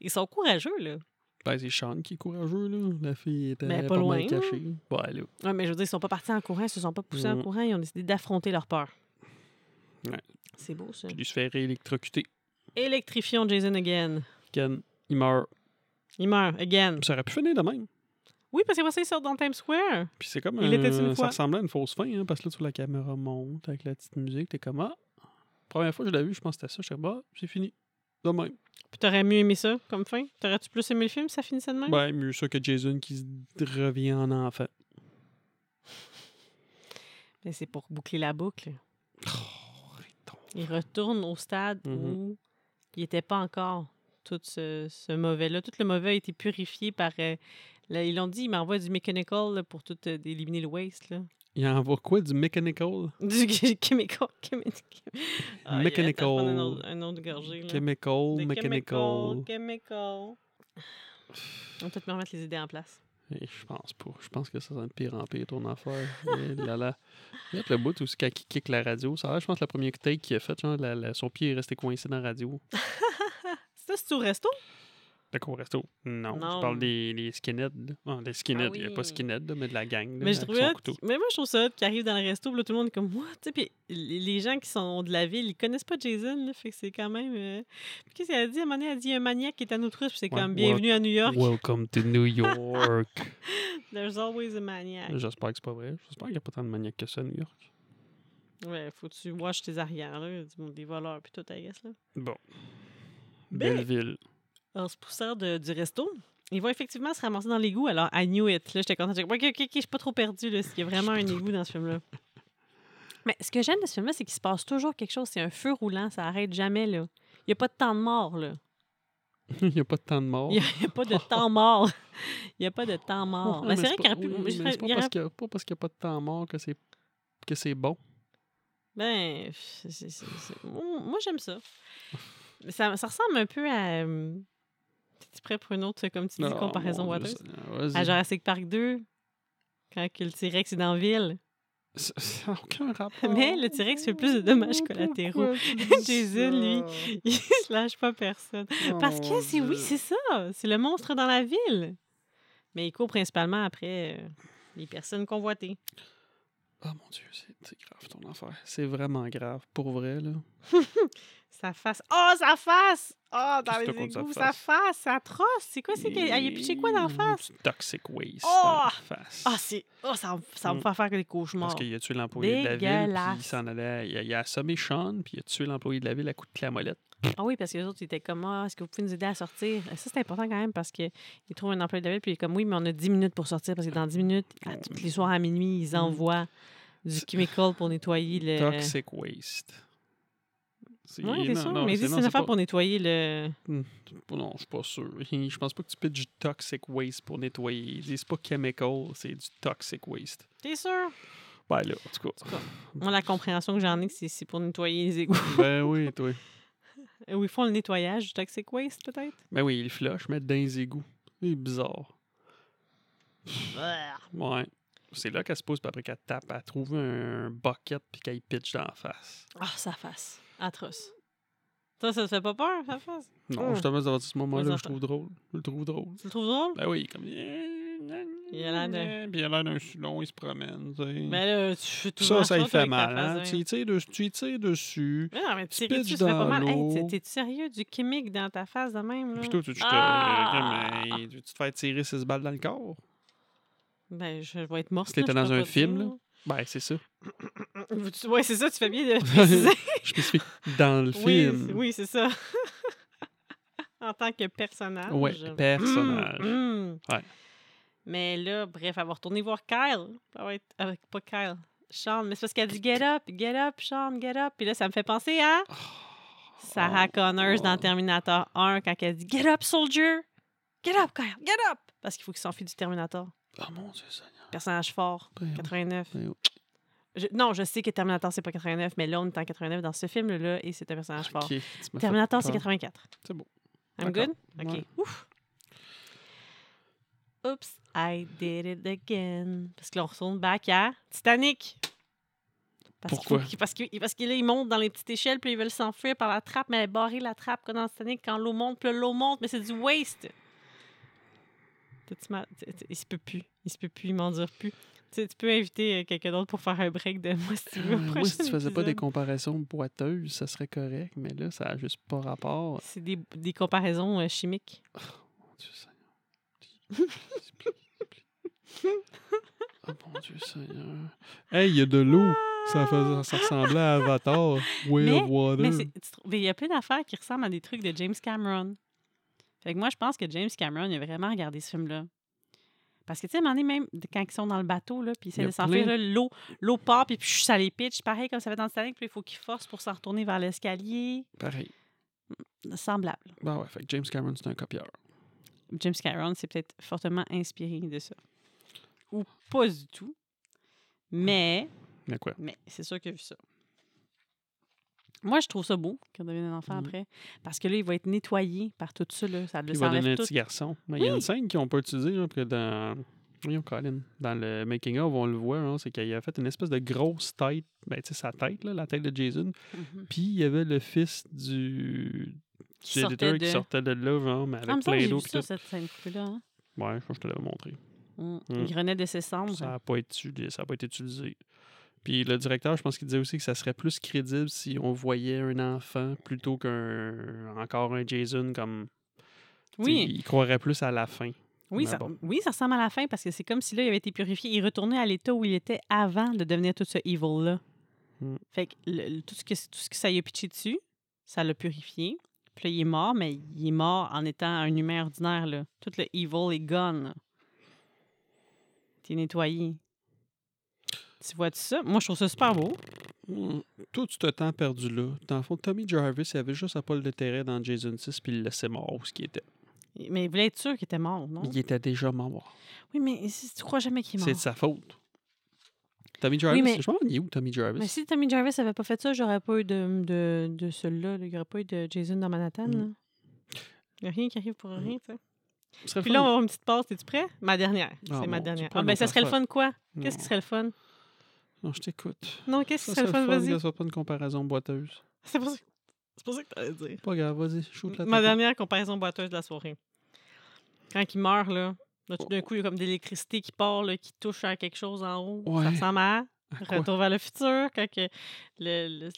A: Ils sont courageux, là.
B: Ben, c'est Sean qui est courageux, là. La fille était
A: Ben, pas
B: pas,
A: loin,
B: mal
A: là.
B: cachée. Ouais, là.
A: Ouais, mais je veux dire, ils sont pas partis en courant, ils se sont pas poussés en
B: Mm.
A: courant, ils ont décidé d'affronter leur peur.
B: Ouais.
A: C'est beau, ça.
B: Puis il se fait réélectrocuter.
A: Électrifions Jason again.
B: Ken, il meurt.
A: Il meurt, again.
B: Ça aurait pu finir de même.
A: Oui, parce qu'après ça, il sort dans Times Square.
B: Puis c'est comme.
A: Il
B: un-
A: était une
B: ça
A: fois.
B: ressemblait à une fausse fin, hein, parce que là, tu vois, la caméra monte avec la petite musique. T'es comme, ah, première fois que je l'ai vu, je pense que c'était ça. Je suis bah, c'est fini. De même.
A: Puis t'aurais mieux aimé ça comme fin? T'aurais-tu plus aimé le film si ça finissait de même?
B: Ben, mieux ça que Jason qui se revient en enfant.
A: Mais c'est pour boucler la boucle.
B: Oh, arrête donc.
A: Il retourne au stade
B: Mhm.
A: où il n'était pas encore tout ce, ce mauvais-là. Tout le mauvais a été purifié par... euh, là, ils l'ont dit, il m'envoie du mechanical là, pour tout euh, éliminer le waste. Là.
B: Il envoie quoi du mechanical?
A: Du [LAUGHS] chemical. chemi- Ah, il arrête de
B: Mechanical.
A: prendre Un autre, un autre gorgé. là.
B: Chemical,
A: De
B: mechanical.
A: Chemical. chemical. On va peut-être me remettre les idées en place.
B: Eh, Je pense pas. Je pense que ça va de pire en pire, ton affaire. Eh là là. Il y a le bout où c'est quand il kick la radio. Ça a l'air, je pense, le premier take qu'il a fait. Genre, la- la- son pied est resté coincé dans la radio.
A: Ça, c'est au resto?
B: Le cours resto. Non, je
A: Non.
B: parle des, des skinheads. là. Ah, des skinheads.
A: Ah
B: Il n'y a
A: oui.
B: pas skinheads, là, mais de la gang. là,
A: Mais je
B: avec
A: trouvais
B: son
A: hot-
B: couteau.
A: Mais moi, je trouve ça hot qui arrive dans le resto, puis là, tout le monde est comme moi. Tu sais, puis les les gens qui sont de la ville, ils connaissent pas Jason, là, fait que c'est quand même. euh, Puis qu'est-ce qu'elle a dit À un moment donné, elle a dit il y a un maniaque qui est à nous tous, puis c'est
B: Ouais,
A: comme
B: ouais.
A: bienvenue à New York.
B: Welcome to New York.
A: [LAUGHS] There's always a maniac.
B: J'espère que c'est pas vrai. J'espère qu'il n'y a pas tant de maniaques que ça à New York.
A: Ouais, faut que tu watch tes arrières, là, du monde des voleurs, puis tout, I guess, là.
B: Bon.
A: Ben.
B: Belle ville.
A: En se poussant de- du resto, ils vont effectivement se ramasser dans l'égout, alors I knew it. Là, j'étais contente. J'ai dit, Ok, ok, ok, je suis pas trop perdue, là, s'il y a vraiment un égout dans ce film-là. [LAUGHS] Mais ce que j'aime de ce film-là, c'est qu'il se passe toujours quelque chose. C'est un feu roulant, ça arrête jamais, là. Il n'y a pas de temps de mort, là.
B: [LAUGHS] Il n'y a pas de temps de mort.
A: [LAUGHS] Il n'y a, pas [LAUGHS] de temps mort. Il n'y a pas de temps mort.
B: Ouais,
A: Mais c'est vrai
B: pas-
A: qu'il aurait pu.
B: oui,
A: moi,
B: mais
A: je
B: c'est
A: serais-
B: pas,
A: il aurait-
B: parce qu'il y a- pas parce qu'il n'y a pas de temps mort que c'est que c'est bon.
A: Ben, c'est- c'est- c'est- c'est- moi, moi, j'aime [LAUGHS] ça. Mais ça. Ça ressemble un peu à. euh, Es-tu prêt pour une autre, comme tu dis,
B: Ah,
A: comparaison Ah,
B: mon Dieu,
A: Waters?
B: ça-
A: À
B: vas-y.
A: Jurassic Park 2, quand que le T-Rex est dans la ville. [LAUGHS]
B: Ça- Ça n'a aucun rapport.
A: Mais le T-Rex fait plus de dommages
B: Pourquoi
A: collatéraux. [LAUGHS]
B: tu dis
A: Jason,
B: ça?
A: lui, il se lâche pas personne.
B: Oh,
A: Parce
B: mon
A: que c'est oui,
B: Dieu.
A: c'est ça. C'est le monstre dans la ville. Mais il court principalement après euh, les personnes convoitées.
B: Ah mon dieu, c'est c'est grave ton affaire. C'est vraiment grave. Pour vrai, là.
A: Sa face. Oh, sa face! Oh,
B: Qu'est-ce
A: dans
B: que
A: les
B: t'as contre sa
A: égouts, sa
B: face?
A: face, c'est atroce. C'est quoi, c'est qu'elle elle a piché quoi dans la
B: Mm,
A: face?
B: du Toxic waste
A: Oh!
B: dans la face.
A: Ah, c'est. Oh, ça, va- ça va me
B: Mm.
A: faire faire des cauchemars.
B: Parce qu'il a tué l'employé de la ville, puis il
A: Dégueulasse.
B: s'en allait. Il a, il a assommé Sean, puis il a tué l'employé de la ville à coups de clamolette.
A: Ah oui, parce que les autres ils étaient comme Ah, est-ce que vous pouvez nous aider à sortir? Euh, Ça, c'est important quand même parce qu'ils trouvent un emploi de la ville, puis il est comme Oui, mais on a 10 minutes pour sortir parce que dans 10 minutes, à tous les soirs à minuit, ils envoient du
B: Ah. Mm. C'est-
A: chemical pour nettoyer le.
B: Toxic waste. C'est
A: Oui, c'est
B: non,
A: sûr.
B: non,
A: mais si c'est
B: non,
A: une affaire
B: pas-
A: pour nettoyer le.
B: Non, je suis pas sûr. [LAUGHS] Je pense pas que tu pitches du toxic waste pour nettoyer. Ils disent pas chemical, c'est du toxic waste.
A: T'es sûr?
B: Ben là, en
A: [LAUGHS]
B: tout cas.
A: Moi, la compréhension que j'en ai, que c'est- c'est pour nettoyer les égouts. [LAUGHS]
B: ben oui, toi.
A: Où ils font le nettoyage du toxic waste, peut-être?
B: Ben oui, il flush, mais dans les égouts. C'est bizarre. Ouais. C'est là qu'elle se pousse, puis après qu'elle tape, elle trouve un bucket, puis qu'elle y pitch dans la face.
A: Ah, sa face. Atroce. Toi, ça te fait pas peur, sa face?
B: Non,
A: Hum.
B: justement, c'est à partir de ce moment-là
A: Les
B: que je trouve drôle. Je le trouve drôle.
A: Tu le trouves drôle?
B: Ben oui, comme. Il
A: a l'air d'un-
B: Puis il a l'air d'un sulon, il se promène, tu sais.
A: Mais Ben là, tu fais tout
B: Ben, ça, ça lui fait mal. Hein? Tu y tires dessus- tu y tires dessus.
A: Mais non, mais
B: Tu
A: tu tirer
B: pitches
A: dessus, ça fait
B: dans
A: pas mal. Hey,
B: l'eau.
A: t'es- t'es-tu sérieux? Du chimique dans ta face de même, là?
B: Puis toi, tu, tu, te-
A: Ah!
B: euh, mais tu te fais tirer 6 balles dans le corps.
A: Ben, je vais être morte.
B: Si t'étais
A: là, je
B: dans
A: peux
B: un
A: pas te
B: film,
A: dire.
B: là. Ben, c'est ça.
A: Ouais, c'est ça, tu fais bien de
B: [LAUGHS]
A: préciser.
B: Je spécifie. Dans le
A: oui,
B: film.
A: c'est- oui, c'est ça. [LAUGHS] en tant que personnage.
B: Ouais, personnage.
A: Mm, mm.
B: Ouais.
A: Mais là, bref, elle va retourner voir Kyle. Elle va être- avec, pas Kyle. Sean, mais c'est parce qu'elle dit Get up, get up, Sean, get up. Puis là, ça me fait penser à
B: Oh,
A: Sarah Connors dans Terminator 1 quand elle dit Get up, soldier! Get up, Kyle, get up! Parce qu'il faut qu'il s'enfuit du Terminator.
B: Oh mon Dieu, Seigneur.
A: Personnage fort,
B: Ben,
A: 89.
B: Ben oui.
A: Je- non, je sais que Terminator, c'est pas 89, mais là, on est en 89 dans ce film-là et c'est un personnage fort.
B: ok, tu m'as fait
A: Terminator, c'est
B: peur.
A: 84.
B: C'est bon.
A: I'm good?
B: Bah,
A: OK.
B: D'accord. Ouais.
A: Ouf. Oops, I did it again. Parce que là, on retourne back à Titanic. Parce qu'il faut
B: Pourquoi?
A: qu'il- parce qu'il parce qu'il- là, il monte dans les petites échelles, puis ils veulent s'enfuir par la trappe, mais elle est barrée, la trappe, comme dans Titanic, quand l'eau monte, puis là, l'eau monte, mais c'est du waste. T'as-tu mal- t- t- Il se peut plus. Il se peut plus, il m'en dure plus. Tu sais, tu peux inviter euh, quelqu'un d'autre pour faire un break de moi si tu veux.
B: Euh,
A: au
B: moi,
A: Ah, prochain
B: si tu faisais pas des
A: épisode.
B: comparaisons boiteuses, ça serait correct, mais là, ça a juste pas rapport.
A: C'est des, des comparaisons euh, chimiques.
B: Mon Dieu Seigneur. Please, please, please. Oh mon Dieu Seigneur. Hey, il y a de l'eau. Ça, faisait- ça ressemblait à Avatar. Weird
A: Mais
B: Water.
A: c'est- tu trou- mais il y a plein d'affaires qui ressemblent à des trucs de James Cameron. Fait que moi, je pense que James Cameron il a vraiment regardé ce film-là. Parce que, tu sais, à un moment donné, même de- quand ils sont dans le bateau, là, puis ils
B: Il y
A: essaient
B: a
A: de s'enfuir, là,
B: plein.
A: l'eau, l'eau part, puis psh, ça les pitch, pareil comme ça fait dans Titanic, puis il faut qu'ils forcent pour s'en retourner vers l'escalier.
B: Pareil.
A: Semblable.
B: Bah ouais, fait que James Cameron, c'est un copieur.
A: James Cameron s'est peut-être fortement inspiré de ça. Ou pas du tout. Mais,
B: Mais quoi?
A: mais c'est sûr qu'il a vu ça. Moi, je trouve ça beau qu'on devienne un enfant
B: Mhm.
A: après. Parce que là, il va être nettoyé par tout ça. Là. Ça le
B: Puis il va donner un
A: s'enlève tout.
B: petit garçon. Mais il y a une scène qu'on peut utiliser, là, que dans... Voyons, Colin. Dans le making of, on le voit, hein, c'est qu'il a fait une espèce de grosse tête, ben, tu sais, sa tête, là, la tête de Jason.
A: Mhm.
B: Puis il y avait le fils du,
A: Qui
B: du
A: sortait
B: editor
A: de-
B: qui sortait de là, genre, mais
A: Ah, me
B: avec
A: semble que
B: plein
A: j'ai
B: d'eau.
A: vu
B: puis
A: ça,
B: tout.
A: cette scène coupée-là. hein.
B: Ouais, je pense que je te l'avais montré.
A: Mm.
B: Mm.
A: Il renaît de ses cendres.
B: Ça n'a pas, été utilisé- ça a pas été utilisé. Puis le directeur, je pense qu'il disait aussi que ça serait plus crédible si on voyait un enfant plutôt qu'un encore un Jason comme. tu sais,
A: Oui,
B: Il croirait plus à la fin.
A: oui
B: mais
A: ça,
B: bon.
A: oui, ça ressemble à la fin parce que c'est comme si là, il avait été purifié. Il retournait à l'état où il était avant de devenir tout ce evil-là.
B: Mm.
A: Fait que le- le- tout, ce que tout ce que ça y a pitché dessus, ça l'a purifié. Puis là, il est mort, mais il est mort en étant un humain ordinaire. Là. Tout le evil est gone. là. T'es nettoyé. Tu vois-tu ça? Moi, je trouve ça super beau.
B: Mm. Tout ce temps perdu là, dans le fond, Tommy Jarvis, il avait juste à pas le déterrer dans Jason 6 puis il le laissait mort où ce qu'il était.
A: Mais il voulait être sûr qu'il était mort, non?
B: Il était déjà mort.
A: Oui, mais si tu crois jamais qu'il Oh. est mort.
B: C'est de sa faute. Tommy Jarvis,
A: mais-
B: je me demande, il est où Tommy Jarvis?
A: Mais si Tommy Jarvis avait pas fait ça, j'aurais pas eu de, de, de celui-là. là. Il n'y aurait pas eu de Jason dans Manhattan.
B: Mm.
A: là. Il n'y a rien qui arrive pour rien. tu sais.
B: Ce serait
A: Puis
B: fun.
A: là, on va avoir une petite pause. Es-tu prêt? Ma dernière.
B: Ah,
A: c'est
B: mon
A: ma
B: Dieu,
A: dernière.
B: pas
A: Ah, ben, ça
B: longtemps
A: serait le
B: ça.
A: fun, quoi?
B: Non.
A: Qu'est-ce qui serait le fun?
B: Non, je t'écoute.
A: Non, qu'est-ce qui
B: Ça
A: serait
B: serait
A: le fun?
B: fun
A: Vas-y.
B: que ce soit pas une comparaison boiteuse.
A: C'est pour ça que- c'est pour ça que t'allais dire.
B: Pas grave, vas-y, shoot la
A: Ma
B: tête.
A: dernière comparaison boiteuse de la soirée. Quand il meurt, là, là, tout d'un
B: Oh.
A: coup, il y a comme de l'électricité qui part, là, qui touche à quelque chose en haut.
B: Ouais.
A: Ça ressemble à
B: À quoi?
A: Retour vers le futur, quand que le, le, le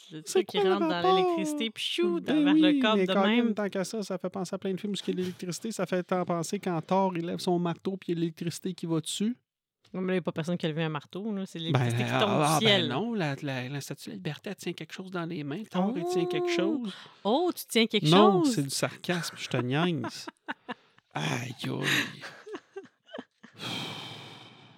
A: truc
B: C'est
A: qui
B: quoi le
A: rentre dans
B: rapport?
A: l'électricité, puis chou, dans-
B: Ben
A: vers
B: oui,
A: le corps
B: mais
A: de
B: Colin,
A: même.
B: Tant qu'à ça, ça fait penser à plein de films où il y a de l'électricité. Ça fait tant penser quand Thor, il lève son marteau puis il y a de l'électricité qui va dessus.
A: Non, mais là, il n'y a pas personne qui a levé un marteau, là. c'est l'électricité qui tombe du ciel.
B: Ben, ah, non, la, statue de la liberté, elle tient quelque chose dans les mains.
A: Thor, il tient quelque chose. oh, tu tiens quelque
B: non,
A: chose.
B: c'est du sarcasme, je
A: [LAUGHS]
B: te niaise. Aïe, aïe.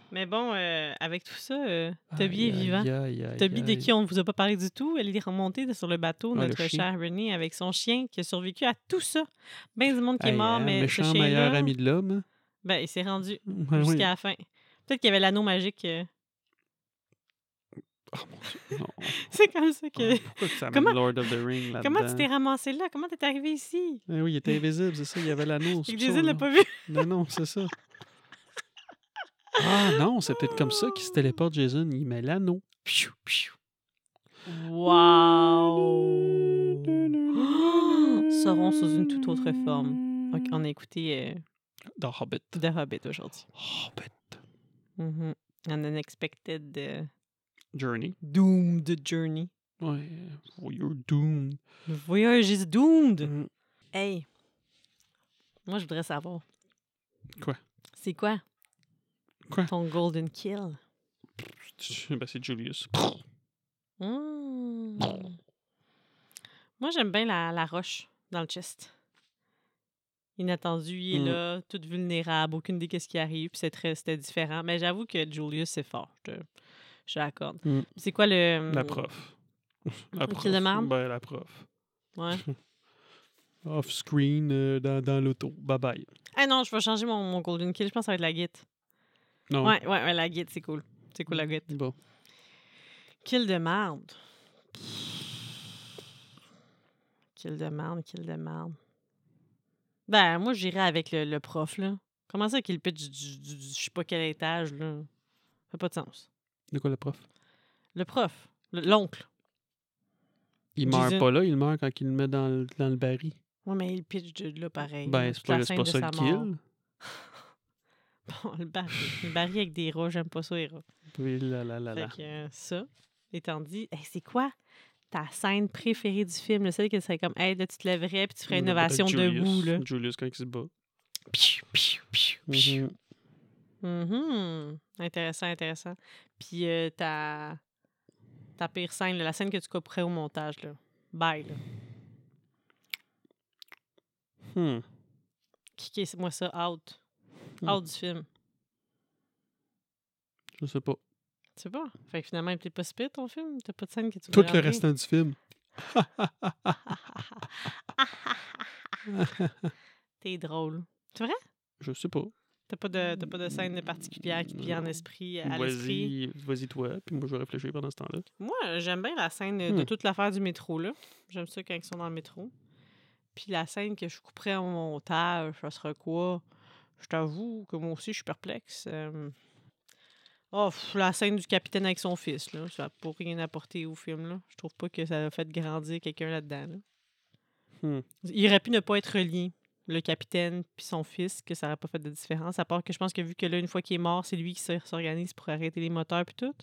A: Mais bon, euh, avec tout ça, euh, Toby est
B: Aïe,
A: vivant.
B: aïe, aïe, aïe,
A: Toby, de
B: aïe.
A: qui on ne vous a pas parlé du tout, elle est remontée de- sur le bateau,
B: Ah, euh, le
A: notre
B: chien.
A: chère Renée, avec son chien qui a survécu à tout ça. Ben du monde qui est
B: Aïe,
A: mort,
B: hein,
A: mais ce
B: méchant meilleur
A: chien-là,
B: ami Ah de l'homme. hein?
A: ben, il s'est rendu
B: Ouais,
A: jusqu'à
B: ouais.
A: la fin. Peut-être qu'il y avait l'anneau magique. euh, [LAUGHS]
B: Oh, mon Dieu, non.
A: C'est comme ça que...
B: Ah, Pourquoi tu amènes
A: Comment-
B: Lord of the Ring là-dedans?
A: [LAUGHS] Comment tu t'es ramassé là? Comment t'es arrivé ici?
B: Eh oui, il était invisible, c'est ça, il y avait l'anneau.
A: Fait que
B: c'est pour ça,
A: Jason l'a
B: là.
A: pas vu.
B: Non, non, c'est ça. Ah non, c'est peut-être comme ça qu'il se téléporte Jason. Il met l'anneau. Piou, piou. [GASPS]
A: Wow! [GASPS] Seront sous une toute autre forme. Ok, on a écouté
B: Dans Hobbit.
A: euh, The Hobbit aujourd'hui.
B: Hobbit.
A: Mhm. An unexpected euh,
B: Journey.
A: doomed journey.
B: Ouais. You're doomed.
A: Le voyage is doomed!
B: Mm.
A: Hey! Moi, je voudrais savoir.
B: Quoi?
A: C'est quoi?
B: Quoi?
A: Ton golden kill.
B: Ben, c'est Julius.
A: Mmh. Mm. Moi, j'aime bien la, la roche dans le chest. Inattendu, il est
B: Mm.
A: là, toute vulnérable, aucune idée qu'est-ce qui arrive, puis c'est très- c'était différent. Mais j'avoue que Julius, c'est fort, je te- je te l'accorde.
B: Mm.
A: C'est quoi le... hmm,
B: La prof. La
A: Faut
B: prof.
A: qu'il demande?
B: Ben, la prof.
A: Ouais.
B: Off-screen euh, dans, dans l'auto. Bye bye.
A: Ah non, je vais changer mon, mon golden kill, je pense que ça va être la guette.
B: Non.
A: Ouais, ouais, ouais, la guette, c'est cool. C'est cool, la guette.
B: Bon.
A: Kill de marde. Kill de marde, kill de marde. Ben, moi, j'irais avec le, le prof, là. Comment ça qu'il pitch du, du- du- je sais pas quel étage, là? Ça fait pas de sens.
B: De quoi la prof?
A: Le prof. le- L'oncle.
B: Il meurt
A: Jason.
B: pas là, il meurt quand il le met dans le, dans le baril.
A: Ouais, mais il pitch de de là, pareil.
B: Ben, c'est
A: Toute
B: pas,
A: la
B: c'est
A: scène
B: pas
A: de
B: ça
A: sa
B: le
A: mort.
B: kill.
A: Bon, le baril. Le baril avec des rats, j'aime pas ça, les rats.
B: Puis là, là, là, là.
A: Fait que euh, ça, étant dit, Hey, c'est quoi ta scène préférée du film? Là, celle que c'est comme, hey, là, tu te lèverais puis tu ferais une
B: Avec
A: ovation
B: Julius.
A: debout, là.
B: Julius, quand il se bat.
A: Piou, piou, piou, piou.
B: Mhm.
A: Mhm. Mmh. Intéressant, intéressant. Puis euh, ta... ta pire scène, là, la scène que tu couperais au montage, là. Bye, là.
B: Hmm.
A: Kickez-moi ça out.
B: Hmm.
A: Out du film.
B: Je sais pas.
A: Tu sais pas? Fait que finalement, il est peut-être pas si pire, ton film. T'as pas de scène que tu
B: Tout
A: voudrais
B: le
A: enlever?
B: restant du film.
A: T'es drôle.
B: Je sais pas.
A: T'as pas de, t'as pas de scène particulière qui te vient en esprit, à l'esprit?
B: Vas-y, vas-y toi, puis moi je vais réfléchir pendant ce temps-là.
A: Moi, j'aime bien la scène de
B: Hmm.
A: toute l'affaire du métro, là. J'aime ça quand ils sont dans le métro. Puis la scène que je couperais au montage, ça serait quoi? Je t'avoue que moi aussi, je suis perplexe. Euh, Oh, pff, la scène du capitaine avec son fils, là. Ça n'a pas rien apporté au film, là. Je trouve pas que ça a fait grandir quelqu'un là-dedans, là.
B: Hmm.
A: Il aurait pu ne pas être relié, le capitaine puis son fils, que ça n'aurait pas fait de différence. À part que je pense que vu que là, une fois qu'il est mort, c'est lui qui s'or- s'organise pour arrêter les moteurs puis tout.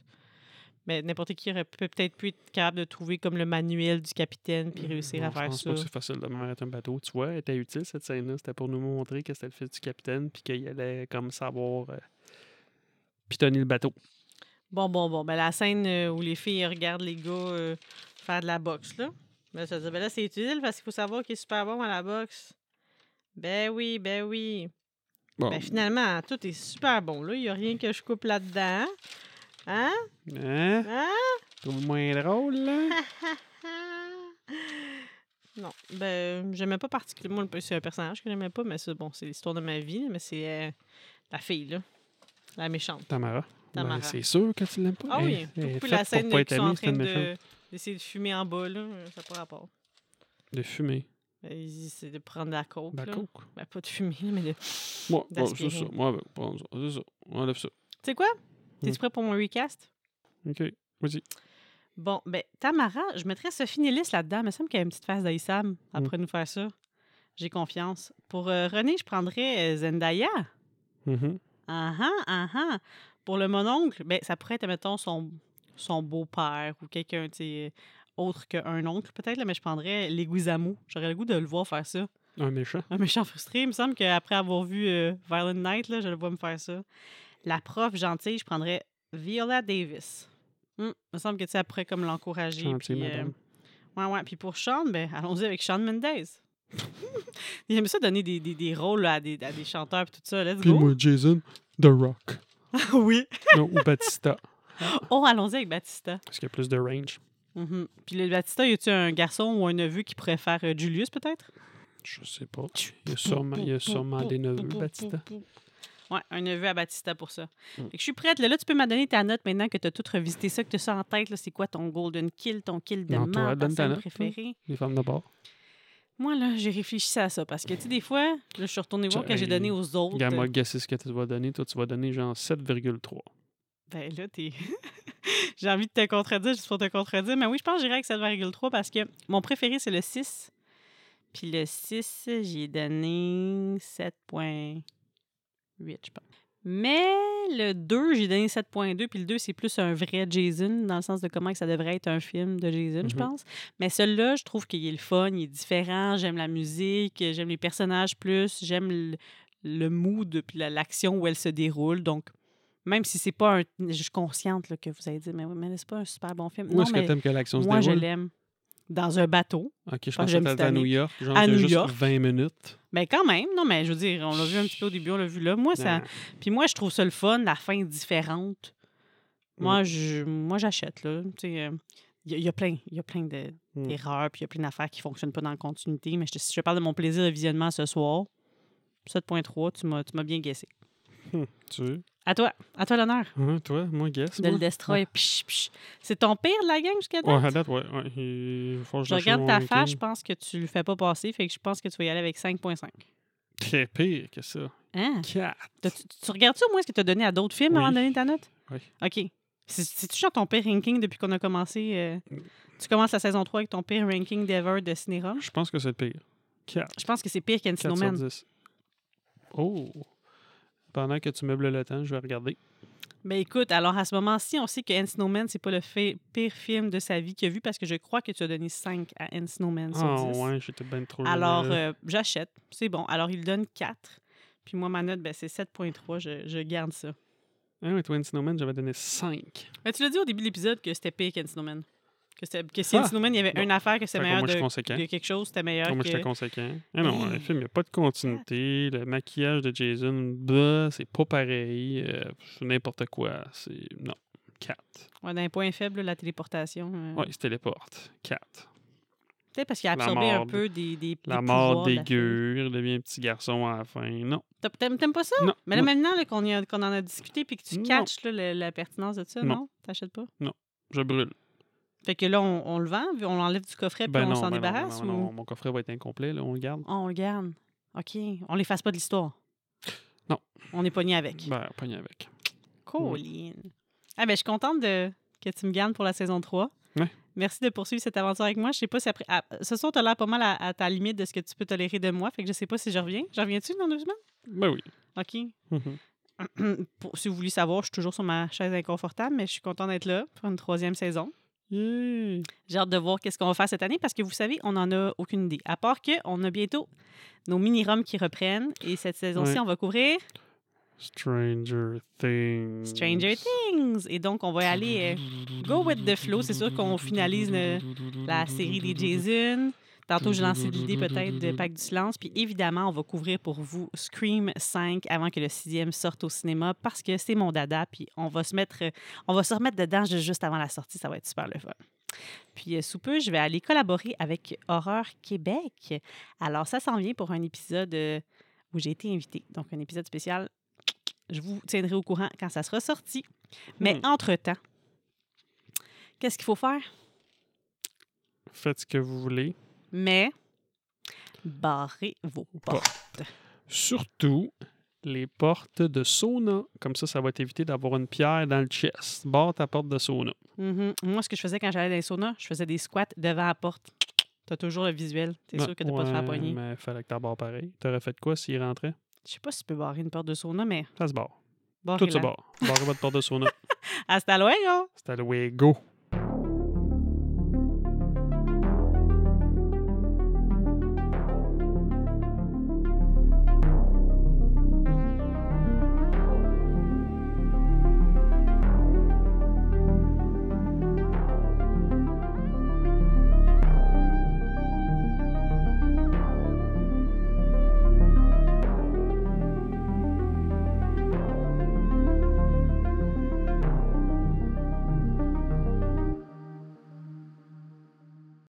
A: Mais n'importe qui aurait peut- peut-être pu être capable de trouver comme le manuel du capitaine puis réussir
B: Mmh, Non,
A: à
B: je
A: faire
B: pense
A: ça.
B: pas que c'est facile de m'arrêter un bateau. Tu vois, elle était utile cette scène-là. C'était pour nous montrer que c'était le fils du capitaine, puis qu'il allait comme savoir euh, pitonner le bateau.
A: Bon, bon, bon. Ben, la scène euh, où les filles regardent les gars euh, faire de la boxe, là. Ben, ça, ben là, c'est utile parce qu'il faut savoir qu'il est super bon à la boxe. Ben oui, ben oui.
B: Bon.
A: Ben finalement, tout est super bon, là. Il n'y a rien que je coupe là-dedans. Hein?
B: Hein?
A: Hein?
B: Trouve moins drôle, là?
A: Non, ben, j'aimais pas particulièrement le c'est un personnage que j'aimais pas, mais c'est bon, c'est l'histoire de ma vie, mais c'est euh, la fille, là. La méchante.
B: Tamara.
A: Tamara.
B: Ben, c'est sûr que tu l'aimes pas.
A: Ah oui,
B: Elle- elle est
A: beaucoup
B: faite
A: la scène
B: pour
A: de
B: pas
A: qu'ils
B: être
A: sont en
B: amie, c'est
A: train
B: une méchante.
A: de- d'essayer de, fumer en bas, là, euh, ça n'a pas rapport.
B: De fumer.
A: Ben, ils essaient de prendre de la coke,
B: Ben,
A: là.
B: coke.
A: Ben, pas de fumer, là, mais de... Tu
B: Moi, bon,
A: D'aspirer.
B: c'est ça. Moi, ben, prends ça. C'est ça. On enlève ça.
A: sais quoi? T'es-tu
B: Hmm.
A: prêt pour mon recast?
B: OK. Vas-y.
A: Bon, ben, Tamara, je mettrais Sophie Nélis là-dedans. Il me semble qu'elle a une petite face d'Aïssam. Elle
B: Mm.
A: pourrait nous faire ça. J'ai confiance. Pour euh, René, je prendrais euh, Zendaya.
B: Mhm.
A: Ah ah, ah ah. Pour le mononcle, ben, ça pourrait être, mettons, son, son beau-père ou quelqu'un, tu sais, autre qu'un oncle, peut-être, là, mais je prendrais Leguizamo. J'aurais le goût de le voir faire ça.
B: Un méchant.
A: Un méchant frustré. Il me semble qu'après avoir vu euh, Violent Night, là, je le vois me faire ça. La prof gentille, je prendrais Viola Davis. Hum, il me semble que tu sais, elle pourrait comme l'encourager.
B: Gentil,
A: puis, euh,
B: madame.
A: Ouais, ouais. Puis pour Sean, ben, allons-y avec Sean [LAUGHS] Mendez. Il aime ça donner des, des, des rôles là, à, des, à des chanteurs et tout ça. Let's
B: Puis
A: go.
B: moi, Jason, The Rock.
A: [LAUGHS] oui.
B: [LAUGHS] non, ou Batista.
A: Oh, allons-y avec Batista.
B: Parce qu'il y a plus de range.
A: Mhm. Puis le Batista, y a-tu un garçon ou un neveu qui pourrait faire euh, Julius, peut-être?
B: Je sais pas. Il y a sûrement, il y a sûrement des neveux, Batista.
A: Ouais, un neveu à Batista pour ça. Fait
B: Mm.
A: que je suis prête. Là, Là, tu peux m'en donner ta note maintenant que tu as tout revisité ça, que tu as ça en tête. là. C'est quoi ton golden kill, ton kill de
B: Non, toi,
A: mort, ta
B: donne ta
A: scène
B: note.
A: préférée?
B: Les femmes d'abord.
A: Moi, là, j'ai réfléchi à ça parce que, tu sais, des fois, là, je suis retournée voir que j'ai donné aux autres.
B: Regarde, moi, guesser ce que tu vas donner. Toi, tu vas donner genre 7,3.
A: Ben là, t'es. [LAUGHS] J'ai envie de te contredire juste pour te contredire. Mais oui, je pense que j'irai avec 7,3 parce que mon préféré, c'est le 6. Puis le 6, j'ai donné 7,8, je pense. Mais le 2, j'ai donné 7,2. Puis le 2, c'est plus un vrai Jason, dans le sens de comment que ça devrait être un film de Jason, je
B: Mhm.
A: pense. Mais celui-là, je trouve qu'il est le fun, il est différent. J'aime la musique, j'aime les personnages plus, j'aime le, le mood, puis la- l'action où elle se déroule. Donc, même si c'est pas un. Je suis consciente là, que vous allez dire, mais oui, mais c'est pas un super bon film.
B: Où
A: non,
B: est-ce que
A: mais
B: t'aimes que l'action se
A: moi, je
B: déroule?
A: l'aime. Dans un bateau.
B: Ok, je
A: Enfin,
B: pense que
A: j'aime
B: t'as dit
A: cette
B: à New
A: année.
B: York. Genre,
A: À
B: t'as
A: New
B: juste
A: York.
B: 20 minutes.
A: Mais quand même, non, mais je veux dire, on l'a vu un petit peu au début, on l'a vu là. Moi, ça.
B: Non.
A: Puis moi, je trouve ça le fun, la fin différente. Moi,
B: Mm.
A: je, moi j'achète, là. Tu sais, euh, il y, a- il y a plein, il y a plein de-
B: Mm.
A: d'erreurs, puis il y a plein d'affaires qui ne fonctionnent pas dans la continuité. Mais je, te- si je parle de mon plaisir de visionnement ce soir, 7.3, tu m'as tu m'as bien guessé.
B: Tu veux?
A: À toi, à toi l'honneur
B: Hein, toi, moi, guess.
A: de le
B: moi?
A: destroy. Psh, psh. C'est ton pire de la gang jusqu'à date?
B: Ouais, à date, ouais. ouais. Il faut que
A: Je
B: lâche
A: regarde
B: mon
A: ta
B: week-end.
A: face, je pense que tu le fais pas passer, fait que je pense que tu vas y aller avec 5.5.
B: C'est pire que ça.
A: Hein?
B: 4.
A: T'as- Tu, tu regardes-tu au moins ce que tu as donné à d'autres films avant de
B: Oui.
A: donner ta note?
B: Oui.
A: OK. C'est- C'est-tu genre ton pire ranking depuis qu'on a commencé? euh, tu commences la saison 3 avec ton pire ranking d'ever de Cinérum?
B: Je pense que c'est le pire. 4.
A: Je pense que c'est pire qu'un
B: 4 sur
A: Snowman.
B: 10. Oh! Pendant que tu meubles le temps, je vais regarder.
A: Mais écoute, alors à ce moment-ci, on sait que Anne Snowman, c'est pas le fi- pire film de sa vie qu'il a vu parce que je crois que tu as donné 5 à Anne Snowman sur
B: Ah
A: 10.
B: ouais, j'étais bien trop
A: Alors,
B: généreux.
A: euh, j'achète. C'est bon. Alors, il donne 4. Puis moi, ma note, ben, c'est 7.3. Je, je garde ça.
B: Ah ouais, Twin Snowman, j'avais donné 5.
A: Mais tu l'as dit au début de l'épisode que c'était pire qu'Anne Snowman. Que, c'était- que si Anne
B: Ah!
A: Snowman, il y avait
B: Bon.
A: une affaire que c'était
B: moi,
A: meilleur
B: je suis
A: de,
B: conséquent.
A: de quelque chose, c'était meilleur
B: Moi,
A: que...
B: j'étais conséquent. Ah non,
A: Hey.
B: le film, il n'y a pas de continuité. Le maquillage de Jason, bah, c'est pas pareil. euh, c'est n'importe quoi. C'est... Non. 4.
A: Ouais, d'un point faible, la téléportation. euh,
B: Ouais, il se téléporte. 4.
A: Peut-être parce qu'il a
B: La
A: absorbé
B: mort
A: un
B: de-
A: peu des, des,
B: La
A: des
B: mort
A: pouvoirs de la fille.
B: dégueu. Il devient un petit garçon à la fin. Non.
A: T'as- T'aimes t'aimes pas ça?
B: Non.
A: Mais là,
B: non.
A: maintenant là, qu'on y a- qu'on en a discuté puis que tu
B: Non.
A: catches là, le- la pertinence de ça,
B: Non.
A: non? T'achètes pas?
B: Je brûle.
A: Fait que là, on, on le vend, on l'enlève du coffret puis
B: Ben
A: on
B: non,
A: s'en
B: ben non,
A: débarrasse
B: non,
A: ou...
B: non, mon coffret va être incomplet. Là, on le garde.
A: Ah, On le garde. OK. On les fasse pas de l'histoire.
B: Non.
A: On est pogné avec.
B: Ben, mm. pogne avec.
A: Colline. Ah ben, je suis contente de... que tu me gardes pour la saison 3.
B: Ouais.
A: Merci de poursuivre cette aventure avec moi. Je sais pas si après. ah, ce soir, tu as l'air pas mal à, à ta limite de ce que tu peux tolérer de moi. Fait que je sais pas si je reviens. Je reviens-tu dans deux semaines?
B: Ben oui.
A: OK. [CLEARS THROAT]
B: Mhm.
A: Pour- si vous voulez savoir, je suis toujours sur ma chaise inconfortable, mais je suis contente d'être là pour une troisième saison.
B: Yeah.
A: J'ai hâte de voir qu'est-ce qu'on va faire cette année parce que vous savez, on n'en a aucune idée. À part qu'on a bientôt nos mini-roms qui reprennent et cette saison-ci,
B: Ouais.
A: on va couvrir
B: Stranger Things.
A: Stranger Things. Et donc, on va aller euh, go with the flow. C'est sûr qu'on finalise le-
B: Mm-hmm,
A: la série des Jason. Tantôt, j'ai lancé l'idée peut-être de Pacte du silence. Puis évidemment, on va couvrir pour vous Scream 5 avant que le sixième sorte au cinéma parce que c'est mon dada. Puis on va se mettre, on va se remettre dedans ju- juste avant la sortie. Ça va être super le fun. Puis euh, sous peu, je vais aller collaborer avec Horreur Québec. Alors ça s'en vient pour un épisode euh, où j'ai été invitée. Donc un épisode spécial. Je vous tiendrai au courant quand ça sera sorti. Mais
B: Hmm.
A: entre-temps, qu'est-ce qu'il faut faire?
B: Faites ce que vous voulez.
A: mais barrez vos portes.
B: Surtout les portes de sauna. Comme ça, ça va t'éviter d'avoir une pierre dans le chest. Barre ta porte de sauna.
A: Mhm. Moi, ce que je faisais quand j'allais dans les saunas, je faisais des squats devant la porte. T'as toujours le visuel. T'es sûr que t'as pas de faire
B: Ouais,
A: pogner.
B: Mais fallait que t'en barres pareil. T'aurais fait quoi s'il rentrait?
A: Je sais pas si tu peux barrer une porte de sauna, mais
B: Ça se barre. Tout
A: barrez-la.
B: se
A: Ah,
B: barre. Barrez votre porte de sauna.
A: Hasta luego!
B: C'était le Wego.